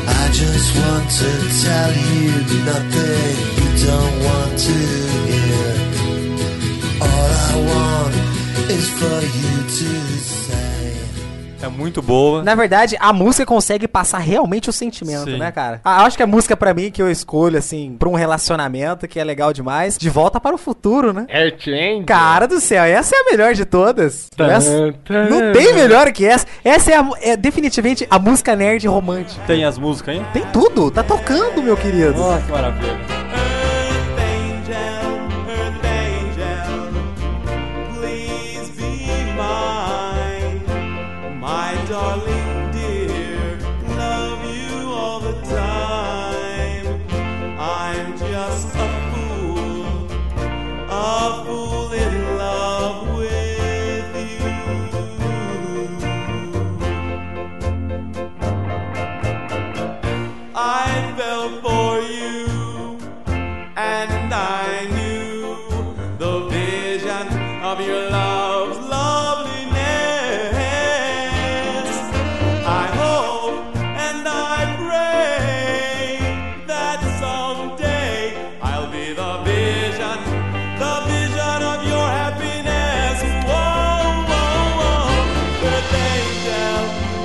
Speaker 4: I just want to tell you nothing you don't want to hear. All I want is for you to say.
Speaker 3: É muito boa.
Speaker 5: Na verdade, a música consegue passar realmente o sentimento,
Speaker 3: Sim.
Speaker 5: né, cara? Ah, acho que a música pra mim que eu escolho, assim, pra um relacionamento que é legal demais, de volta para o futuro, né?
Speaker 2: Earth Angel.
Speaker 5: Cara do céu, essa é a melhor de todas.
Speaker 2: Tan,
Speaker 5: Essa-
Speaker 2: tan.
Speaker 5: não tem melhor que essa. Essa é, a mu- é definitivamente a música nerd romântica.
Speaker 3: Tem as músicas aí?
Speaker 5: Tem tudo, tá tocando, meu querido.
Speaker 3: Ó, que maravilha.
Speaker 9: Earth angel, earth angel, please be mine. My darling dear, love you all the time. I'm just a fool, a fool in love with you. I fell for you, and I knew the vision of your love's loveliness. I hope and I pray that someday I'll be the vision, the vision of your happiness. Whoa, whoa, whoa, earth angel,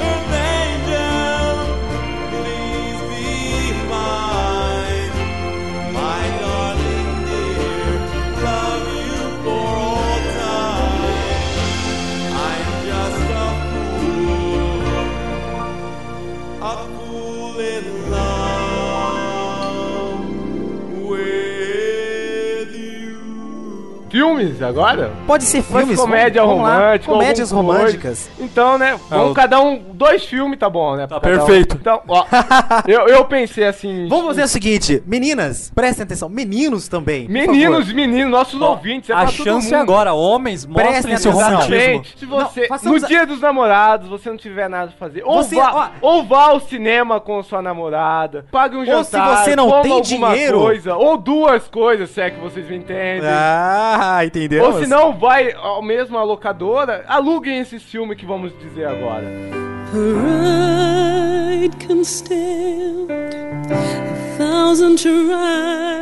Speaker 9: earth angel. Please be mine.
Speaker 2: filmes agora?
Speaker 5: Pode ser filmes. vamos-
Speaker 2: comédia
Speaker 5: vamos lá.
Speaker 2: romântica.
Speaker 5: Comédias
Speaker 2: alguma coisa.
Speaker 5: românticas.
Speaker 2: Então, né? Vamos
Speaker 3: Ah, o-
Speaker 2: cada um. Dois filmes, tá bom, né?
Speaker 3: Tá
Speaker 2: pra cada um.
Speaker 3: perfeito.
Speaker 2: Então,
Speaker 5: [laughs]
Speaker 2: ó. eu, eu pensei assim.
Speaker 5: Vamos fazer o seguinte, meninas, prestem atenção, meninos também. por favor.
Speaker 2: [laughs] Meninos, meninos, nossos ouvintes. É
Speaker 3: a
Speaker 2: pra todo
Speaker 3: chance é
Speaker 2: mundo.
Speaker 3: agora, homens, mostrem
Speaker 5: Prestem
Speaker 3: esse
Speaker 5: atenção.
Speaker 3: romantismo.
Speaker 2: Gente, se
Speaker 5: Não,
Speaker 2: você.
Speaker 5: façamos
Speaker 2: no
Speaker 5: a-
Speaker 2: dia dos namorados, você não tiver nada a fazer. Ou,
Speaker 5: Você-
Speaker 2: vá, ou vá ao cinema com sua namorada, pague um jantar.
Speaker 5: Ou se você não
Speaker 2: coma
Speaker 5: tem
Speaker 2: alguma
Speaker 5: dinheiro-
Speaker 2: Coisa, ou duas coisas, se é que vocês me entendem.
Speaker 5: Ah, entendeu?
Speaker 2: Ou se não, vai ao mesmo à locadora, aluguem esse filme que vamos dizer agora.
Speaker 8: Pride can stand a thousand tries.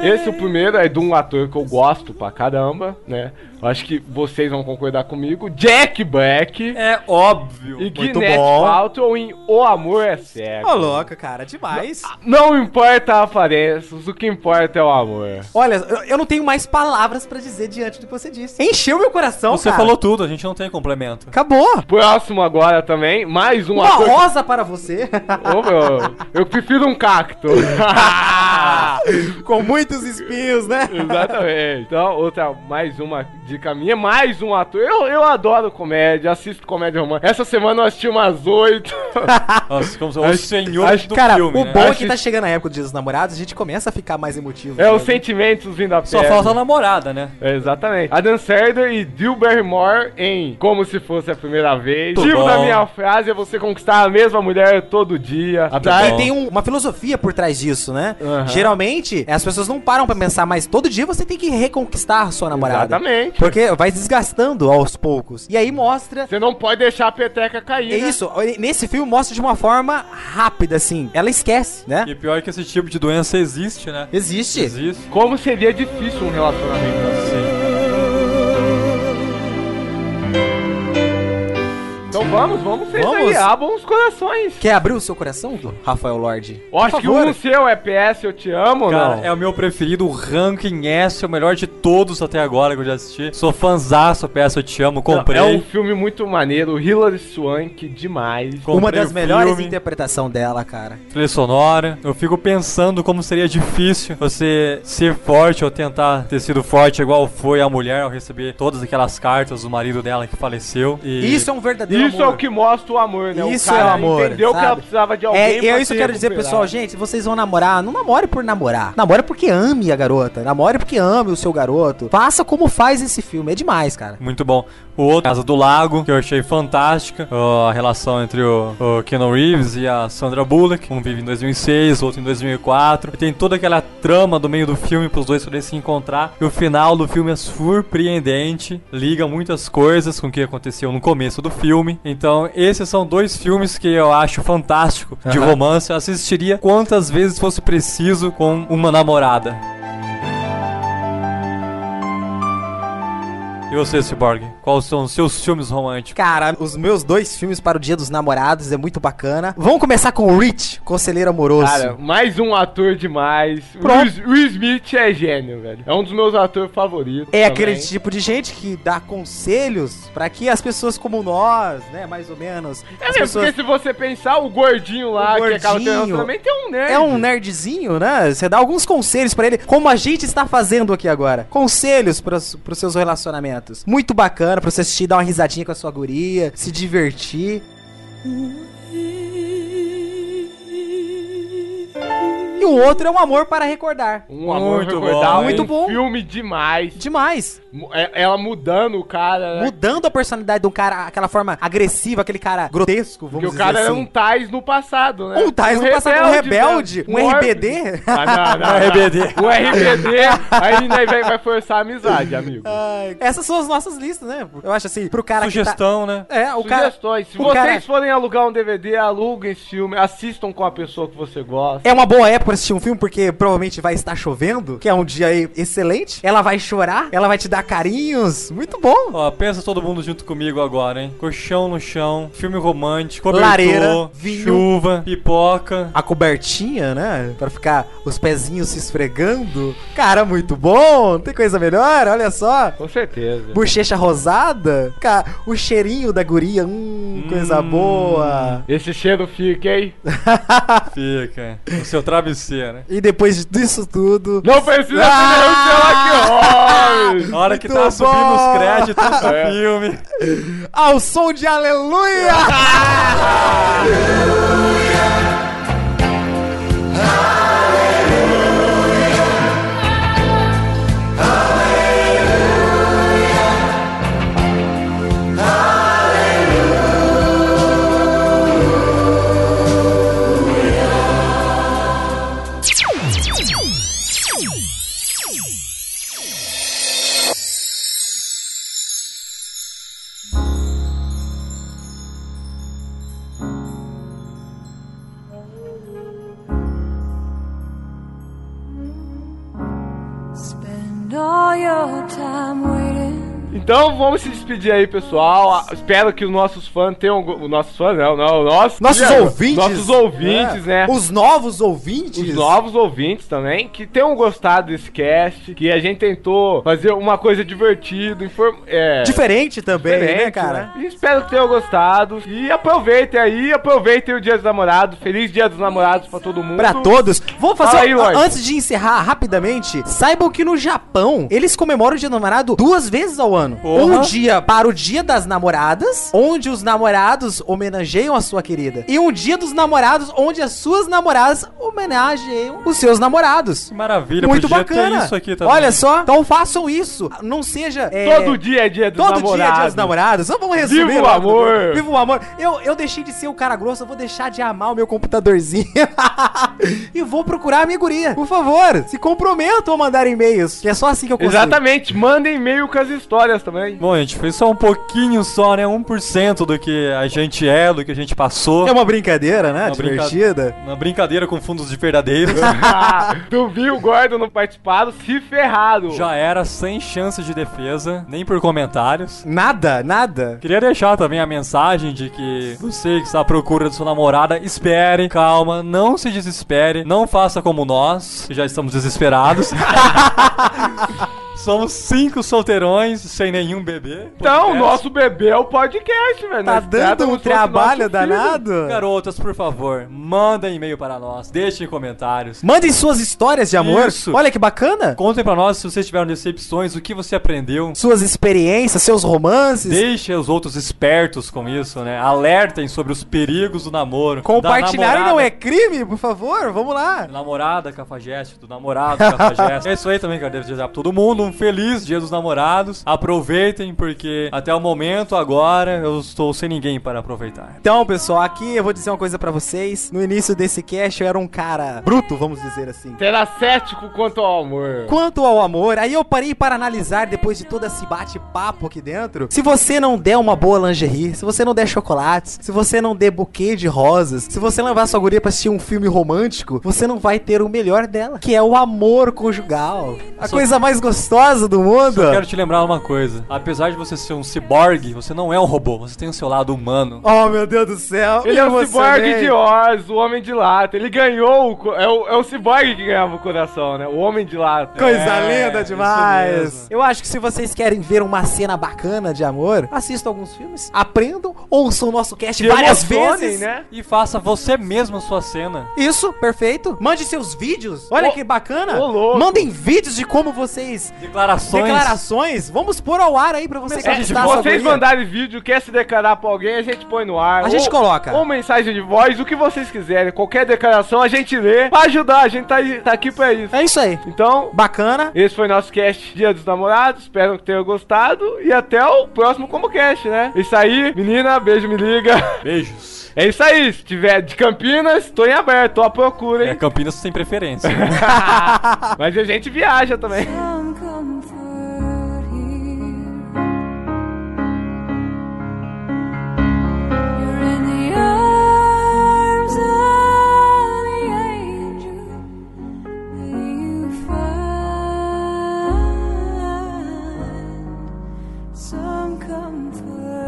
Speaker 2: Esse o primeiro é de um ator que eu gosto pra caramba, né? Eu Acho que vocês vão concordar comigo. Jack Black
Speaker 3: É óbvio.
Speaker 2: e
Speaker 5: muito
Speaker 2: Gwyneth
Speaker 5: bom.
Speaker 2: Paltrow em O Amor é Cego.
Speaker 5: Ô, louca, cara, demais.
Speaker 2: Não importa a aparência, o que importa é o amor.
Speaker 5: Olha, eu, eu não tenho mais palavras pra dizer diante do que você disse. Encheu meu coração,
Speaker 3: Você
Speaker 5: cara.
Speaker 3: falou tudo, a gente não tem complemento.
Speaker 5: Acabou.
Speaker 2: Próximo agora também, mais um
Speaker 5: Uma
Speaker 2: ator.
Speaker 5: rosa para [laughs] você.
Speaker 2: Ô, meu, eu prefiro um cacto. [laughs]
Speaker 5: Ah, Com muitos espinhos, né?
Speaker 2: Exatamente. Então, outra, mais uma dica minha, mais um ator. Eu, eu adoro comédia, assisto comédia romântica. Essa semana eu assisti umas oito. [laughs]
Speaker 3: Nossa, como se- o senhor
Speaker 2: acho-
Speaker 3: do
Speaker 5: cara,
Speaker 3: filme,
Speaker 5: o
Speaker 3: né?
Speaker 5: bom é
Speaker 2: Acho-
Speaker 5: que tá chegando a época do Dia dos Namorados, a gente começa a ficar mais emotivo.
Speaker 2: é
Speaker 5: né?
Speaker 2: os sentimentos vindo a pé.
Speaker 3: Só falta a namorada, né?
Speaker 2: É, exatamente. Adam Sandler e Drew Barrymore em Como Se Fosse a Primeira Vez. O
Speaker 3: Muito
Speaker 2: Tiro
Speaker 3: bom.
Speaker 2: da minha frase é você conquistar a mesma mulher todo dia. tá?
Speaker 5: E
Speaker 3: Ah, tá
Speaker 2: Atrás-
Speaker 5: tem um- uma filosofia por trás disso, né?
Speaker 2: Aham.
Speaker 5: Geralmente, as pessoas não param pra pensar, mas todo dia você tem que reconquistar a sua namorada.
Speaker 2: Exatamente.
Speaker 5: Porque vai desgastando aos poucos. E aí mostra
Speaker 2: Você não pode deixar a peteca cair,
Speaker 5: É
Speaker 2: né?
Speaker 5: isso, nesse filme mostra de uma forma rápida, assim. Ela esquece, né?
Speaker 3: E pior que esse tipo de doença existe, né?
Speaker 5: Existe.
Speaker 3: Existe.
Speaker 2: Como seria difícil um relacionamento assim. Então vamos, vamos vocês
Speaker 5: Vamos.
Speaker 2: aí, abram os corações.
Speaker 5: Quer abrir o seu coração, Glo- Rafael Lorde?
Speaker 2: Eu acho que um seu é PS Eu Te Amo, ou
Speaker 3: Cara,
Speaker 2: não?
Speaker 3: é o meu preferido, o ranking S, é o melhor de todos até agora que eu já assisti. Sou fãzaço, peça, eu te amo, comprei.
Speaker 2: É um filme muito maneiro, Hilary Swank demais.
Speaker 3: Com-
Speaker 5: Uma
Speaker 3: Comprei
Speaker 5: das
Speaker 3: o
Speaker 5: melhores
Speaker 3: filme.
Speaker 5: interpretações dela, cara.
Speaker 3: trilha sonora. Eu fico pensando como seria difícil você ser forte ou tentar ter sido forte igual foi a mulher ao receber todas aquelas cartas do marido dela que faleceu. E
Speaker 5: Isso é um verdadeiro
Speaker 2: Isso é
Speaker 5: amor.
Speaker 2: o que mostra o amor, né?
Speaker 5: Isso
Speaker 2: o cara
Speaker 5: é o amor,
Speaker 2: entendeu que
Speaker 5: sabe?
Speaker 2: ela precisava de alguém
Speaker 5: É, e
Speaker 2: pra
Speaker 5: é isso
Speaker 2: se
Speaker 5: que eu quero dizer,
Speaker 2: recuperar.
Speaker 5: pessoal. Gente, vocês vão namorar, não namore por namorar. Namore porque ame a garota. Namore porque ame o seu garoto. Faça como faz esse filme. É demais, cara.
Speaker 3: Muito bom. O outro, Casa do Lago, que eu achei fantástica. Ó, A relação entre o, o Keanu Reeves e a Sandra Bullock. Um vive em 2006, o outro em 2004. E tem toda aquela trama do meio do filme pros dois poderem se encontrar. E o final do filme é surpreendente. Liga muitas coisas com o que aconteceu no começo do filme. Então, esses são dois filmes que eu acho fantástico de
Speaker 5: Aham.
Speaker 3: romance. Eu assistiria quantas vezes fosse preciso com uma namorada. E você, Cyborg? Quais são os seus filmes românticos?
Speaker 5: Cara, os meus dois filmes para o Dia dos Namorados é muito bacana. Vamos começar com Rich, Conselheiro Amoroso.
Speaker 2: Cara, mais um ator demais. O
Speaker 5: Pronto.
Speaker 2: Will, Will Smith é gênio, velho. É um dos meus atores favoritos.
Speaker 5: É
Speaker 2: também.
Speaker 5: aquele tipo de gente que dá conselhos pra que as pessoas como nós, né, mais ou menos,
Speaker 2: É
Speaker 5: as
Speaker 2: mesmo,
Speaker 5: pessoas...
Speaker 2: porque se você pensar, o gordinho lá,
Speaker 5: O
Speaker 2: que é acaba tendo
Speaker 5: gordinho.
Speaker 2: relacionamento, é um nerd.
Speaker 5: É um nerdzinho, né? Você dá alguns conselhos pra ele, como a gente está fazendo aqui agora. Conselhos pros, pros seus relacionamentos. Muito bacana pra você assistir, dar uma risadinha com a sua guria, se divertir. E o outro é um amor para recordar.
Speaker 2: Um amor
Speaker 3: Muito
Speaker 2: recordar,
Speaker 3: bom,
Speaker 2: um
Speaker 5: muito bom.
Speaker 2: filme demais.
Speaker 5: Demais.
Speaker 2: Mu- é- Ela mudando o cara, né?
Speaker 5: Mudando a personalidade de um cara, aquela forma agressiva, aquele cara grotesco, vamos
Speaker 2: Porque o
Speaker 5: dizer
Speaker 2: cara
Speaker 5: assim.
Speaker 2: era um Tais no passado, né?
Speaker 5: Um Tais no passado, um rebelde,
Speaker 2: né?
Speaker 5: um RBD.
Speaker 2: Ah, não, não,
Speaker 3: Um RBD.
Speaker 2: não. Um RBD, aí né, vai vai forçar a
Speaker 5: [laughs]
Speaker 2: amizade, amigo.
Speaker 5: Ai, [laughs] Essas são as nossas listas, né? Eu acho assim, pro cara que
Speaker 3: Sugestão, né?
Speaker 5: tá... É, o cara...
Speaker 2: Sugestões. Se
Speaker 5: o
Speaker 2: vocês
Speaker 5: cara-
Speaker 2: forem alugar um DVD, aluguem esse filme, assistam com a pessoa que você gosta.
Speaker 5: É uma boa época pra assistir um filme, porque provavelmente vai estar chovendo, que é um dia aí excelente. Ela vai chorar, ela vai te dar carinhos. Muito bom.
Speaker 3: Ó, pensa todo mundo junto comigo agora, hein? Colchão no chão, filme romântico,
Speaker 5: Lareira,
Speaker 3: cobertor,
Speaker 5: vinho.
Speaker 3: chuva, pipoca.
Speaker 5: A cobertinha, né? Pra ficar os pezinhos se esfregando. Cara, muito bom. Não tem coisa melhor, olha só.
Speaker 2: Com certeza.
Speaker 5: Bochecha rosada. Cara, o cheirinho da guria. Hum, coisa boa.
Speaker 2: Esse cheiro fica, hein?
Speaker 3: Fica. O seu travesseiro acontecia, né?
Speaker 5: E depois disso tudo.
Speaker 2: Não precisa ah! ter que
Speaker 3: Na hora que
Speaker 5: Muito
Speaker 3: tava subindo
Speaker 5: bom!
Speaker 3: os créditos do
Speaker 2: É.
Speaker 3: filme.
Speaker 5: Ao som de
Speaker 2: [laughs]
Speaker 5: aleluia!
Speaker 8: Spend all your time waiting.
Speaker 2: Então vamos se despedir aí, pessoal. Ah, Espero que os nossos fãs tenham. go- Os nossos fãs, não, não. Nossos,
Speaker 5: Nossos
Speaker 2: Diego,
Speaker 5: ouvintes.
Speaker 2: Nossos
Speaker 5: É.
Speaker 2: ouvintes, né?
Speaker 5: Os novos ouvintes?
Speaker 2: Os novos ouvintes também, que tenham gostado desse cast, que a gente tentou fazer uma coisa divertida, inform... é,
Speaker 5: Diferente também,
Speaker 2: diferente,
Speaker 5: né, cara?
Speaker 2: né? E espero que tenham gostado. E aproveitem aí, aproveitem o Dia dos Namorados. Feliz Dia dos Namorados pra todo mundo.
Speaker 5: Pra todos. Vamos fazer.
Speaker 2: Fala aí, Lorde.
Speaker 5: antes de encerrar rapidamente, saibam que no Japão eles comemoram o Dia do Namorado duas vezes ao ano.
Speaker 3: Porra.
Speaker 5: Um dia para o Dia das Namoradas, onde os namorados homenageiam a sua querida. E um dia dos namorados, onde as suas namoradas homenageiam os seus namorados.
Speaker 3: Que maravilha,
Speaker 5: Muito
Speaker 3: podia
Speaker 5: bacana.
Speaker 3: ter isso aqui também.
Speaker 5: Olha só, então façam isso. Não seja. é,
Speaker 2: Todo dia é Dia dos
Speaker 5: Todo
Speaker 2: Namorados.
Speaker 5: dia é dia dos namorados. Só vamos resumir.
Speaker 2: Viva o
Speaker 5: logo do
Speaker 2: amor.
Speaker 5: grupo. Viva o amor. Eu, eu deixei de ser o cara grosso, eu vou deixar de amar o meu computadorzinho. [laughs] e vou procurar a minha guria. Por favor, se comprometam a mandar e-mails. Que é só assim que eu consigo.
Speaker 2: Exatamente, mandem e-mail com as histórias
Speaker 5: [laughs]
Speaker 2: também.
Speaker 3: Bom, gente, foi só um pouquinho só, né? 1% do que a gente é, do que a gente passou.
Speaker 5: É uma brincadeira, né?
Speaker 3: Uma brinca-
Speaker 5: Divertida.
Speaker 3: Uma brincadeira com fundos de verdadeiros.
Speaker 2: Ah, tu viu o Gordon não participado, se ferrado.
Speaker 3: Já era sem chance de defesa, nem por comentários.
Speaker 5: Nada, nada.
Speaker 3: Queria deixar também a mensagem de que você que está à procura da sua namorada, espere, calma, não se desespere, não faça como nós, que já estamos desesperados. Somos cinco solteirões sem nenhum bebê.
Speaker 2: Então, o
Speaker 3: Podcast.
Speaker 2: nosso bebê é o podcast, velho.
Speaker 5: Tá
Speaker 2: Nós
Speaker 5: dando
Speaker 2: tratamos
Speaker 5: um
Speaker 2: como se fosse
Speaker 5: trabalho
Speaker 2: nosso filho.
Speaker 5: danado.
Speaker 3: Garotas, por favor, mandem e-mail para nós, deixem comentários.
Speaker 5: Mandem suas histórias de amor.
Speaker 3: Isso.
Speaker 5: Olha que bacana.
Speaker 3: Contem para nós se vocês tiveram decepções, o que você aprendeu.
Speaker 5: Suas experiências, seus romances.
Speaker 3: Deixem os outros espertos com isso, né? Alertem sobre os perigos do namoro. da
Speaker 5: Compartilhar não
Speaker 3: namorada.
Speaker 5: é crime, por favor. Vamos lá.
Speaker 3: Namorada cafajeste, do namorado cafajeste. é isso aí também que eu devo desejar pra todo mundo. Um feliz dia dos namorados. Aproveitem, porque até o momento agora eu estou sem ninguém para aproveitar.
Speaker 5: Então, pessoal, aqui eu vou dizer uma coisa pra vocês. No início desse cast eu era um cara bruto, vamos dizer assim.
Speaker 2: Será cético quanto ao amor.
Speaker 5: Quanto ao amor, aí eu parei para analisar depois de todo esse bate-papo aqui dentro. Se você não der uma boa lingerie, se você não der chocolates, se você não der buquê de rosas, se você levar sua guria pra assistir um filme romântico, você não vai ter o melhor dela, que é o amor conjugal. A
Speaker 3: Só-
Speaker 5: coisa mais gostosa do mundo.
Speaker 3: Quero te lembrar uma coisa. Apesar de você ser um ciborgue, você não é um robô. Você tem o seu lado humano.
Speaker 5: Oh, meu Deus do céu.
Speaker 2: Ele é o
Speaker 5: ciborgue
Speaker 2: ciborgue de Oz, o homem de lata. Ele ganhou o. co- É o, é o ciborgue que ganhava o coração, né? O homem de lata.
Speaker 5: Coisa
Speaker 3: É,
Speaker 5: linda
Speaker 3: isso
Speaker 5: demais!
Speaker 3: mesmo.
Speaker 5: Eu acho que se vocês querem ver uma cena bacana de amor, assistam alguns filmes, aprendam, ouçam o nosso cast
Speaker 2: Se
Speaker 5: várias
Speaker 2: emocionem,
Speaker 5: vezes.
Speaker 2: é né?
Speaker 3: E faça você mesmo a sua cena.
Speaker 5: Isso, perfeito. Mande seus vídeos. Olha
Speaker 2: Ô,
Speaker 5: que bacana.
Speaker 2: ô, louco.
Speaker 5: Mandem vídeos de como vocês.
Speaker 3: Declarações.
Speaker 5: Declarações. Vamos pôr ao ar aí pra você
Speaker 2: É, se
Speaker 5: conquistar sua
Speaker 2: vocês
Speaker 5: guria.
Speaker 2: mandarem vídeo, quer se declarar pra alguém, a gente põe no ar.
Speaker 5: A gente
Speaker 2: Ou-
Speaker 5: coloca.
Speaker 2: Ou mensagem de voz, o que vocês quiserem. Qualquer declaração a gente lê pra ajudar. A gente tá, aí- tá aqui pra isso.
Speaker 5: É isso aí.
Speaker 2: Então,
Speaker 5: Bacana.
Speaker 2: esse foi nosso cast Dia dos Namorados. Espero que tenham gostado. E até o próximo ComboCast, né? Isso aí, menina. Beijo, me liga. [laughs]
Speaker 3: Beijos.
Speaker 2: É isso aí. Se tiver de Campinas, tô em aberto. Tô à procura,
Speaker 3: É [laughs]
Speaker 2: hein?
Speaker 3: Campinas sem preferência.
Speaker 2: Mas a gente viaja também.
Speaker 8: Some comfort here. You're in the arms of the angel that you find some comfort.